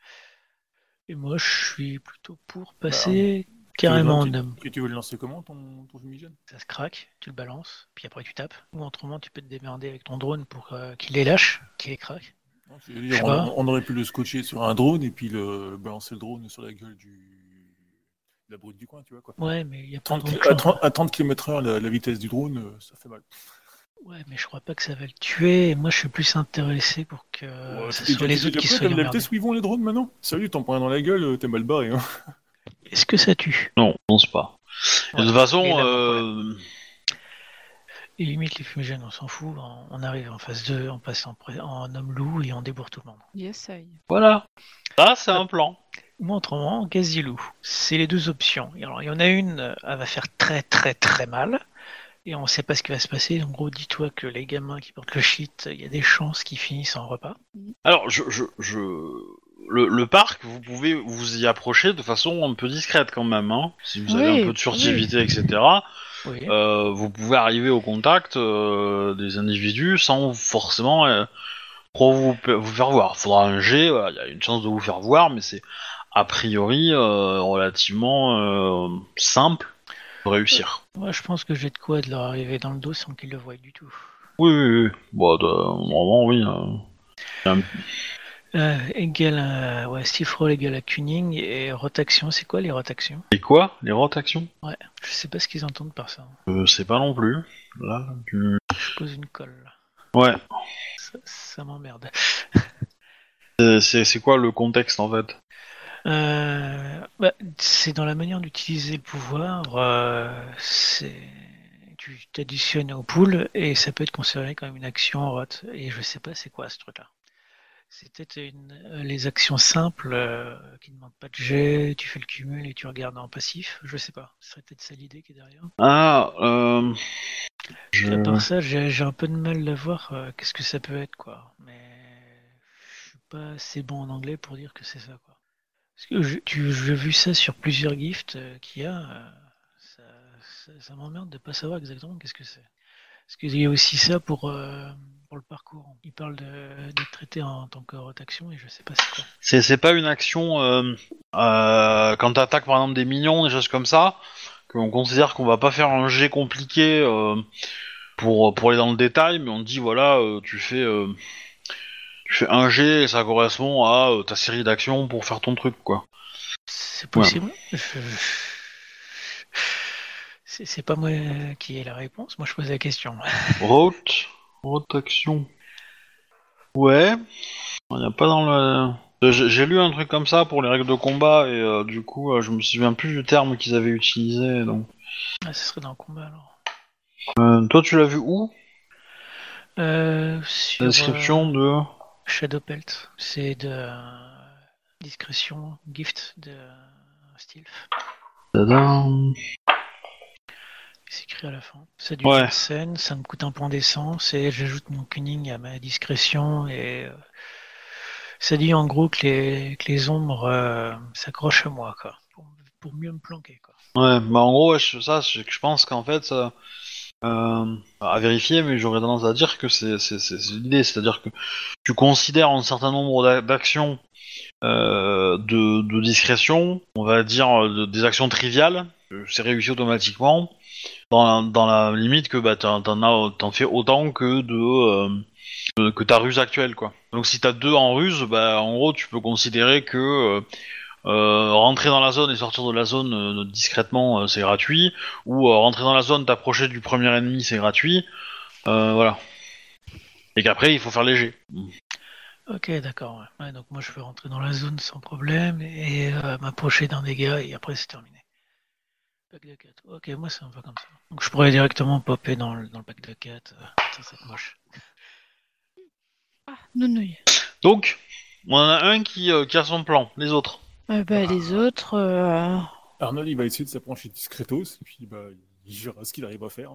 Speaker 4: Et moi, je suis plutôt pour
Speaker 1: Bah,
Speaker 4: passer carrément
Speaker 3: Tu
Speaker 4: en
Speaker 3: veux-
Speaker 4: homme.
Speaker 3: Tu, tu veux le lancer comment ton, ton fumigène
Speaker 4: Ça se craque, tu le balances, puis après tu tapes. Ou autrement, tu peux te démerder avec ton drone pour euh, qu'il les lâche, qu'il les craque.
Speaker 3: Non, je veux dire,
Speaker 4: sais
Speaker 3: on,
Speaker 4: pas.
Speaker 3: on aurait pu le scotcher sur un drone et puis le balancer le drone sur la gueule du de la brute du coin, tu vois quoi.
Speaker 4: Ouais, mais il y a pas
Speaker 3: 30
Speaker 4: de
Speaker 3: kil- à 30, km/h la, la vitesse du drone, euh, ça fait mal.
Speaker 4: Ouais, mais je crois pas que ça va le tuer. Et moi, je suis plus intéressé pour que
Speaker 3: Ouais,
Speaker 4: ce
Speaker 3: c'était
Speaker 4: soit les
Speaker 3: déjà-
Speaker 4: autres qui
Speaker 3: déjà
Speaker 4: se
Speaker 3: prêt,
Speaker 4: soient
Speaker 3: comme la vitesse
Speaker 4: emmerdés.
Speaker 3: où ils vont les drones maintenant Salut, t'en prends un dans la gueule, euh, t'es mal barré. Hein.
Speaker 4: Est-ce que ça tue
Speaker 1: Non, je pense pas. Et de
Speaker 4: Ouais.
Speaker 1: toute façon,
Speaker 4: Et là,
Speaker 1: euh,
Speaker 4: Et limite, les fumigènes, on s'en fout. On, on arrive en phase 2, on passe en, pré- en homme-loup et on débourre tout le monde.
Speaker 2: Yes, I.
Speaker 1: voilà. Là, c'est un plan.
Speaker 4: Ou autrement, en gazilou. C'est les deux options. Et alors, il y en a une, euh, elle va faire très très très mal. Et on sait pas ce qui va se passer. En gros, dis-toi que les gamins qui portent le shit, il y a des chances qu'ils finissent en repas.
Speaker 1: Alors, je, je, je... Le, le parc, vous pouvez vous y approcher de façon un peu discrète quand même. Hein. Si vous avez
Speaker 2: Oui,
Speaker 1: un peu de furtivité, etc.,
Speaker 4: Oui.
Speaker 1: euh, vous pouvez arriver au contact euh, des individus sans forcément euh, trop vous, vous faire voir. Faudra un jet, voilà, il y a une chance de vous faire voir, mais c'est a priori euh, relativement euh, simple de réussir.
Speaker 4: Moi, je pense que j'ai de quoi de leur arriver dans le dos sans qu'ils le voient du tout.
Speaker 1: Oui, oui, oui. Bon, de- normalement, oui. euh.
Speaker 4: Euh, égal à... Ouais, Steve Roll égale à Kuning et rotaction. C'est quoi les rotations
Speaker 1: Et quoi Les rotations
Speaker 4: Je sais pas ce qu'ils entendent par ça.
Speaker 1: euh, C'est pas non plus. Là, tu-
Speaker 4: Je pose une colle.
Speaker 1: Ouais.
Speaker 4: Ça, ça m'emmerde.
Speaker 1: Euh, C'est c'est quoi le contexte en fait
Speaker 4: Euh, bah, c'est dans la manière d'utiliser le pouvoir. euh, c'est tu t'additionnes aux poules et ça peut être considéré comme une action en rote. Et je sais pas c'est quoi ce truc-là. C'est peut-être une- euh, les actions simples euh, qui ne demandent pas de jet, tu fais le cumul et tu regardes en passif. Je sais pas. Ce serait peut-être ça l'idée qui est derrière.
Speaker 1: Ah, euh... je-
Speaker 4: À part ça, j'ai j'ai un peu de mal à voir euh, qu'est-ce que ça peut être, quoi. Mais je suis pas assez bon en anglais pour dire que c'est ça, quoi. Parce que je- tu- j'ai vu ça sur plusieurs gifts euh, qu'il y a. euh, ça ça- ça m'emmerde de pas savoir exactement qu'est-ce que c'est. Parce qu'il y a aussi ça pour, euh, pour le parcours. Il parle de- d'être traité en tant que rotation et je sais pas c'est quoi.
Speaker 1: C'est c'est pas une action euh, euh, quand t'attaques par exemple des minions, des choses comme ça, qu'on considère qu'on va pas faire un jet compliqué euh, pour pour aller dans le détail, mais on te dit voilà euh, tu fais euh, tu fais un jet et ça correspond à euh, ta série d'actions pour faire ton truc quoi.
Speaker 4: C'est possible. Je- C'est c'est pas moi qui ai la réponse. Moi, je pose la question.
Speaker 1: Route, rotation. Ouais, il n'y a pas dans le. euh, J'ai j'ai lu un truc comme ça pour les règles de combat et euh, du coup euh, je me souviens plus du terme qu'ils avaient utilisé. Donc
Speaker 4: Ah, ce serait dans le combat alors.
Speaker 1: Euh, toi tu l'as vu où
Speaker 4: Euh, sur
Speaker 1: Description de.
Speaker 4: euh, Shadowpelt, c'est de euh, discrétion, gift de euh, stealth.
Speaker 1: Tadam.
Speaker 4: C'est écrit à la fin. Ça
Speaker 1: Ouais.
Speaker 4: dure une scène, ça me coûte un point d'essence et j'ajoute mon cunning à ma discrétion et euh, ça dit en gros que les, que les ombres euh, s'accrochent à moi quoi, pour, pour mieux me planquer quoi.
Speaker 1: Ouais, bah en gros ouais, je- ça c'est que je pense qu'en fait ça, euh, à vérifier mais j'aurais tendance à dire que c'est c'est- c'est- c'est l'idée, c'est-à-dire que tu considères un certain nombre d'a- d'actions euh, de, de discrétion, on va dire euh, de- des actions triviales, euh, c'est réussi automatiquement, dans la, dans la limite que bah, t'en t'en as- t'en fais autant que de euh, que ta ruse actuelle quoi. Donc si t'as deux en ruse, bah en gros tu peux considérer que euh, euh, rentrer dans la zone et sortir de la zone euh, discrètement euh, c'est gratuit, ou euh, rentrer dans la zone, t'approcher du premier ennemi c'est gratuit, Euh, voilà. Et qu'après il faut faire léger.
Speaker 4: Ok d'accord, ouais. Ouais, donc moi je peux rentrer dans la zone sans problème et euh, m'approcher d'un dégât et après c'est terminé. Pack de 4. Ok, moi c'est un peu comme ça. Donc je pourrais directement popper dans le, dans le pack de 4. euh, putain, c'est moche.
Speaker 2: Ah, nounouille.
Speaker 1: Donc, on en a un qui, euh, qui a son plan, les autres.
Speaker 2: Euh, bah, les autres. euh,
Speaker 3: Arnold, il va essayer de s'approcher discretos, et puis bah, il gérera ce qu'il arrive à faire.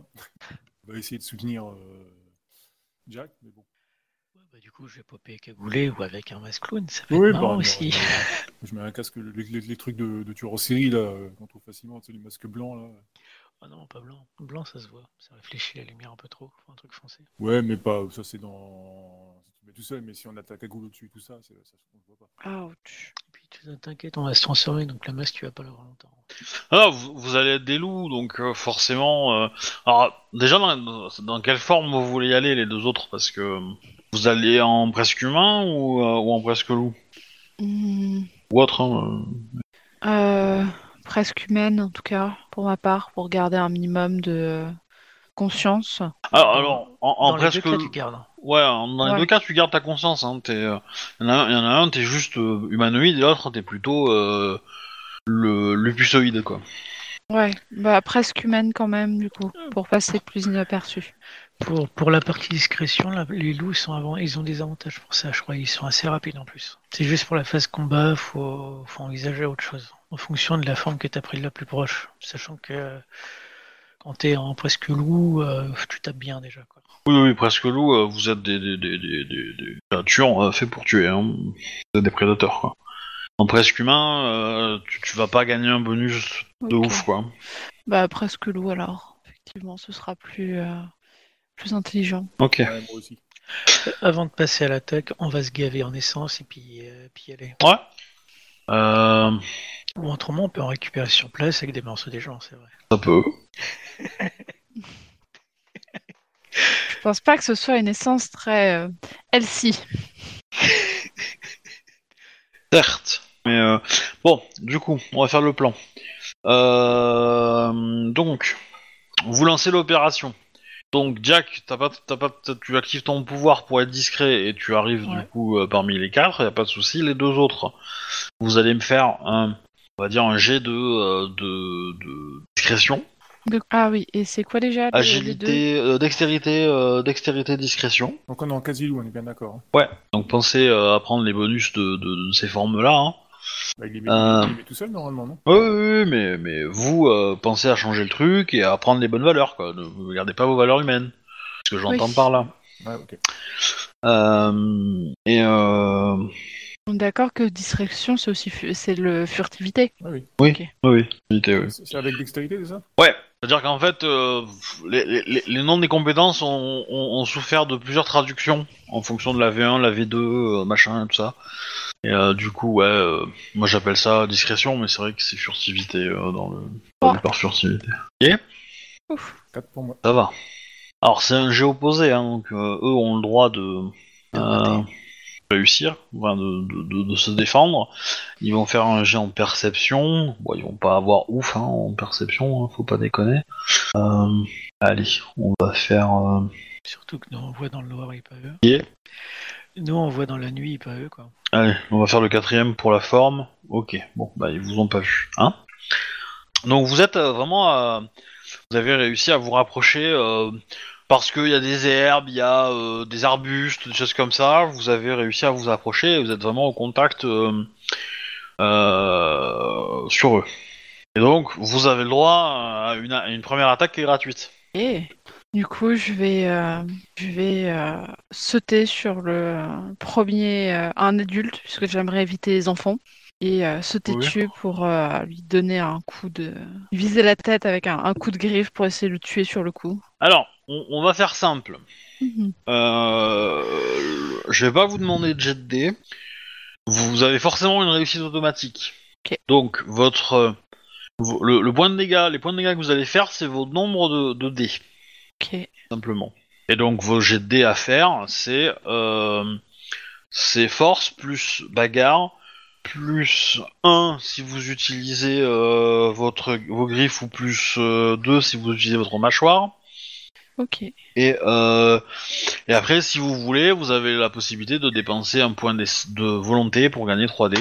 Speaker 3: Il va essayer de soutenir euh, Jack, mais bon.
Speaker 4: Ouais, bah, du coup je vais popper cagoulé ou avec un masque clown, ça peut
Speaker 3: Oui,
Speaker 4: être marrant
Speaker 3: bah,
Speaker 4: aussi.
Speaker 3: bah, je mets un casque, les, les- les trucs de, de tueur en série, là, euh, qu'on trouve facilement, tu sais, les masques blancs, là.
Speaker 4: Ah non, pas blanc. Blanc ça se voit, ça réfléchit la lumière un peu trop, faut un truc foncé.
Speaker 3: Ouais, mais pas, ça c'est dans... Si tu mets tout seul, mais si on attaque à goulot dessus, tout ça, c'est- ça on le voit pas.
Speaker 2: Ouch.
Speaker 4: Et puis tu- t'inquiète, on va se transformer donc le masque tu vas pas l'avoir longtemps.
Speaker 1: Alors, Ah, vous, vous allez être des loups, donc euh, forcément. euh, Alors, déjà, dans, dans quelle forme vous voulez y aller, les deux autres Parce que euh, vous allez en presque humain ou, euh, ou en presque loup
Speaker 2: Hmm,
Speaker 1: Ou autre, hein, euh.
Speaker 2: euh, presque humaine, en tout cas, pour ma part, pour garder un minimum de conscience.
Speaker 1: Ah, alors, en, en
Speaker 4: dans les deux
Speaker 1: presque.
Speaker 4: cas tu gardes. hein.
Speaker 1: Ouais, en- dans les
Speaker 2: Ouais.
Speaker 1: deux cas, tu gardes ta conscience. Hein. T'es, euh, y en a un- y en a un, t'es juste euh, humanoïde, et l'autre, t'es plutôt euh, le lupusoïde, quoi.
Speaker 2: Ouais, bah, presque humaine quand même, du coup, pour passer plus inaperçu.
Speaker 4: Pour, pour la partie discrétion, là, les loups sont avant, ils ont des avantages pour ça, je crois. Ils sont assez rapides en plus. C'est juste pour la phase combat, faut, faut envisager autre chose. En fonction de la forme que t'as pris la plus proche. Sachant que euh, quand t'es en presque loup, euh, tu tapes bien déjà. Quoi.
Speaker 1: Oui, oui, presque loup, euh, vous êtes des, des, des, des, des, des- des tueurs euh, faits pour tuer, hein. Vous êtes des prédateurs, quoi. En presque humain, euh, tu, tu vas pas gagner un bonus de
Speaker 2: Ok.
Speaker 1: ouf, quoi.
Speaker 2: Bah, presque loup alors. Effectivement, ce sera plus, euh, plus intelligent.
Speaker 1: Ok.
Speaker 3: Ouais, moi aussi.
Speaker 4: Euh, Avant de passer à l'attaque, on va se gaver en essence et puis, euh, puis y aller.
Speaker 1: Ouais. Euh,
Speaker 4: Ou autrement, on peut en récupérer sur place avec des morceaux des gens, c'est vrai.
Speaker 1: ça peut.
Speaker 2: Je pense pas que ce soit une essence très euh, healthy.
Speaker 1: Certes. Mais euh, bon, du coup, on va faire le plan. Euh, donc, vous lancez l'opération. Donc Jack, t'as pas, t'as pas, t'as- tu actives ton pouvoir pour être discret et tu arrives du
Speaker 4: Ouais.
Speaker 1: coup euh, parmi les quatre, y a pas de souci. Les deux autres, vous allez me faire un, on va dire un jet de, euh, de, de discrétion,
Speaker 2: Donc- Ah oui, et c'est quoi déjà les- les deux
Speaker 1: agilité, euh, dextérité, euh, dextérité, discrétion.
Speaker 3: Donc on est en Casilou, on est bien d'accord. hein.
Speaker 1: Ouais. Donc pensez euh, à prendre les bonus de, de- de ces formes-là. Hein.
Speaker 3: Bah, il, les met,
Speaker 1: Euh.
Speaker 3: il les met tout seul normalement, non
Speaker 1: Oui, oui, oui, mais, mais vous euh, pensez à changer le truc et à prendre les bonnes valeurs, quoi. Ne vous gardez pas vos valeurs humaines. C'est Ce que j'entends
Speaker 2: Oui.
Speaker 1: par là.
Speaker 3: Ouais, ok.
Speaker 1: Euh, et euh,
Speaker 2: On est d'accord que distraction, c'est aussi fu- c'est le furtivité.
Speaker 3: Ouais, oui.
Speaker 1: oui, oui, oui.
Speaker 3: C'est c'est avec dextérité, c'est ça
Speaker 1: C'est-à-dire qu'en fait, euh, les, les- les- les noms des compétences ont, ont- ont souffert de plusieurs traductions en fonction de la V1, la V2, euh, machin, tout ça. Et euh, du coup, ouais, euh, moi j'appelle ça discrétion, mais c'est vrai que c'est furtivité euh, dans le dans le par furtivité.
Speaker 2: Ouf.
Speaker 3: 4 pour moi.
Speaker 1: Ça va. Alors c'est un jeu opposé, hein, donc euh, eux ont le droit de euh, réussir, enfin, de, de- de- de se défendre. Ils vont faire un jet en perception. Bon, ils vont pas avoir ouf hein, en perception, hein, faut pas déconner. Euh, allez, on va faire. euh,
Speaker 4: Surtout que nous on voit dans le noir et pas eux.
Speaker 1: Yeah.
Speaker 4: Nous on voit dans la nuit et pas eux quoi.
Speaker 1: Allez, on va faire le quatrième pour la forme. Ok, bon, bah ils vous ont pas vu. Hein Donc vous êtes euh, vraiment... euh, vous avez réussi à vous rapprocher euh, parce qu'il y a des herbes, il y a euh, des arbustes, des choses comme ça. Vous avez réussi à vous approcher et vous êtes vraiment au contact euh, euh, sur eux. Et donc vous avez le droit à une, à une première attaque qui est gratuite.
Speaker 2: Et du coup, je vais, euh, je vais euh, sauter sur le premier, euh, un adulte, puisque j'aimerais éviter les enfants, et euh, sauter
Speaker 1: Oui.
Speaker 2: dessus pour euh, lui donner un coup de, viser la tête avec un, un coup de griffe pour essayer de le tuer sur le coup.
Speaker 1: Alors, on- on va faire simple.
Speaker 2: Mhm.
Speaker 1: Euh, je vais pas vous demander de jet de dés. Vous avez forcément une réussite automatique.
Speaker 2: Ok.
Speaker 1: Donc, votre. euh, vo- Le, le point de dégâts, les points de dégâts que vous allez faire, c'est votre nombre de, de dés,
Speaker 2: Ok.
Speaker 1: simplement. Et donc, vos jets de dés à faire, c'est. euh, c'est force plus bagarre, plus 1 si vous utilisez euh, votre, vos griffes, ou plus 2 si vous utilisez votre mâchoire.
Speaker 2: Ok.
Speaker 1: Et, euh, et après, si vous voulez, vous avez la possibilité de dépenser un point d'ess- de volonté pour gagner 3D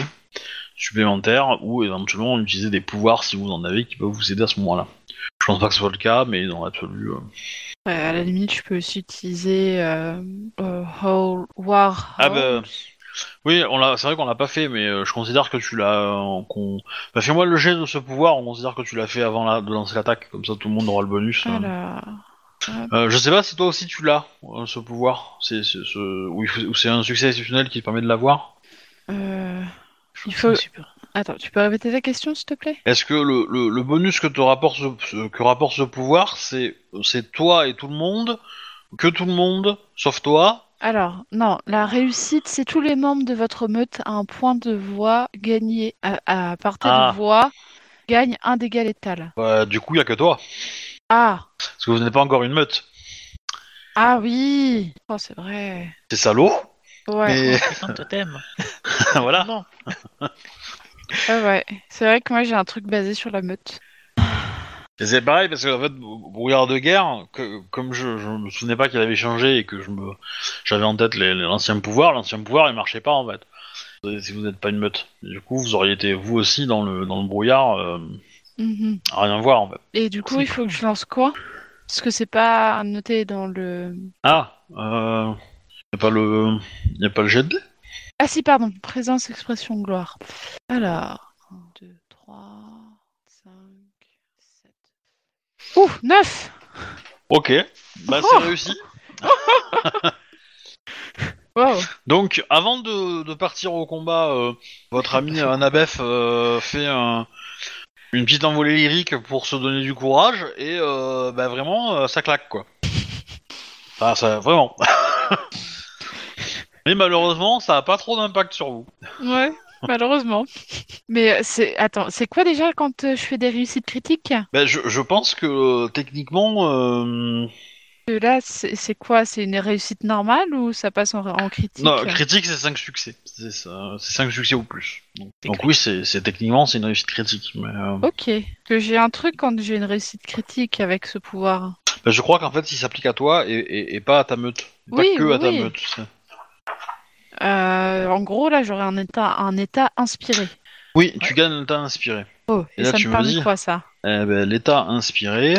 Speaker 1: supplémentaires ou éventuellement utiliser des pouvoirs si vous en avez qui peuvent vous aider à ce moment-là. Je pense pas que ce soit le cas, mais dans l'absolu. euh.
Speaker 2: Ouais, à la limite, je peux aussi utiliser euh, euh, Howl- War.
Speaker 1: Ah
Speaker 2: Howl.
Speaker 1: bah, Oui, on l'a. C'est vrai qu'on l'a pas fait, mais euh, je considère que tu l'as. euh, qu'on- Bah, Fais-moi le jet de ce pouvoir. On considère que tu l'as fait avant la- de lancer l'attaque, comme ça tout le monde aura le bonus. euh.
Speaker 2: Alors,
Speaker 1: Euh, je sais pas si toi aussi tu l'as, euh, ce pouvoir. C'est c'est- ce... ou il faut- ou c'est un succès exceptionnel qui te permet de l'avoir.
Speaker 2: euh,
Speaker 4: Je
Speaker 2: Il
Speaker 4: trouve
Speaker 2: faut-
Speaker 4: ça super.
Speaker 2: Attends, tu peux répéter ta question, s'il te plaît
Speaker 1: Est-ce que le, le- le bonus que te rapporte ce, ce- que rapporte ce pouvoir, c'est c'est toi et tout le monde, que tout le monde, sauf toi
Speaker 2: Alors, non, la réussite, c'est tous les membres de votre meute à un point de voix gagné. À, à partir
Speaker 1: Ah.
Speaker 2: de voix, gagne un dégât létal.
Speaker 1: bah, Du coup, il y a que toi,
Speaker 2: Ah
Speaker 1: parce que vous n'êtes pas encore une meute.
Speaker 2: Ah oui Oh, c'est vrai.
Speaker 1: C'est salaud,
Speaker 2: Ouais,
Speaker 1: mais
Speaker 4: Putain, totem.
Speaker 1: voilà.
Speaker 4: Non.
Speaker 2: ouais, ouais. C'est vrai que moi, j'ai un truc basé sur la meute.
Speaker 1: Et c'est pareil parce que en fait, brouillard de guerre, que, comme je, je me souvenais pas qu'il avait changé et que je me j'avais en tête les- les- l'ancien pouvoir, l'ancien pouvoir il marchait pas en fait. Si vous n'êtes pas une meute, du coup vous auriez été vous aussi dans le dans le brouillard, euh,
Speaker 2: Mhm.
Speaker 1: à rien voir en fait.
Speaker 2: Et du coup,
Speaker 4: C'est
Speaker 2: il faut que je lance quoi Parce que c'est pas noté dans le...
Speaker 1: Ah, euh, y a pas le, y a pas le jet de dés
Speaker 2: Ah si, pardon, présence, expression, gloire. Alors, 1, 2, 3, 5, 7... Ouh, 9
Speaker 1: Ok, bah
Speaker 2: Oh
Speaker 1: c'est réussi.
Speaker 2: Wow
Speaker 1: Donc avant de, de partir au combat, euh, votre ami Anabef euh, fait un- une petite envolée lyrique pour se donner du courage et euh, bah vraiment euh, ça claque quoi. Enfin ça vraiment. Mais malheureusement ça a pas trop d'impact sur vous.
Speaker 2: Ouais, malheureusement. Mais euh, c'est... Attends, c'est quoi déjà quand euh, je fais des réussites critiques
Speaker 1: Bah, je, je pense que euh, techniquement euh,
Speaker 2: Euh, Là, c'est c'est quoi C'est une réussite normale ou ça passe en, en critique
Speaker 1: non critique c'est 5 succès, c'est 5 succès ou plus. Donc,
Speaker 4: C'est
Speaker 1: donc
Speaker 4: clair.
Speaker 1: oui c'est c'est- techniquement c'est une réussite critique mais. euh,
Speaker 2: Ok, que j'ai un truc quand j'ai une réussite critique avec ce pouvoir.
Speaker 1: Ben, je crois qu'en fait, il s'applique à toi et, et- et pas à ta meute. Pas
Speaker 2: Oui,
Speaker 1: que à ta
Speaker 2: oui.
Speaker 1: meute. c'est-
Speaker 2: Euh, en gros, là, j'aurais un état, un état inspiré.
Speaker 1: Oui, tu gagnes un temps inspiré.
Speaker 2: Oh, et,
Speaker 1: Et là,
Speaker 2: ça
Speaker 1: tu
Speaker 2: me
Speaker 1: me
Speaker 2: permet
Speaker 1: dis-
Speaker 2: quoi, ça
Speaker 1: Eh ben, l'état inspiré.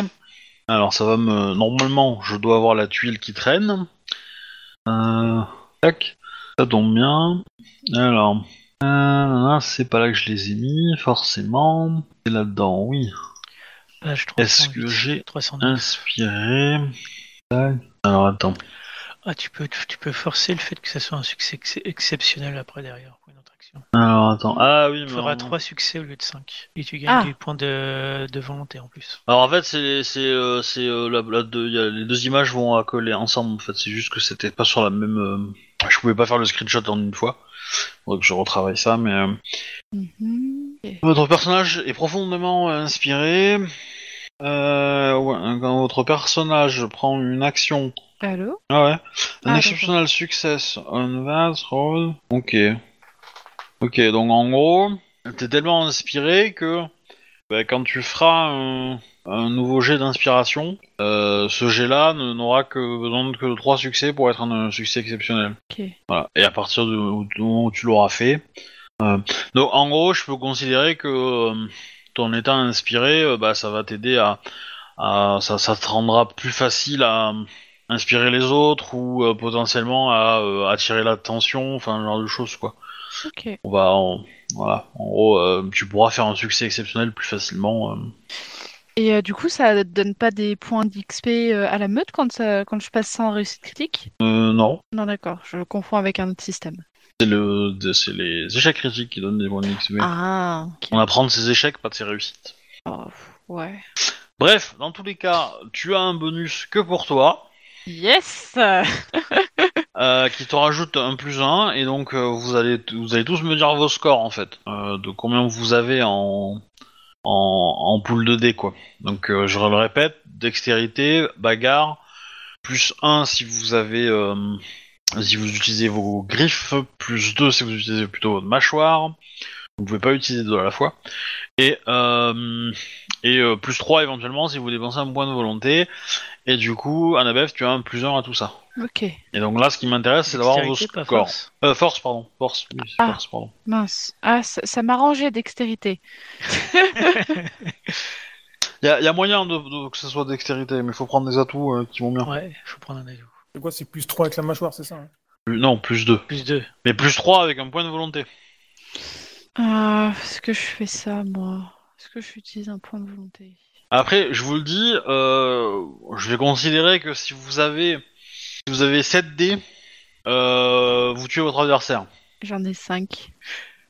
Speaker 1: Alors, ça va me. Normalement, je dois avoir la tuile qui traîne. Euh, Tac. Ça tombe bien. Alors. euh, là, c'est pas là que je les ai mis, forcément. C'est là-dedans, oui.
Speaker 4: Page 308.
Speaker 1: Est-ce que j'ai
Speaker 4: 309.
Speaker 1: inspiré Tac. Alors, attends.
Speaker 4: Ah, tu peux, tu peux forcer le fait que ça soit un succès ex- exceptionnel après derrière pour une autre action.
Speaker 1: Alors, attends. Ah oui,
Speaker 4: Il
Speaker 1: mais.
Speaker 4: faudra
Speaker 1: on-
Speaker 4: 3 succès au lieu de 5. Et tu gagnes
Speaker 2: Ah.
Speaker 4: du point de, de volonté en plus.
Speaker 1: Alors, en fait, c'est. c'est, euh, c'est, euh, la, la deux- y a- les deux images vont à coller ensemble, en fait. C'est juste que c'était pas sur la même. euh, Je pouvais pas faire le screenshot en une fois. Faudrait que je retravaille ça, mais. euh,
Speaker 2: Mhm. Ok.
Speaker 1: Votre personnage est profondément euh, inspiré. Euh, ouais, quand votre personnage prend une action.
Speaker 2: Allô
Speaker 1: Ah ouais. Un
Speaker 2: Ah,
Speaker 1: exceptional success on that roll. Ok. Ok, donc en gros, t'es tellement inspiré que bah, quand tu feras un, un nouveau jet d'inspiration, euh, ce jet-là ne- n'aura que besoin de que 3 succès pour être un, un succès exceptionnel.
Speaker 2: Ok.
Speaker 1: Voilà. Et à partir de- du moment où tu l'auras fait. euh, donc en gros, je peux considérer que euh, ton état inspiré, euh, bah, ça va t'aider à, à- ça, ça te rendra plus facile à euh, inspirer les autres ou euh, potentiellement à euh, attirer l'attention, enfin ce genre de choses quoi.
Speaker 2: Ok.
Speaker 1: On va en, voilà. En gros, euh, tu pourras faire un succès exceptionnel plus facilement. euh.
Speaker 2: Et euh, du coup, ça donne pas des points d'XP euh, à la meute quand, ça- quand je passe sans réussite critique
Speaker 1: Euh, non,
Speaker 2: Non, d'accord, je confonds avec un autre système.
Speaker 1: c'est le, de- c'est les échecs critiques qui donnent des points de XP.
Speaker 2: Ah, ok.
Speaker 1: On apprend de ses échecs, pas de ses réussites.
Speaker 2: Oh, pff, ouais.
Speaker 1: Bref, dans tous les cas, tu as un bonus que pour toi.
Speaker 2: Yes
Speaker 1: euh, qui te rajoute un plus un et donc euh, vous allez vous allez tous me dire vos scores en fait euh, de combien vous avez en en, en pool de dés quoi donc euh, je le répète dextérité bagarre plus 1 si vous avez euh, si vous utilisez vos griffes plus 2 si vous utilisez plutôt votre mâchoire vous pouvez pas utiliser deux à la fois et euh, et euh, plus 3 éventuellement si vous dépensez un point de volonté et du coup Anabef tu as un plus 1 à tout ça
Speaker 2: Ok,
Speaker 1: et donc là, ce qui m'intéresse, c'est d'avoir vos
Speaker 4: Dextérité, pas
Speaker 1: scores.
Speaker 4: force.
Speaker 1: Euh, force, pardon. Force, oui, c'est
Speaker 2: Ah.
Speaker 1: force, pardon.
Speaker 2: mince. Ah, ça, ça m'arrangeait, dextérité.
Speaker 1: Il y, a- y a moyen de, de- que ce soit dextérité, mais faut prendre des atouts euh, qui vont bien.
Speaker 4: ouais, faut prendre un atout.
Speaker 3: C'est quoi C'est plus 3 avec la mâchoire, c'est ça hein
Speaker 1: Plus- non, plus 2.
Speaker 4: Plus 2.
Speaker 1: Mais plus 3 avec un point de volonté.
Speaker 2: Ah, est-ce que je fais ça, moi Est-ce que j'utilise un point de volonté
Speaker 1: Après, je vous le dis, euh, je vais considérer que si vous avez, si vous avez 7 dés, euh, vous tuez votre adversaire.
Speaker 2: J'en ai 5.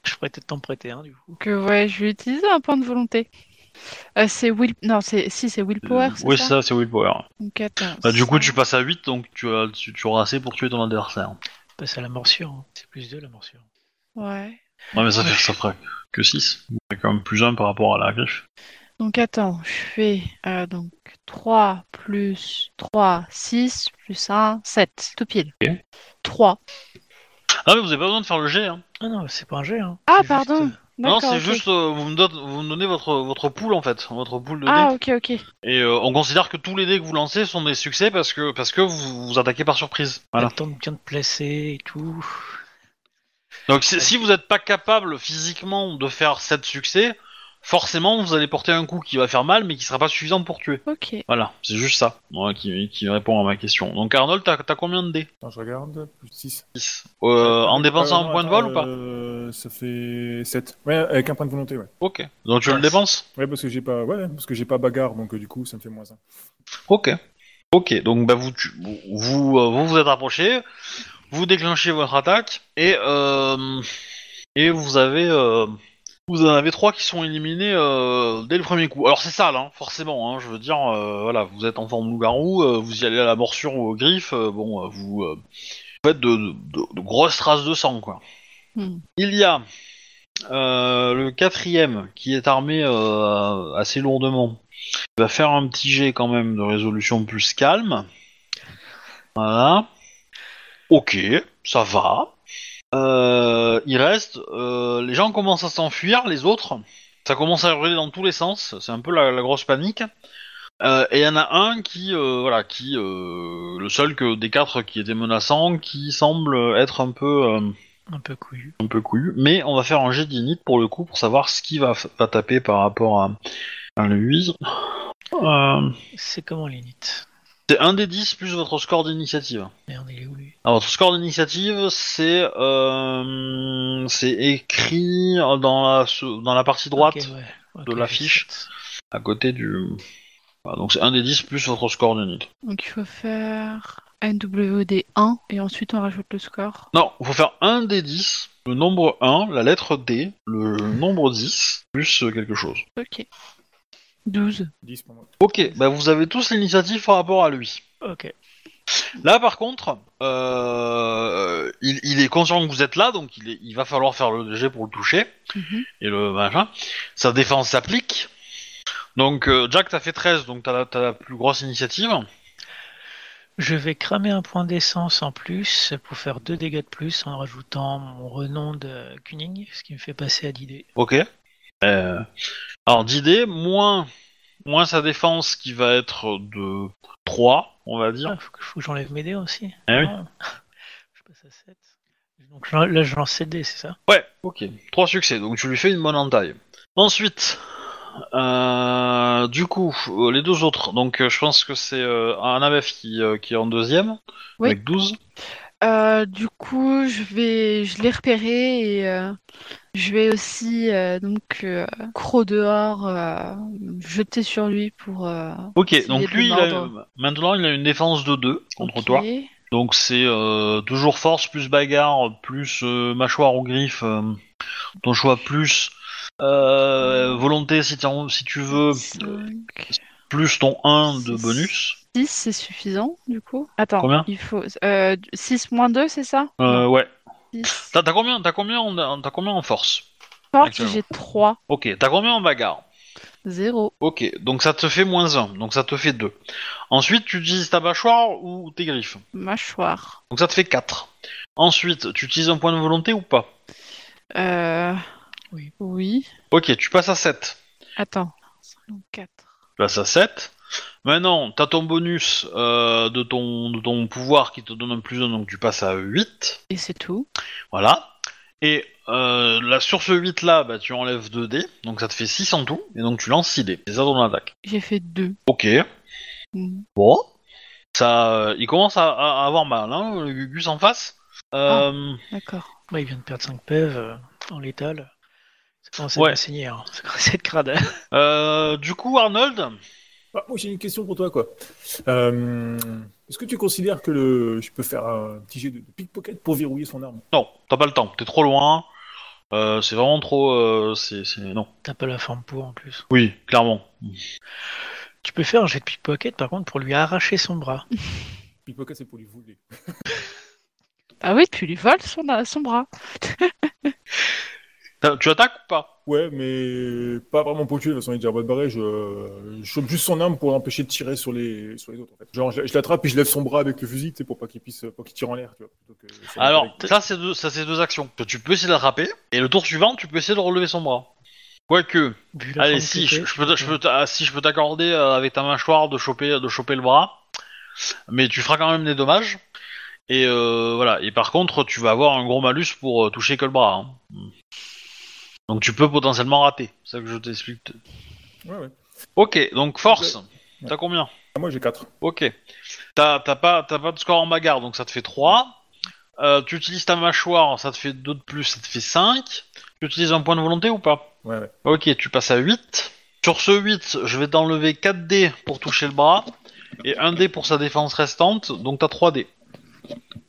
Speaker 4: Je pourrais peut-être t'en prêter un du coup.
Speaker 2: Donc, euh, ouais, je vais utiliser un point de volonté. Euh, c'est Will... Non, c'est... si, c'est Willpower,
Speaker 1: Euh,
Speaker 2: c'est
Speaker 1: oui, c'est ça,
Speaker 2: ça
Speaker 1: c'est willpower.
Speaker 2: Donc, attends,
Speaker 1: Bah, du coup,
Speaker 2: ça-
Speaker 1: tu passes à 8, donc tu, as- tu, tu auras assez pour tuer ton adversaire.
Speaker 4: Passe à la morsure. hein. C'est plus 2 la morsure.
Speaker 2: Ouais.
Speaker 1: Non, mais ça fait ça fera que 6. quand même plus 1 par rapport à la griffe.
Speaker 2: Donc attends, je fais euh, donc 3 plus 3, 6 plus 1, 7, tout pile.
Speaker 1: Ok.
Speaker 2: 3.
Speaker 1: Ah, mais vous avez pas besoin de faire le jet, hein.
Speaker 4: Ah non, c'est pas un jet. Hein.
Speaker 2: Ah,
Speaker 4: C'est juste,
Speaker 2: pardon.
Speaker 4: euh,
Speaker 1: Non,
Speaker 2: D'accord,
Speaker 1: c'est
Speaker 2: ok.
Speaker 1: juste, euh, vous me, donne- vous me donnez votre, votre pool en fait, votre pool de dés.
Speaker 2: Ah, ok, ok.
Speaker 1: Et euh, on considère que tous les dés que vous lancez sont des succès parce que, parce que vous vous attaquez par surprise.
Speaker 4: T'as
Speaker 1: Voilà.
Speaker 4: le temps de bien te placer et tout.
Speaker 1: Donc si, si vous n'êtes pas capable physiquement de faire 7 succès, forcément vous allez porter un coup qui va faire mal mais qui sera pas suffisant pour tuer.
Speaker 2: Ok.
Speaker 1: Voilà, c'est juste ça voilà, qui, qui répond à ma question. Donc Arnold, t'as t'as combien de dés
Speaker 3: Attends, je regarde. Plus 6.
Speaker 1: Six. Euh, En dépensant un point de vol ou pas
Speaker 3: euh, Ça fait 7. Ouais, avec un point de volonté, ouais.
Speaker 1: Ok. Donc tu le dépenses
Speaker 3: Ouais, parce que j'ai pas, ouais, parce que j'ai pas bagarre, donc euh, du coup, ça me fait moins 1.
Speaker 1: Ok. Ok, donc bah, vous, tu- vous, vous, euh, vous vous êtes rapproché, vous déclenchez votre attaque, et, euh, et vous avez euh, vous en avez trois qui sont éliminés euh, dès le premier coup. Alors c'est sale, hein, forcément, hein, je veux dire, euh, voilà, vous êtes en forme loup-garou, euh, vous y allez à la morsure ou aux griffes, euh, bon, euh, vous euh, faites de, de- de- de grosses traces de sang, quoi.
Speaker 2: Hmm.
Speaker 1: Il y a euh, le quatrième qui est armé euh, assez lourdement. Il va faire un petit jet quand même de résolution plus calme. Voilà. Ok, ça va. Euh, il reste. euh, les gens commencent à s'enfuir, les autres. Ça commence à hurler dans tous les sens. C'est un peu la, la grosse panique. Euh, et il y en a un qui, euh, voilà, qui, euh, le seul que des quatre qui était menaçant, qui semble être un peu, euh,
Speaker 4: Un peu couillu.
Speaker 1: un peu couillu. Mais on va faire un jet d'init pour le coup pour savoir ce qui va, f- va taper par rapport à, à lui. Euh,
Speaker 4: C'est comment l'init
Speaker 1: c'est un des 10 plus votre score d'initiative.
Speaker 4: Merde, il est où lui
Speaker 1: Alors, votre score d'initiative, c'est euh, c'est écrit dans la sou- dans la partie droite,
Speaker 4: Ok, ouais. Ok,
Speaker 1: de l'affiche.
Speaker 4: sept.
Speaker 1: à côté du. Voilà, donc c'est un des 10 plus votre score d'unité.
Speaker 2: Donc il faut faire NWD 1 et ensuite on rajoute le score.
Speaker 1: Non, il faut faire un des 10, le nombre 1, la lettre D, le nombre 10, plus euh, quelque chose.
Speaker 2: Ok. 12.
Speaker 3: 10 pour moi.
Speaker 1: Ok, bah vous avez tous l'initiative par rapport à lui.
Speaker 4: Ok.
Speaker 1: Là, par contre, euh, il, il est conscient que vous êtes là, donc il, est- il va falloir faire le jet pour le toucher.
Speaker 2: Mhm.
Speaker 1: et le machin. Sa défense s'applique. Donc euh, Jack, t'as fait 13, donc t'as la, t'as la plus grosse initiative.
Speaker 4: Je vais cramer un point d'essence en plus pour faire deux dégâts de plus en rajoutant mon renom de Kuning, ce qui me fait passer à 10
Speaker 1: Ok. Euh, alors d'idée, moins, moins sa défense qui va être de 3, on va dire.
Speaker 4: Ah, faut que, faut que j'enlève mes dés aussi.
Speaker 1: Eh oui.
Speaker 4: Non. je passe à 7. Donc je- là, je lance 7 dés, c'est ça
Speaker 1: Ouais, ok. 3 succès, donc tu lui fais une bonne entaille. Ensuite, euh, du coup, euh, les deux autres. Donc euh, je pense que c'est euh, Anabef qui, euh, qui est en deuxième,
Speaker 2: Oui.
Speaker 1: avec 12.
Speaker 2: Euh, du coup, je vais, je l'ai repéré et euh, je vais aussi euh, donc euh, croc dehors euh, jeter sur lui pour. euh,
Speaker 1: Ok,
Speaker 2: S'il est
Speaker 1: donc
Speaker 2: de
Speaker 1: lui, il a-
Speaker 2: l'ordre.
Speaker 1: maintenant il a une défense de 2 contre
Speaker 2: ok.
Speaker 1: toi. Donc c'est euh, toujours force plus bagarre plus euh, mâchoire ou griffe, euh, ton choix plus euh, volonté si, t'en- si tu veux, euh,
Speaker 2: Cinq,
Speaker 1: plus ton 1 de bonus.
Speaker 2: six, c'est suffisant du coup. Attends.
Speaker 1: Combien
Speaker 2: Il faut 6 moins 2, c'est ça
Speaker 1: Euh, ouais.
Speaker 2: Six.
Speaker 1: T'as t'as combien, t'as combien, en- t'as combien en force
Speaker 2: Porte,
Speaker 1: actuellement.
Speaker 2: j'ai 3,
Speaker 1: Ok, t'as combien en bagarre
Speaker 2: 0.
Speaker 1: Ok, donc ça te fait moins 1, donc ça te fait 2. Ensuite, tu utilises ta mâchoire ou tes griffes.
Speaker 2: Mâchoire.
Speaker 1: Donc ça te fait 4. Ensuite, tu utilises un point de volonté ou pas
Speaker 2: Euh...
Speaker 4: Oui.
Speaker 2: Oui.
Speaker 1: Ok, tu passes à 7.
Speaker 2: Attends. 4.
Speaker 1: Tu passes à 7. Maintenant, t'as ton bonus euh, de, ton, de ton pouvoir qui te donne un plus 1, donc tu passes à 8.
Speaker 2: Et c'est tout.
Speaker 1: Voilà. Et euh, là, sur ce 8 là, bah, tu enlèves 2 dés, donc ça te fait 6 en tout, et donc tu lances 6 dés. C'est ça ton attaque.
Speaker 2: J'ai fait 2.
Speaker 1: Ok, bon. Ça, euh, il commence à, à- à avoir mal, hein, le Gugus en face. Euh,
Speaker 2: D'accord.
Speaker 4: Moi, il vient de perdre 5 peves euh, en létal. Ça commence à
Speaker 1: Ouais.
Speaker 4: me saigner, hein. ça commence à être crade.
Speaker 1: euh, du coup, Arnold,
Speaker 3: Ah, moi, j'ai une question pour toi, quoi. Euh, Est-ce que tu considères que le... je peux faire un petit jet de de pickpocket pour verrouiller son arme
Speaker 1: non, t'as pas le temps, t'es trop loin. Euh, c'est vraiment trop. euh, c'est, c'est- Non.
Speaker 4: T'as pas la forme pour en plus.
Speaker 1: Oui, clairement.
Speaker 4: Tu peux faire un jet de pickpocket par contre pour lui arracher son bras.
Speaker 3: Pickpocket, c'est pour lui voler.
Speaker 2: Ah oui, tu lui voles son, son bras.
Speaker 1: T'as- Tu attaques ou pas
Speaker 3: Ouais, mais pas vraiment pour le tuer, de toute façon, il est déjà mal barré. Je, je chope juste son arme pour l'empêcher de tirer sur les, sur les autres, en fait. Genre, je, je l'attrape et je lève son bras avec le fusil, tu sais, pour pas qu'il puisse, pour qu'il tire en l'air, tu vois. plutôt que sur le
Speaker 1: Alors,
Speaker 3: collègue.
Speaker 1: ça c'est deux, ça c'est deux actions. Tu peux essayer de l'attraper et le tour suivant, tu peux essayer de relever son bras. Quoique,
Speaker 4: Vu la
Speaker 1: allez,
Speaker 4: forme
Speaker 1: si
Speaker 4: que
Speaker 1: je,
Speaker 4: t'es,
Speaker 1: je peux, je peux t'a- si je peux t'accorder euh, avec ta mâchoire de choper, de choper le bras, mais tu feras quand même des dommages. Et euh, voilà. Et par contre, tu vas avoir un gros malus pour euh, toucher que le bras. hein. Donc tu peux potentiellement rater. C'est ça que je t'explique.
Speaker 3: Ouais, ouais.
Speaker 1: Ok, donc force. T'as combien
Speaker 3: Ah, moi, j'ai 4.
Speaker 1: Ok. T'as t'as pas, t'as pas de score en bagarre, donc ça te fait 3. Euh, tu utilises ta mâchoire, ça te fait 2 de plus, ça te fait 5. Tu utilises un point de volonté ou pas
Speaker 3: Ouais, ouais.
Speaker 1: Ok, tu passes à 8. Sur ce 8, je vais t'enlever 4 dés pour toucher le bras et 1 dé pour sa défense restante, donc t'as 3 dés.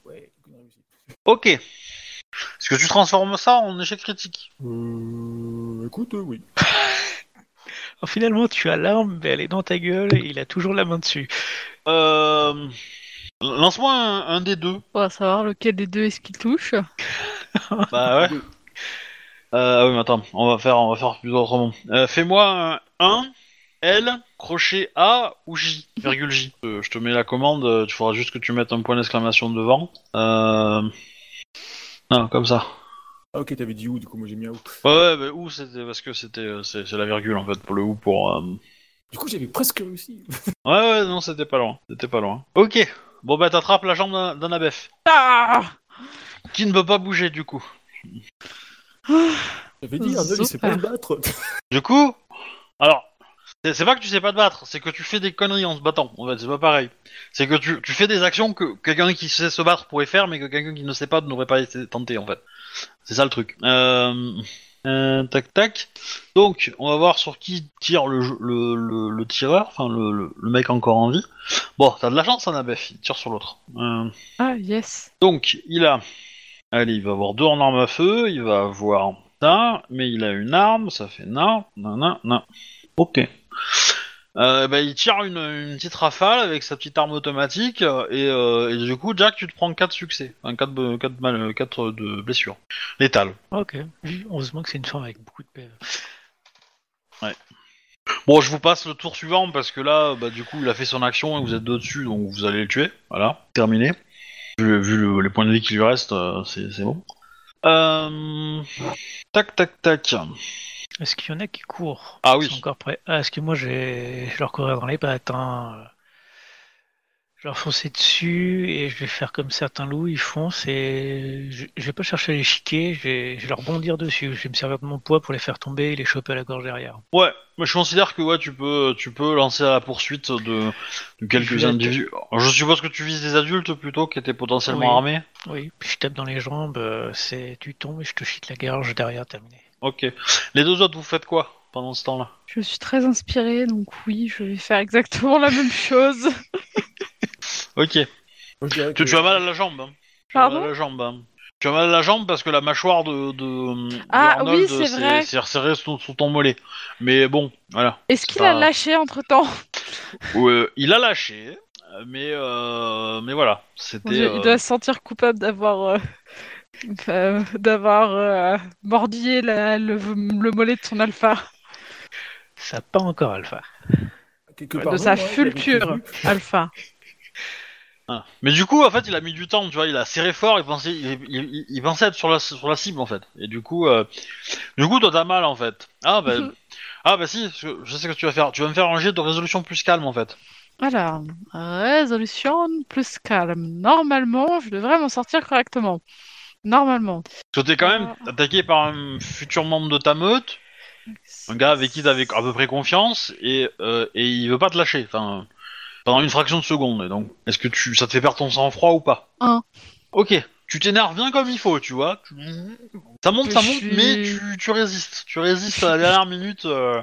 Speaker 3: Ouais, aucune réussite.
Speaker 1: Ok. Est-ce que tu transformes ça en échec critique
Speaker 3: Euh, écoute, euh, oui.
Speaker 4: Alors, finalement, tu as l'arme, mais elle est dans ta gueule et il a toujours la main dessus.
Speaker 1: Euh. Lance-moi un, un des deux.
Speaker 2: On va savoir lequel des deux est-ce qu'il touche.
Speaker 1: Bah ouais. Euh, ah oui, mais attends, on va faire, on va faire plus autrement. Euh, Fais-moi un 1, L, crochet A ou J, virgule J. Euh, je te mets la commande, euh, tu faudra juste que tu mettes un point d'exclamation devant. Euh... Non, comme ça.
Speaker 3: Ah, ok, t'avais dit où, du coup, moi, j'ai mis à où.
Speaker 1: Ouais, ouais, mais ou c'était parce que c'était euh, c'est c'est la virgule en fait pour le ou pour euh,
Speaker 3: Du coup, j'avais presque réussi.
Speaker 1: Ouais, ouais, non, c'était pas loin. C'était pas loin. Ok. Bon, bah, t'attrapes la jambe d'un d'un abef.
Speaker 2: Ah
Speaker 1: Qui ne peut pas bouger, du coup.
Speaker 3: J'avais dit, un homme, il sait pas se battre.
Speaker 1: Du coup, alors, c'est c'est pas que tu sais pas te battre, c'est que tu fais des conneries en te battant. En fait, c'est pas pareil. C'est que tu, tu fais des actions que quelqu'un qui sait se battre pourrait faire, mais que quelqu'un qui ne sait pas n'aurait pas été tenté, en fait. C'est ça le truc. Euh, euh, tac, tac. Donc, on va voir sur qui tire le, jeu- le, le, le tireur, enfin, le, le, le mec encore en vie. Bon, t'as de la chance, Anabef, il tire sur l'autre. Euh,
Speaker 2: Ah, yes.
Speaker 1: donc, il a. Allez, il va avoir deux en arme à feu, il va avoir ça, mais il a une arme, ça fait na, na, na, na. Ok. Euh, bah, il tire une, une petite rafale avec sa petite arme automatique, euh, et, euh, et du coup, Jack, tu te prends 4 succès, enfin 4, de- 4, mal- 4 de blessures létales.
Speaker 4: Ok. Heureusement que c'est une forme avec beaucoup de PV.
Speaker 1: Bon, je vous passe le tour suivant parce que là, bah, du coup, il a fait son action et vous êtes deux dessus, donc vous allez le tuer. Voilà, terminé. Vu, le- vu le- les points de vie qui lui restent, euh, c'est c'est bon. Euh... Tac, tac, tac.
Speaker 4: Est-ce qu'il y en a qui courent
Speaker 1: Ah
Speaker 4: Ils
Speaker 1: oui.
Speaker 4: sont encore prêts. Ah, parce que moi, j'ai... je leur courir dans les pattes. hein. Je vais leur foncer dessus et je vais faire comme certains loups, ils foncent et je, je vais pas chercher à les chiquer, je vais, je vais leur bondir dessus. Je vais me servir de mon poids pour les faire tomber et les choper à la gorge derrière.
Speaker 1: Ouais, mais je considère que ouais, tu peux, tu peux lancer à la poursuite de, de quelques
Speaker 4: Juliette.
Speaker 1: individus. Je suppose que tu vises des adultes plutôt qui étaient potentiellement
Speaker 4: Oui.
Speaker 1: armés.
Speaker 4: Oui, puis je tape dans les jambes, euh, c'est tu tombes et je te chie de la gorge derrière, terminé.
Speaker 1: Ok. Les deux autres, vous faites quoi pendant ce temps-là
Speaker 2: Je suis très inspirée, donc oui, je vais faire exactement la même chose.
Speaker 1: Ok.
Speaker 3: Moi, je dirais
Speaker 1: Tu,
Speaker 3: que-
Speaker 1: tu as mal à la jambe. hein. Tu as mal à
Speaker 2: Pardon
Speaker 1: la jambe. hein. Tu as mal à la jambe parce que la mâchoire de, de, de
Speaker 2: Ah,
Speaker 1: Arnold,
Speaker 2: oui, c'est
Speaker 1: c'est-
Speaker 2: vrai.
Speaker 1: c'est resserrée sous, sous ton mollet. Mais bon, voilà.
Speaker 2: Est-ce
Speaker 1: C'est
Speaker 2: qu'il a
Speaker 1: pas-
Speaker 2: lâché entre-temps
Speaker 1: Ouais, il a lâché, mais euh, mais voilà.
Speaker 2: Mon
Speaker 1: C'était.
Speaker 2: Dieu,
Speaker 1: euh,
Speaker 2: Il doit se sentir coupable d'avoir euh, euh, d'avoir euh, mordillé la- le, le mollet de son alpha.
Speaker 4: Ça pas encore alpha.
Speaker 3: quelque
Speaker 2: de
Speaker 3: part,
Speaker 2: sa
Speaker 3: non, ouais, j'avais
Speaker 2: fulture.
Speaker 3: prévu.
Speaker 2: Alpha.
Speaker 1: Ah. Mais du coup, en fait, il a mis du temps, tu vois, il a serré fort, il pensait, il, il- il pensait être sur la, sur la cible, en fait. Et du coup, euh, du coup, toi, t'as mal, en fait. Ah, bah,
Speaker 2: Mhm.
Speaker 1: ah, bah si, je je sais ce que tu vas faire. Tu vas me faire un jet de résolution plus calme, en fait.
Speaker 2: Alors, résolution plus calme. Normalement, je devrais m'en sortir correctement. Normalement.
Speaker 1: Parce que t'es quand même
Speaker 2: Oh.
Speaker 1: attaqué par un futur membre de ta meute, un gars avec qui t'avais à peu près confiance, et, euh, et il veut pas te lâcher, enfin, pendant une fraction de seconde. Et donc, est-ce que tu, ça te fait perdre ton sang-froid ou pas
Speaker 2: Un.
Speaker 1: Ok. Tu t'énerves bien comme il faut, tu vois. Tu- Ça monte,
Speaker 2: Je
Speaker 1: ça monte,
Speaker 2: suis-
Speaker 1: mais tu, tu résistes. Tu résistes à la dernière minute. euh,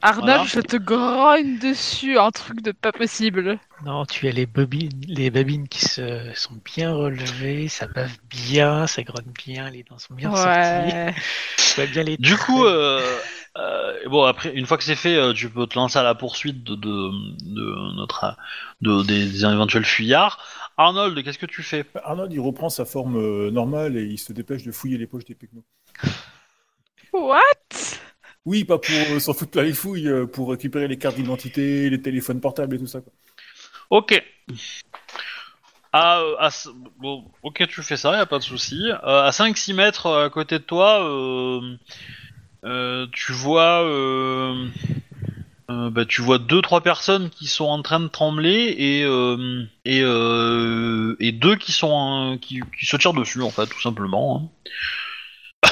Speaker 2: Arnold,
Speaker 1: Voilà.
Speaker 2: je te grogne dessus, un truc de pas possible.
Speaker 4: Non, tu as les bobines, les babines qui se sont bien relevées, ça bave bien, ça grogne bien, les dents sont bien sorties.
Speaker 2: ouais.
Speaker 4: Tu vois bien les
Speaker 1: Du
Speaker 4: traits.
Speaker 1: coup, euh, euh, bon après, une fois que c'est fait, euh, tu peux te lancer à la poursuite de, de, de notre euh, de, des, des éventuels fuyards. Arnold, qu'est-ce que tu fais
Speaker 3: Arnold, il reprend sa forme euh, normale et il se dépêche de fouiller les poches des Pecnos.
Speaker 2: What
Speaker 3: Oui, pas pour euh, s'en foutre plein les fouilles, euh, pour récupérer les cartes d'identité, les téléphones portables et tout ça. Quoi.
Speaker 1: Ok. À, euh, à c- bon, ok, tu fais ça, y a pas de souci. Euh, à 5-6 mètres euh, à côté de toi, euh, euh, tu vois, euh, euh, bah, tu vois deux trois personnes qui sont en train de trembler et euh, et, euh, et deux qui sont euh, qui, qui se tirent dessus en fait, tout simplement. hein.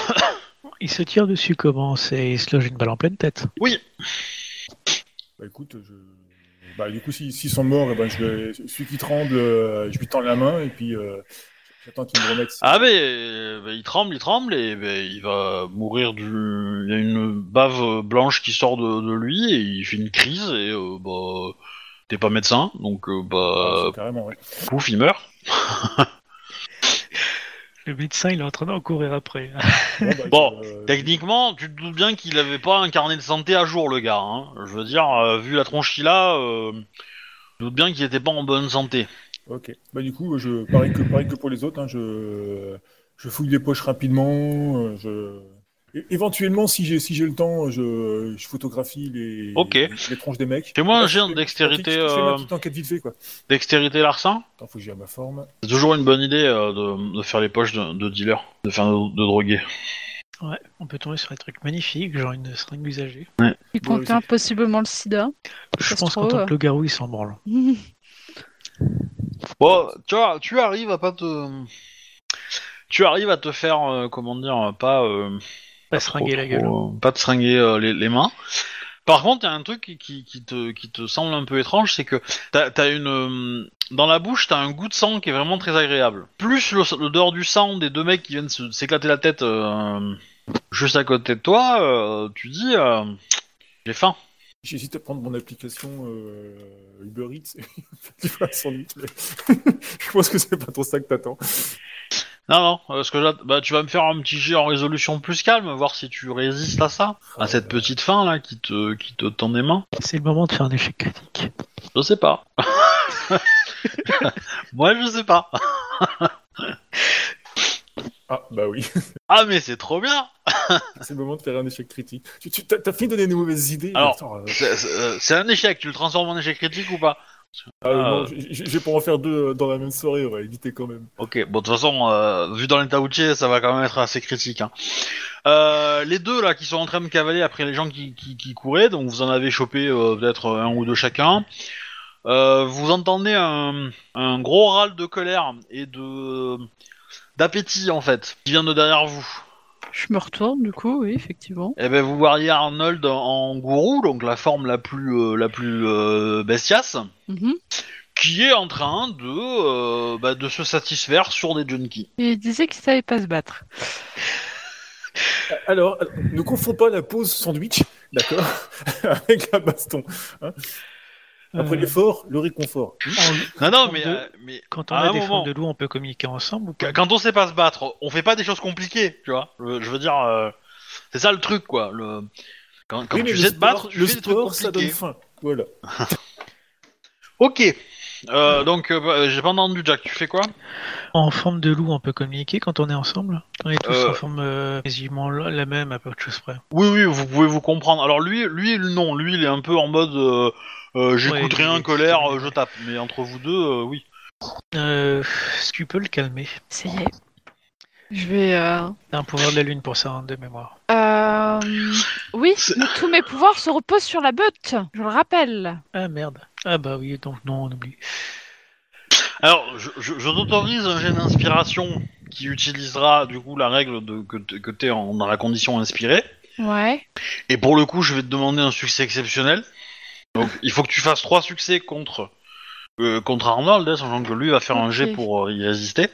Speaker 4: Ils se tirent dessus comment C'est ils se logent une balle en pleine tête.
Speaker 3: Bah écoute, je... bah, du coup, si- s'ils sont morts, eh ben, je vais- celui qui tremble, euh, je lui tends la main et puis euh, j'attends qu'il me remette. ses-
Speaker 1: Ah mais euh, bah, il tremble, il tremble et bah, il va mourir du. Il y a une bave euh, blanche qui sort de, de lui et il fait une crise et euh, bah t'es pas médecin donc euh,
Speaker 3: Ah,
Speaker 1: bah
Speaker 3: c'est carrément, ouais.
Speaker 1: pouf il meurt.
Speaker 4: Le médecin, il est en train d'en courir après.
Speaker 1: Bon,
Speaker 3: euh,
Speaker 1: Techniquement tu te doutes bien qu'il avait pas un carnet de santé à jour le gars. Hein. Je veux dire euh, vu la tronche qu'il a, euh, je doute bien qu'il était pas en bonne santé.
Speaker 3: Ok. Bah du coup, je pareil que pareil que pour les autres, hein, je je fouille les poches rapidement. euh, Je é- éventuellement, si j'ai si j'ai le temps, je, je photographie les
Speaker 1: Ok.
Speaker 3: les tronches des mecs.
Speaker 1: Fais-moi un jet en
Speaker 3: Je fais-
Speaker 1: dextérité,
Speaker 3: Je fais ma
Speaker 1: euh,
Speaker 3: petite enquête vite fait quoi.
Speaker 1: Dextérité larcin.
Speaker 3: Attends, faut que j'ai ma forme.
Speaker 1: C'est toujours une bonne idée euh, de, de faire les poches de, de dealer, de faire de, de droguer.
Speaker 4: Ouais, on peut tomber sur des trucs magnifiques, genre une seringue usagée.
Speaker 2: Il
Speaker 3: Bon,
Speaker 2: contient possiblement le sida.
Speaker 4: Je
Speaker 2: Ça se
Speaker 4: pense qu'en
Speaker 2: trouve.
Speaker 4: tant que le garou, il s'en branle.
Speaker 1: Bon, tu, vois, tu arrives à pas te. Tu arrives à te faire, euh, comment dire, pas. euh,
Speaker 4: Pas seringuer la
Speaker 1: trop,
Speaker 4: gueule.
Speaker 1: trop, euh, pas te seringuer euh, les, les mains. Par contre, il y a un truc qui, qui, qui te, qui te semble un peu étrange, c'est que t'as as une. euh, dans la bouche, t'as un goût de sang qui est vraiment très agréable. Plus le- l'odeur du sang des deux mecs qui viennent se- s'éclater la tête euh, juste à côté de toi, euh, tu dis. euh, J'ai faim.
Speaker 3: J'hésite à prendre mon application euh, Uber Eats et faire un sandwich, mais je pense que c'est pas trop ça que t'attends.
Speaker 1: Non, non, euh, ce que j'att- bah, tu vas me faire un petit jet en résolution plus calme, voir si tu résistes à ça, à cette petite faim là qui te, qui te tend des mains.
Speaker 4: C'est le moment de faire un échec critique.
Speaker 1: Je sais pas. Moi, je sais pas.
Speaker 3: Ah, bah oui,
Speaker 1: Ah, mais c'est trop bien!
Speaker 3: c'est le moment de faire un échec critique. Tu, tu- t'as, t'as fini de donner des mauvaises idées. mais
Speaker 1: Alors,
Speaker 3: attends, euh,
Speaker 1: C'est- C'est euh, c'est un échec, tu le transformes en échec critique ou pas
Speaker 3: ah,
Speaker 1: euh,
Speaker 3: non, j'ai- j'ai j'ai pour en faire deux euh, dans la même soirée, on va éviter quand même.
Speaker 1: Ok, bon de toute façon, euh, vu dans l'état où tu es, ça va quand même être assez critique. hein. Euh, les deux là qui sont en train de cavaler après les gens qui, qui, qui couraient, donc vous en avez chopé euh, peut-être un ou deux chacun. Euh, vous entendez un, un gros râle de colère et de d'appétit en fait qui vient de derrière vous.
Speaker 2: Je me retourne du coup, oui, effectivement.
Speaker 1: Eh ben, vous voyez Arnold en gourou, donc la forme la plus euh, la plus euh, bestiasse.
Speaker 2: Mhm.
Speaker 1: qui est en train de, euh, bah, de se satisfaire sur des junkies.
Speaker 2: Il disait qu'il savait pas se battre.
Speaker 3: Alors, alors, ne confonds pas la pause sandwich, d'accord, avec la baston. Après
Speaker 4: Euh,
Speaker 3: l'effort, le réconfort.
Speaker 4: en-
Speaker 1: Non, non, mais,
Speaker 4: Deux.
Speaker 1: euh, mais
Speaker 4: quand on
Speaker 1: À
Speaker 4: a
Speaker 1: un
Speaker 4: des
Speaker 1: moment.
Speaker 4: formes de loup, on peut communiquer ensemble ou
Speaker 1: qu-
Speaker 4: pas
Speaker 1: quand on sait pas se battre, on fait pas des choses compliquées, tu vois. Je, je veux dire, euh, c'est ça le truc, quoi. Le... Quand, quand
Speaker 3: Oui, mais
Speaker 1: tu
Speaker 3: le
Speaker 1: sais te battre,
Speaker 3: sport-
Speaker 1: tu
Speaker 3: le
Speaker 1: fais des trucs
Speaker 3: sport, ça donne
Speaker 1: compliqués.
Speaker 3: faim. Voilà.
Speaker 1: Ok. Euh, donc, euh, bah, j'ai pas entendu, Jack, tu fais quoi
Speaker 4: En forme de loup, on peut communiquer quand on est ensemble On est tous
Speaker 1: Euh.
Speaker 4: en forme euh, quasiment la la même, à peu de choses près.
Speaker 1: Oui, oui, vous pouvez vous comprendre. Alors, lui, lui non, lui, il est un peu en mode euh, euh, j'écoute
Speaker 4: Ouais,
Speaker 1: rien,
Speaker 4: il est-
Speaker 1: colère, euh, je tape. Mais entre vous deux, euh, oui.
Speaker 4: Euh, Est-ce que tu peux le calmer
Speaker 2: Ça y est. Je vais. euh,
Speaker 4: T'as un pouvoir de la lune pour ça, hein, de mémoire.
Speaker 2: euh, Oui,
Speaker 1: C'est-
Speaker 2: mais tous mes pouvoirs se reposent sur la botte. Je le rappelle.
Speaker 4: Ah merde. Ah bah oui, donc non, on oublie.
Speaker 1: Alors, je, je, je t'autorise un jet d'inspiration qui utilisera du coup la règle de, que, t- que t'es en- dans la condition inspirée.
Speaker 2: Ouais.
Speaker 1: Et pour le coup, je vais te demander un succès exceptionnel. Donc, il faut que tu fasses trois succès contre euh, contre Arnold, hein, sachant que lui va faire un
Speaker 2: Ok.
Speaker 1: jet pour euh, y résister.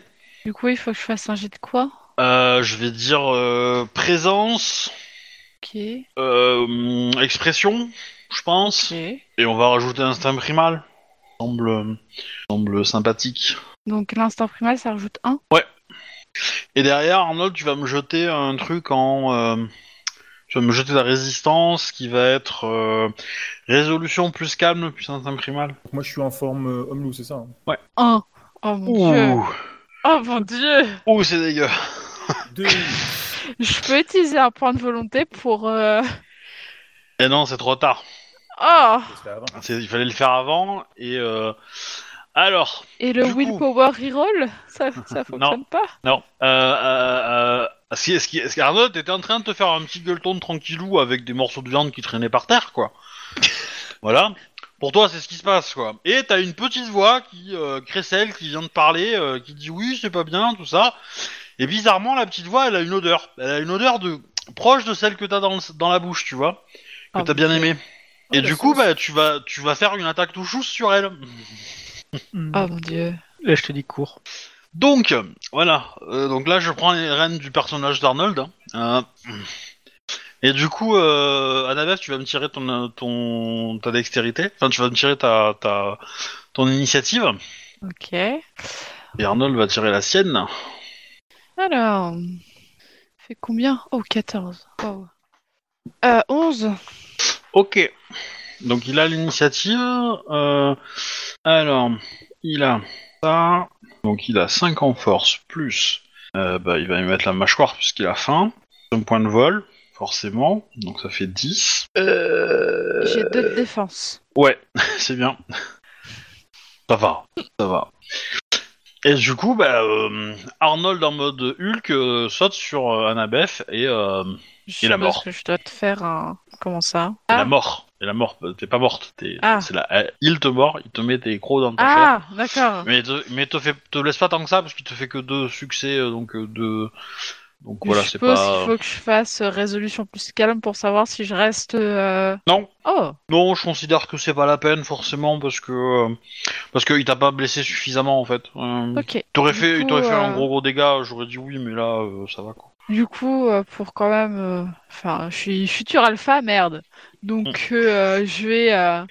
Speaker 2: Du coup, il faut que je fasse un jet de quoi
Speaker 1: Euh, je vais dire euh, présence,
Speaker 2: Ok.
Speaker 1: euh, hum, expression, je pense.
Speaker 2: Ok.
Speaker 1: Et on va rajouter instinct primal. Semble semble sympathique.
Speaker 2: Donc l'instant primal, ça rajoute 1.
Speaker 1: Et derrière, Arnold, tu vas me jeter un truc en. euh, tu vas me jeter la résistance qui va être euh, résolution plus calme plus instinct primal.
Speaker 3: Moi, je suis en forme euh, homme loup, c'est ça. hein
Speaker 2: 1. Oh mon dieu.
Speaker 1: Ouh,
Speaker 2: Oh mon dieu.
Speaker 1: Ouh c'est dégueu.
Speaker 3: Deux.
Speaker 2: Je peux utiliser un point de volonté pour. euh,
Speaker 1: Et Eh non, c'est trop tard.
Speaker 2: Oh
Speaker 3: C'était avant.
Speaker 1: C'est- Il fallait le faire avant. Et euh, alors,
Speaker 2: Et le
Speaker 1: Du coup-
Speaker 2: willpower reroll Ça, ça fonctionne pas
Speaker 1: non. Euh, euh, euh, ce qui- ce qui- ce qui- Arnold était en train de te faire un petit gueuleton de tranquillou avec des morceaux de viande qui traînaient par terre, quoi. voilà. Pour toi, c'est ce qui se passe, quoi. Et t'as une petite voix qui euh, crécelle, qui vient de parler, euh, qui dit oui, c'est pas bien, tout ça. Et bizarrement, la petite voix, elle a une odeur. Elle a une odeur de proche de celle que t'as dans, le- dans la bouche, tu vois, que
Speaker 2: Ah,
Speaker 1: t'as bien aimé.
Speaker 3: Ah,
Speaker 1: Et
Speaker 3: la
Speaker 1: du coup,
Speaker 3: sauce.
Speaker 1: bah, tu vas, tu vas faire une attaque touchousse sur elle.
Speaker 4: Hmm.
Speaker 2: Oh mon dieu.
Speaker 4: Là, je te dis cours.
Speaker 1: Donc, euh, voilà. Euh, donc là, je prends les rênes du personnage d'Arnold. hein. Euh, et du coup, euh, Annabeth, tu vas me tirer ton, euh, ton, ta dextérité. Enfin, tu vas me tirer ta, ta, ton initiative.
Speaker 2: Ok.
Speaker 1: Et Arnold va tirer la sienne.
Speaker 2: Alors. Fait combien Oh, 14. Wow. Euh, 11.
Speaker 1: Ok. Donc, il a l'initiative. Euh, alors, il a ça. Donc, il a 5 en force, plus. euh, bah, il va y mettre la mâchoire, puisqu'il a faim. Un point de vol, forcément. Donc, ça fait 10. Euh,
Speaker 2: J'ai deux de défense.
Speaker 1: Ouais, c'est bien. Ça va, ça va. Et du coup, bah, euh, Arnold en mode Hulk euh, saute sur euh, Annabeth et euh,
Speaker 2: Je
Speaker 1: la
Speaker 2: suppose
Speaker 1: mort.
Speaker 2: que je dois te faire un. Comment ça
Speaker 1: Et
Speaker 2: Ah.
Speaker 1: la mort. Et la mort, euh, t'es pas morte. t'es-
Speaker 2: Ah.
Speaker 1: C'est la... elle- Il te mord, il te met tes crocs dans ta chair.
Speaker 2: Ah, d'accord.
Speaker 1: Mais, te, mais te, fait, te laisse pas tant que ça parce qu'il te fait que deux succès, euh, donc euh, deux. Donc voilà,
Speaker 2: je
Speaker 1: c'est
Speaker 2: suppose
Speaker 1: pas.
Speaker 2: qu'il faut que je fasse euh, résolution plus calme pour savoir si je reste. euh,
Speaker 1: Non.
Speaker 2: Oh,
Speaker 1: Non, je considère que c'est pas la peine forcément parce que euh, parce qu'il t'a pas blessé suffisamment en fait. Euh,
Speaker 2: ok.
Speaker 1: t'aurais
Speaker 2: Du
Speaker 1: fait, il
Speaker 2: coup,
Speaker 1: t'aurait fait un
Speaker 2: euh,
Speaker 1: gros gros dégât, j'aurais dit oui, mais là euh, ça va quoi.
Speaker 2: Du coup, euh, pour quand même. euh, Enfin, je suis futur alpha, merde. Donc,
Speaker 1: Mm.
Speaker 2: euh, je vais euh,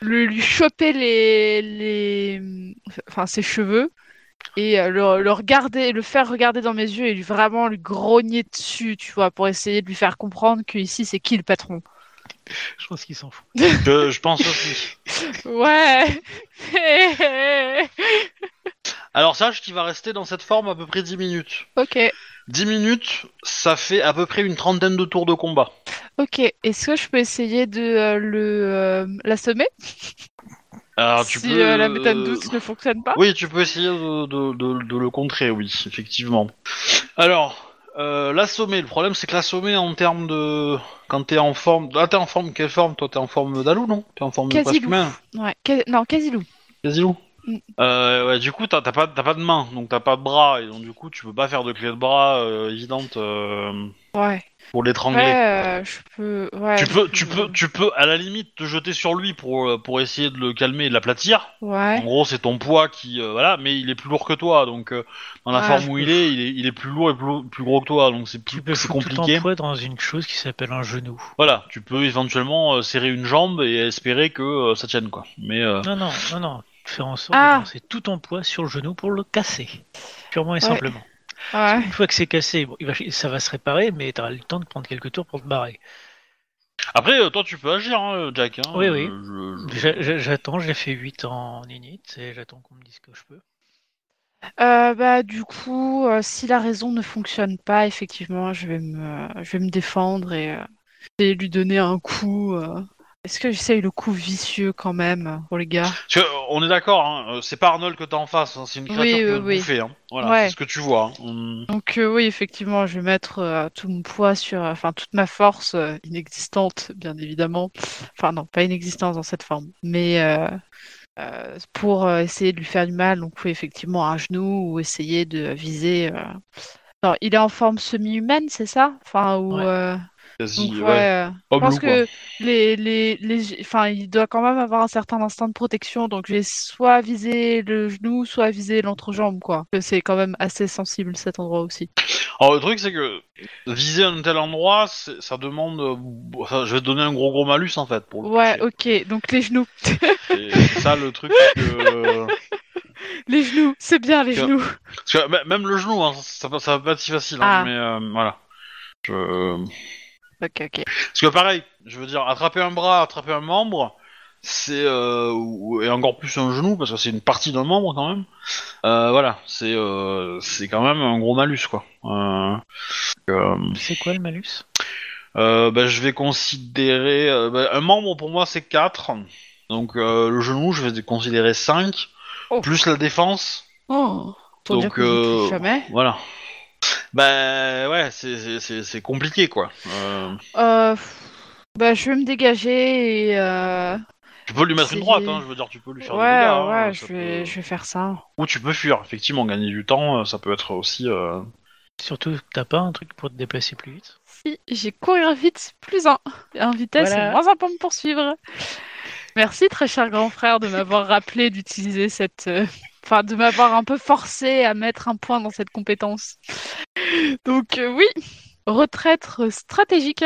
Speaker 2: le- lui choper les, les. Enfin, ses cheveux. Et euh, le, le regarder, le faire regarder dans mes yeux et lui, vraiment lui grogner dessus, tu vois, pour essayer de lui faire comprendre que ici c'est qui le patron.
Speaker 4: Je pense qu'il s'en fout.
Speaker 1: je, je pense aussi.
Speaker 2: Ouais!
Speaker 1: Alors sache qu'il va rester dans cette forme à peu près 10 minutes.
Speaker 2: ok.
Speaker 1: 10 minutes, ça fait à peu près une trentaine de tours de combat.
Speaker 2: Ok, est-ce que je peux essayer de euh, le euh, l'assommer
Speaker 1: Alors tu
Speaker 2: si
Speaker 1: peux
Speaker 2: euh, la
Speaker 1: euh,
Speaker 2: méthode douce ne fonctionne pas
Speaker 1: Oui, tu peux essayer de, de- de- de le contrer, oui, effectivement. Alors, euh, l'assommer, le problème c'est que l'assommer en termes de. Quand t'es en forme. Ah, t'es en forme, quelle forme Toi, t'es en forme d'Alou, non T'es en forme de
Speaker 2: Quasi
Speaker 1: presque
Speaker 2: loup.
Speaker 1: main
Speaker 2: Ouais, quasi- non, quasi loup.
Speaker 1: Casilou
Speaker 2: Mm.
Speaker 1: euh, ouais, du coup, t'as t'as pas, t'as pas de main, donc t'as pas de bras, et donc du coup, tu peux pas faire de clé de bras euh, évidente euh,
Speaker 2: Ouais.
Speaker 1: pour l'étrangler.
Speaker 2: Ouais, euh, je peux. Ouais.
Speaker 1: Tu
Speaker 2: je
Speaker 1: peux, tu peux, tu peux, à la limite, te jeter sur lui pour, euh, pour essayer de le calmer et de l'aplatir, En
Speaker 2: Ouais.
Speaker 1: gros, c'est ton poids qui, euh, voilà, mais il est plus lourd que toi, donc euh, dans la
Speaker 2: Ah,
Speaker 1: forme
Speaker 2: je
Speaker 1: où
Speaker 4: peux-
Speaker 1: il est, il est, il est plus lourd et plus, plus gros que toi, donc c'est
Speaker 4: Tu
Speaker 1: plus,
Speaker 4: peux
Speaker 1: c'est
Speaker 4: foutre tout
Speaker 1: compliqué.
Speaker 4: ton poids dans une chose qui s'appelle un genou.
Speaker 1: Voilà, tu peux éventuellement euh, serrer une jambe et espérer que euh, ça tienne, quoi. Mais euh,
Speaker 4: Non, non, non, non. Faire en sorte
Speaker 2: Ah.
Speaker 4: de lancer tout ton poids sur le genou pour le casser. Purement et
Speaker 2: Ouais.
Speaker 4: simplement.
Speaker 2: Ouais.
Speaker 4: Une fois que c'est cassé, bon, il va- ça va se réparer, mais t'auras le temps de prendre quelques tours pour te barrer.
Speaker 1: après, euh, toi, tu peux agir, hein, Jack. hein,
Speaker 4: Oui, oui.
Speaker 1: euh, je- je-
Speaker 4: J'a- j'a- J'attends, j'ai fait 8 en init, et j'attends qu'on me dise ce que je peux.
Speaker 2: Euh, bah, du coup, euh, si la raison ne fonctionne pas, effectivement, je vais me, je vais me défendre et, euh, et lui donner un coup. euh. Est-ce que j'essaye le coup vicieux quand même pour les gars
Speaker 1: Parce que, euh, on est d'accord, hein, euh, c'est pas Arnold que t'as en face, hein, c'est une
Speaker 2: Oui,
Speaker 1: créature qui
Speaker 2: oui,
Speaker 1: veut te
Speaker 2: oui.
Speaker 1: bouffer, hein. Voilà,
Speaker 2: Ouais.
Speaker 1: c'est ce que tu vois. hein. Hum.
Speaker 2: Donc euh, oui, effectivement, je vais mettre euh, tout mon poids sur, euh, enfin toute ma force euh, inexistante, bien évidemment. Enfin non, pas inexistante dans cette forme, mais euh, euh, pour euh, essayer de lui faire du mal. Donc oui, effectivement, un genou ou essayer de viser. euh. Non, il est en forme semi-humaine, c'est ça? Enfin ou
Speaker 4: Ouais.
Speaker 2: euh,
Speaker 1: Quasi,
Speaker 2: donc
Speaker 1: ouais,
Speaker 2: ouais. euh, Je
Speaker 1: homme
Speaker 2: pense
Speaker 1: loup, quoi.
Speaker 2: que les, les, les, enfin, il doit quand même avoir un certain instinct de protection, donc j'ai soit visé le genou, soit visé l'entrejambe, quoi. Parce que C'est quand même assez sensible cet endroit aussi.
Speaker 1: Alors le truc c'est que viser un tel endroit, c'est- ça demande. euh, bon, ça- je vais te donner un gros gros malus en fait pour le
Speaker 2: Ouais,
Speaker 1: toucher.
Speaker 2: ok, donc les genoux.
Speaker 1: Et C'est ça le truc c'est que.
Speaker 2: les genoux, c'est bien les
Speaker 1: Tiens.
Speaker 2: genoux.
Speaker 1: Parce que m- même le genou, hein, ça, va- ça va pas être si facile. hein,
Speaker 2: Ah.
Speaker 1: Mais euh, voilà. Je-
Speaker 2: Ok, ok.
Speaker 1: Parce que pareil, je veux dire, attraper un bras, attraper un membre, c'est euh, ou- et encore plus un genou parce que c'est une partie d'un membre quand même. Euh, voilà, c'est euh, c'est quand même un gros malus quoi. Euh, euh,
Speaker 4: C'est quoi le malus
Speaker 1: Euh, bah, je vais considérer. euh, bah, un membre pour moi c'est 4. Donc euh, le genou, je vais considérer 5.
Speaker 2: Oh.
Speaker 1: Plus la défense.
Speaker 2: Oh, pour
Speaker 1: Donc,
Speaker 2: dire qu'on ne
Speaker 1: euh,
Speaker 2: touche jamais.
Speaker 1: Voilà. Bah ouais, c'est- c'est- c'est c'est compliqué quoi. Euh,
Speaker 2: Euh, pff, bah, je vais me dégager et. euh,
Speaker 1: tu peux lui mettre une
Speaker 2: C'est-
Speaker 1: droite, hein, je veux dire, tu peux lui
Speaker 2: Ouais,
Speaker 1: faire
Speaker 2: ouais,
Speaker 1: des dégâts. hein, ça
Speaker 2: je,
Speaker 1: peut-
Speaker 2: vais, je vais faire ça.
Speaker 1: Ou tu peux fuir, effectivement, gagner du temps, euh, ça peut être aussi. euh,
Speaker 4: Surtout, t'as pas un truc pour te déplacer plus vite
Speaker 2: Si, j'ai courir vite, plus un. Un vitesse,
Speaker 4: Voilà.
Speaker 2: et moins un pour me poursuivre. Merci, très cher grand frère, de m'avoir rappelé d'utiliser cette. euh, Enfin, de m'avoir un peu forcé à mettre un point dans cette compétence. Donc, euh, oui, retraite stratégique.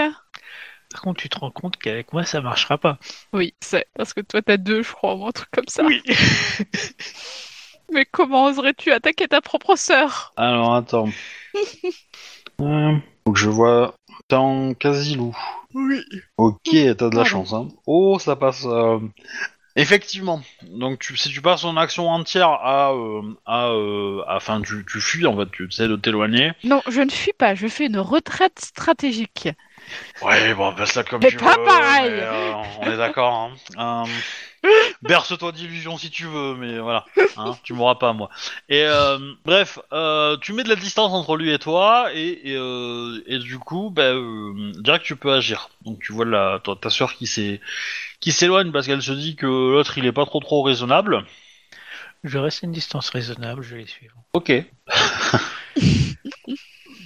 Speaker 4: Par contre, tu te rends compte qu'avec moi, ça marchera pas.
Speaker 2: Oui, c'est parce que toi t'as deux, je crois, ou un truc comme ça.
Speaker 4: Oui.
Speaker 2: Mais comment oserais-tu attaquer ta propre sœur
Speaker 1: Alors attends. Hum, faut que je vois. T'es en quasi-loup.
Speaker 2: Oui.
Speaker 1: Ok, t'as de la
Speaker 2: Pardon.
Speaker 1: chance. Hein. Oh, ça passe. euh, Effectivement. Donc, tu- si tu passes ton action entière à, euh, à, euh, à- enfin, tu, tu fuis en fait, tu essaies de t'éloigner.
Speaker 2: Non, je ne fuis pas, je fais une retraite stratégique.
Speaker 1: Ouais, bon, passe là comme
Speaker 2: Mais
Speaker 1: tu
Speaker 2: pas
Speaker 1: veux,
Speaker 2: pareil.
Speaker 1: mais, euh, on est d'accord. hein. Euh, Berce-toi d'illusions si tu veux, mais voilà, hein, tu m'auras pas moi. Et euh, bref, euh, tu mets de la distance entre lui et toi, et, et, euh, et du coup, bah, euh, direct tu peux agir. Donc tu vois la, ta, ta soeur qui s'est qui s'éloigne parce qu'elle se dit que l'autre il est pas trop trop raisonnable.
Speaker 4: Je reste à une distance raisonnable, je les suivre.
Speaker 1: Ok.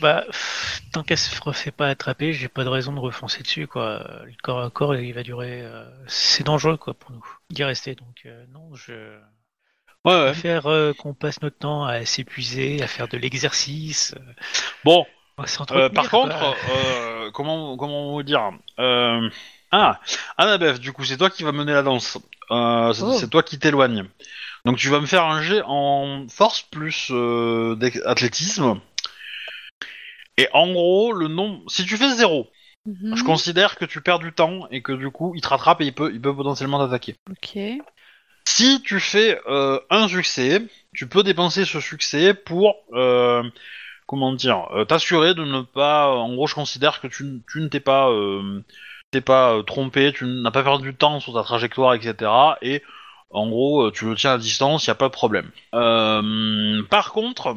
Speaker 4: Bah, pff, tant qu'elle se refait pas attraper, j'ai pas de raison de refoncer dessus, quoi. Le corps à corps, il va durer. euh, C'est dangereux, quoi, pour nous. Y rester, donc euh, non, je.
Speaker 1: Ouais, ouais.
Speaker 4: Faire euh, qu'on passe notre temps à s'épuiser, à faire de l'exercice, euh,
Speaker 1: Bon,
Speaker 4: à s'entretenir.
Speaker 1: Euh, par
Speaker 4: quoi.
Speaker 1: contre, euh, comment, comment vous dire euh, Ah, Annabeth, du coup, c'est toi qui vas mener la danse. Euh, c'est
Speaker 2: Oh.
Speaker 1: c'est toi qui t'éloigne. Donc tu vas me faire un jet en force plus euh, d'ex- athlétisme. Et en gros, le nombre... Si tu fais zéro,
Speaker 2: Mhm,
Speaker 1: je considère que tu perds du temps et que du coup, il te rattrape et il peut, il peut potentiellement t'attaquer.
Speaker 2: Ok.
Speaker 1: Si tu fais euh, un succès, tu peux dépenser ce succès pour euh, comment dire euh, t'assurer de ne pas. en gros, je considère que tu, n- tu ne t'es pas euh, t'es pas euh, trompé, tu n'as pas perdu du temps sur ta trajectoire, etc. Et en gros, euh, tu le tiens à distance, il n'y a pas de problème. Euh, par contre,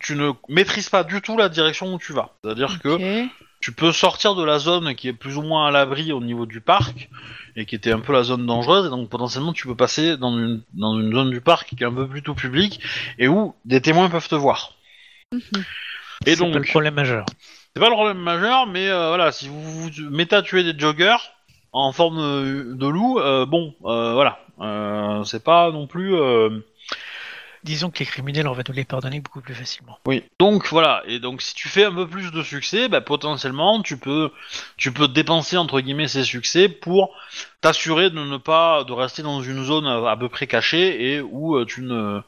Speaker 1: tu ne maîtrises pas du tout la direction où tu vas. C'est-à-dire que
Speaker 2: ok.
Speaker 1: tu peux sortir de la zone qui est plus ou moins à l'abri au niveau du parc et qui était un peu la zone dangereuse et donc potentiellement tu peux passer dans une, dans une zone du parc qui est un peu plus tout public et où des témoins peuvent te voir.
Speaker 2: Mhm.
Speaker 1: Et
Speaker 4: C'est pas
Speaker 1: donc,
Speaker 4: le problème majeur.
Speaker 1: c'est pas le problème majeur, mais euh, voilà, si vous vous mettez à tuer des joggers en forme euh, de loup, euh, bon, euh, voilà, Euh, c'est pas non plus... euh,
Speaker 4: Disons que les criminels, on va nous les pardonner beaucoup plus facilement.
Speaker 1: Oui. Donc voilà, et donc si tu fais un peu plus de succès, bah, potentiellement tu peux tu peux dépenser entre guillemets ces succès pour t'assurer de ne pas de rester dans une zone euh, à, à peu près cachée et où euh, tu ne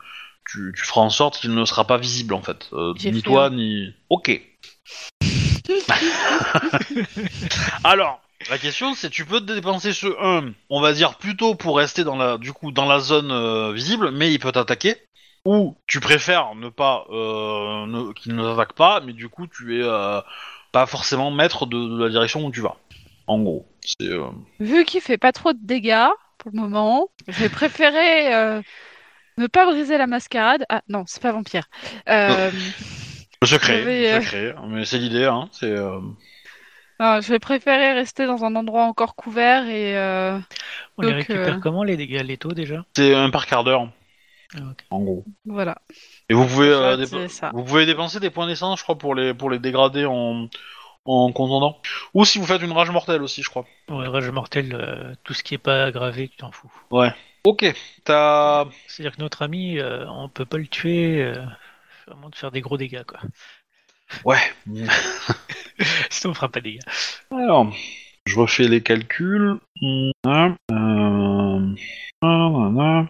Speaker 1: tu, tu feras en sorte qu'il ne sera pas visible en fait, Euh,
Speaker 2: J'ai
Speaker 1: ni
Speaker 2: fait
Speaker 1: toi ni OK. Alors, la question c'est tu peux te dépenser ce 1, on va dire plutôt pour rester dans la du coup dans la zone euh, visible, mais il peut t'attaquer ou tu préfères ne pas euh, ne- qu'il ne t'attaque pas, mais du coup tu es euh, pas forcément maître de, de la direction où tu vas. En gros, c'est euh,
Speaker 2: Vu qu'il fait pas trop de dégâts pour le moment, j'ai préféré euh, ne pas briser la mascarade. Ah non, c'est pas vampire. Euh,
Speaker 1: le secret,
Speaker 2: Je vais,
Speaker 1: le
Speaker 2: euh,
Speaker 1: secret. Mais c'est l'idée, hein. C'est euh,
Speaker 2: non, je vais préférer rester dans un endroit encore couvert et euh,
Speaker 4: On les
Speaker 2: Donc,
Speaker 4: récupère
Speaker 2: euh,
Speaker 4: comment, les dégâts létaux, déjà
Speaker 1: c'est un par quart d'heure,
Speaker 4: Ah, ok.
Speaker 1: en gros.
Speaker 2: voilà.
Speaker 1: Et vous pouvez
Speaker 2: Ça,
Speaker 1: euh,
Speaker 2: c'est ça.
Speaker 1: vous pouvez dépenser des points d'essence, je crois, pour les pour les dégrader en en contendant. Ou si vous faites une rage mortelle aussi, je crois.
Speaker 4: Pour le rage mortel, euh, tout ce qui est pas aggravé, tu t'en fous.
Speaker 1: Ok, t'as
Speaker 4: C'est-à-dire que notre ami, euh, on peut pas le tuer, euh, à moins de faire des gros dégâts, quoi.
Speaker 1: ouais.
Speaker 4: Sinon, on fera pas de dégâts.
Speaker 1: Alors, je refais les calculs. Hum, hum, hum, hum.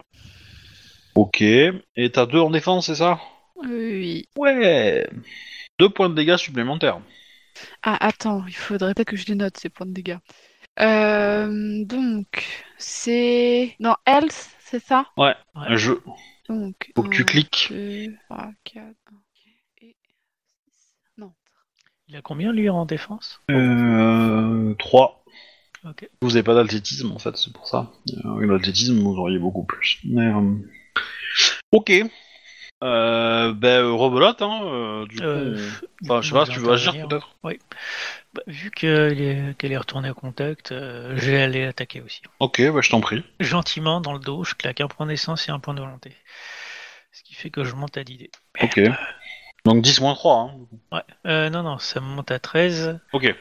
Speaker 1: Ok. Et t'as deux en défense, c'est ça
Speaker 2: Oui.
Speaker 1: Ouais. Deux points de dégâts supplémentaires.
Speaker 2: Ah attends, il faudrait peut-être que je les note ces points de dégâts. Euh, donc c'est non health, c'est ça
Speaker 4: Ouais.
Speaker 1: Je...
Speaker 2: Donc.
Speaker 1: Faut que tu
Speaker 2: un,
Speaker 1: cliques.
Speaker 2: deux, trois, quatre, cinq, et six. Non.
Speaker 4: Il a combien, lui, en défense
Speaker 1: Euh, 3.
Speaker 4: Ok.
Speaker 1: Vous n'avez pas d'altétisme en fait, c'est pour ça. Euh, Avec l'altétisme, vous auriez beaucoup plus. Mais, euh, Ok. Euh, ben, euh, rebelote, hein. euh, du coup,
Speaker 4: Euh,
Speaker 1: on- enfin, je sais pas, si tu veux agir
Speaker 4: intervenir.
Speaker 1: peut-être
Speaker 4: Bah, vu qu'elle est, qu'elle est retournée au contact, euh, je vais aller attaquer aussi.
Speaker 1: Ok, bah, je t'en prie.
Speaker 4: Gentiment, dans le dos, je claque un point d'essence et un point de volonté. Ce qui fait que je monte à 10 dés.
Speaker 1: Ok. Donc 10 moins 3. Hein.
Speaker 4: Ouais. Euh, non, non, ça me monte à 13.
Speaker 1: Ok.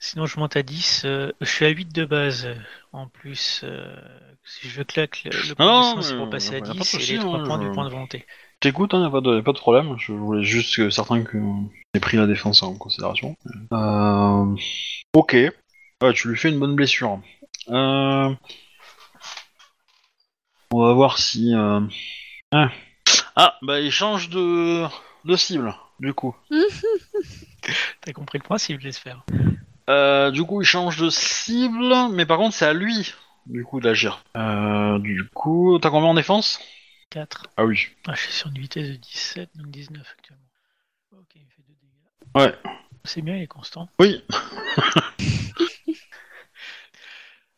Speaker 4: Sinon, je monte à 10. euh, je suis à 8 de base. En plus, euh, si je claque le, le point
Speaker 1: non,
Speaker 4: d'essence, c'est
Speaker 1: mais
Speaker 4: pour passer
Speaker 1: y
Speaker 4: à
Speaker 1: a pas de
Speaker 4: 10 et
Speaker 1: souci,
Speaker 4: les 3
Speaker 1: hein,
Speaker 4: points
Speaker 1: je-
Speaker 4: du point de volonté.
Speaker 1: T'écoutes, hein, y a pas de, y a pas de problème. Je voulais juste que certain que j'ai pris la défense en considération. Euh, Ok. Ouais, tu lui fais une bonne blessure. Euh, On va voir si. euh, Ah. Ah, bah il change de, de cible, du coup.
Speaker 4: T'as compris le principe, j'espère.
Speaker 1: Euh, du coup, il change de cible, mais par contre, c'est à lui, du coup, d'agir. Euh, du coup, t'as combien en défense
Speaker 4: 4.
Speaker 1: Ah oui.
Speaker 4: Ah, je suis sur une vitesse de 17, donc 19 actuellement. Ok, il fait 2 dégâts.
Speaker 1: Ouais.
Speaker 4: C'est bien, il est constant.
Speaker 1: Oui.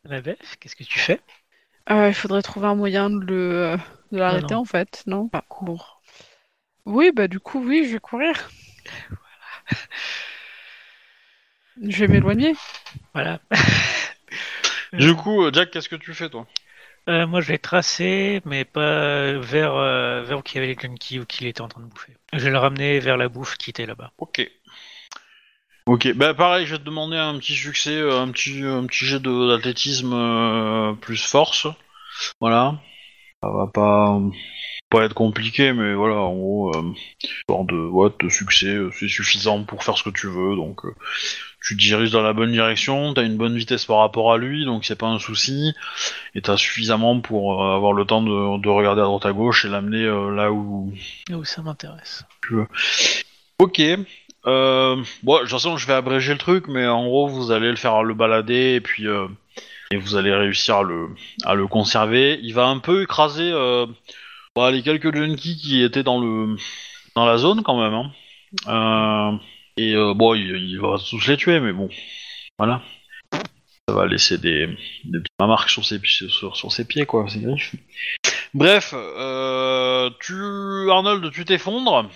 Speaker 4: La bête, qu'est-ce que tu fais
Speaker 2: Euh, il faudrait trouver un moyen de le euh, de l'arrêter
Speaker 4: non.
Speaker 2: en fait, non Ah,
Speaker 4: Cours.
Speaker 2: bon. Oui, bah du coup oui, je vais courir. Je vais m'éloigner.
Speaker 4: Voilà.
Speaker 1: Du coup, euh, Jack, qu'est-ce que tu fais, toi
Speaker 4: Euh, moi, je vais tracer, mais pas vers, euh, vers où il y avait les junkies ou qu'il était en train de bouffer. Je vais le ramener vers la bouffe qui était là-bas.
Speaker 1: Ok. Ok, bah pareil, je vais te demander un petit succès, euh, un petit, un petit jet de- d'athlétisme euh, plus force. Voilà. Ça va pas, euh, pas être compliqué, mais voilà, en gros, euh, histoire de, ouais, de succès, euh, c'est suffisant pour faire ce que tu veux, donc euh, tu te diriges dans la bonne direction, t'as une bonne vitesse par rapport à lui, donc c'est pas un souci, et t'as suffisamment pour euh, avoir le temps de, de regarder à droite à gauche et l'amener euh, là où,
Speaker 4: Là où ça m'intéresse.
Speaker 1: Ok. Euh, bon, de toute façon, je vais abréger le truc, mais en gros, vous allez le faire le balader et puis euh, et vous allez réussir à le, à le conserver. Il va un peu écraser euh, bah, les quelques junkies qui étaient dans le dans la zone quand même. hein. Euh, et euh, bon, il, il va tous les tuer, mais bon, voilà. Ça va laisser des, des petites marques sur ses, sur, sur ses pieds, quoi. ses griffes. Bref, euh, tu Arnold, tu t'effondres.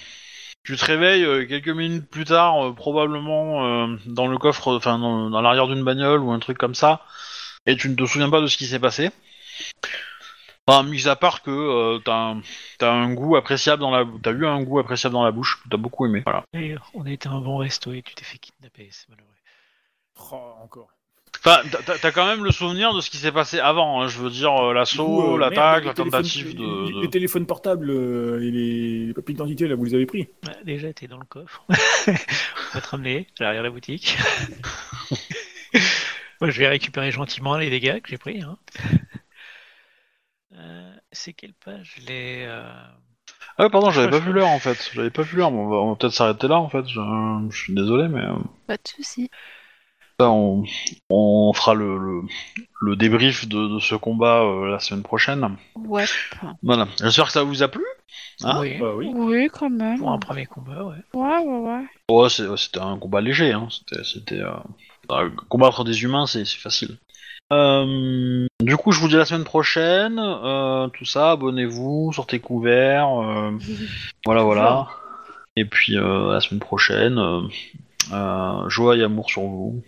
Speaker 1: Tu te réveilles euh, quelques minutes plus tard, euh, probablement euh, dans le coffre, enfin dans, dans l'arrière d'une bagnole ou un truc comme ça, et tu ne te souviens pas de ce qui s'est passé. Enfin, mis à part que euh, t'as un, t'as un goût appréciable dans la, t'as eu un goût appréciable dans la bouche, que t'as beaucoup aimé. Voilà.
Speaker 4: Et on était un bon resto et tu t'es fait kidnapper, c'est malheureux.
Speaker 3: Oh, encore.
Speaker 1: Enfin, t'as- t'as- t'as quand même le souvenir de ce qui s'est passé avant. hein, je veux dire euh,
Speaker 3: Du coup,
Speaker 1: l'assaut,
Speaker 3: euh,
Speaker 1: l'attaque, la
Speaker 3: merde, les
Speaker 1: tentative
Speaker 3: téléphones-
Speaker 1: de.
Speaker 3: Les,
Speaker 1: de-
Speaker 3: les téléphones portables euh, et les, les papiers d'identité, là, vous les avez pris.
Speaker 4: Bah, déjà, t'es dans le coffre. on va te ramener à l'arrière de la boutique. Moi, je vais récupérer gentiment les dégâts que j'ai pris. hein. Euh, c'est quelle page les, euh,
Speaker 1: Ah ouais, pardon, j'avais pas vu l'heure en fait. J'avais pas vu l'heure. mais On va, on va peut-être s'arrêter là en fait. Je, je suis désolé, mais. euh,
Speaker 2: Pas de souci.
Speaker 1: Ça, on, on fera le, le, le débrief de, de ce combat euh, la semaine prochaine.
Speaker 2: Ouais.
Speaker 1: Voilà. J'espère que ça vous a plu. Ah,
Speaker 4: oui,
Speaker 3: Bah oui.
Speaker 2: Oui, quand même.
Speaker 4: Pour un premier combat, ouais.
Speaker 2: Ouais, ouais, ouais.
Speaker 1: Ouais, c'est- ouais, c'était un combat léger. Hein. C'était, c'était, euh, euh, combattre des humains, c'est, c'est facile. Euh, du coup, je vous dis à la semaine prochaine. euh, tout ça, abonnez-vous, sortez couverts. euh, voilà, voilà. Et puis, euh, à la semaine prochaine. Euh, euh, joie et amour sur vous.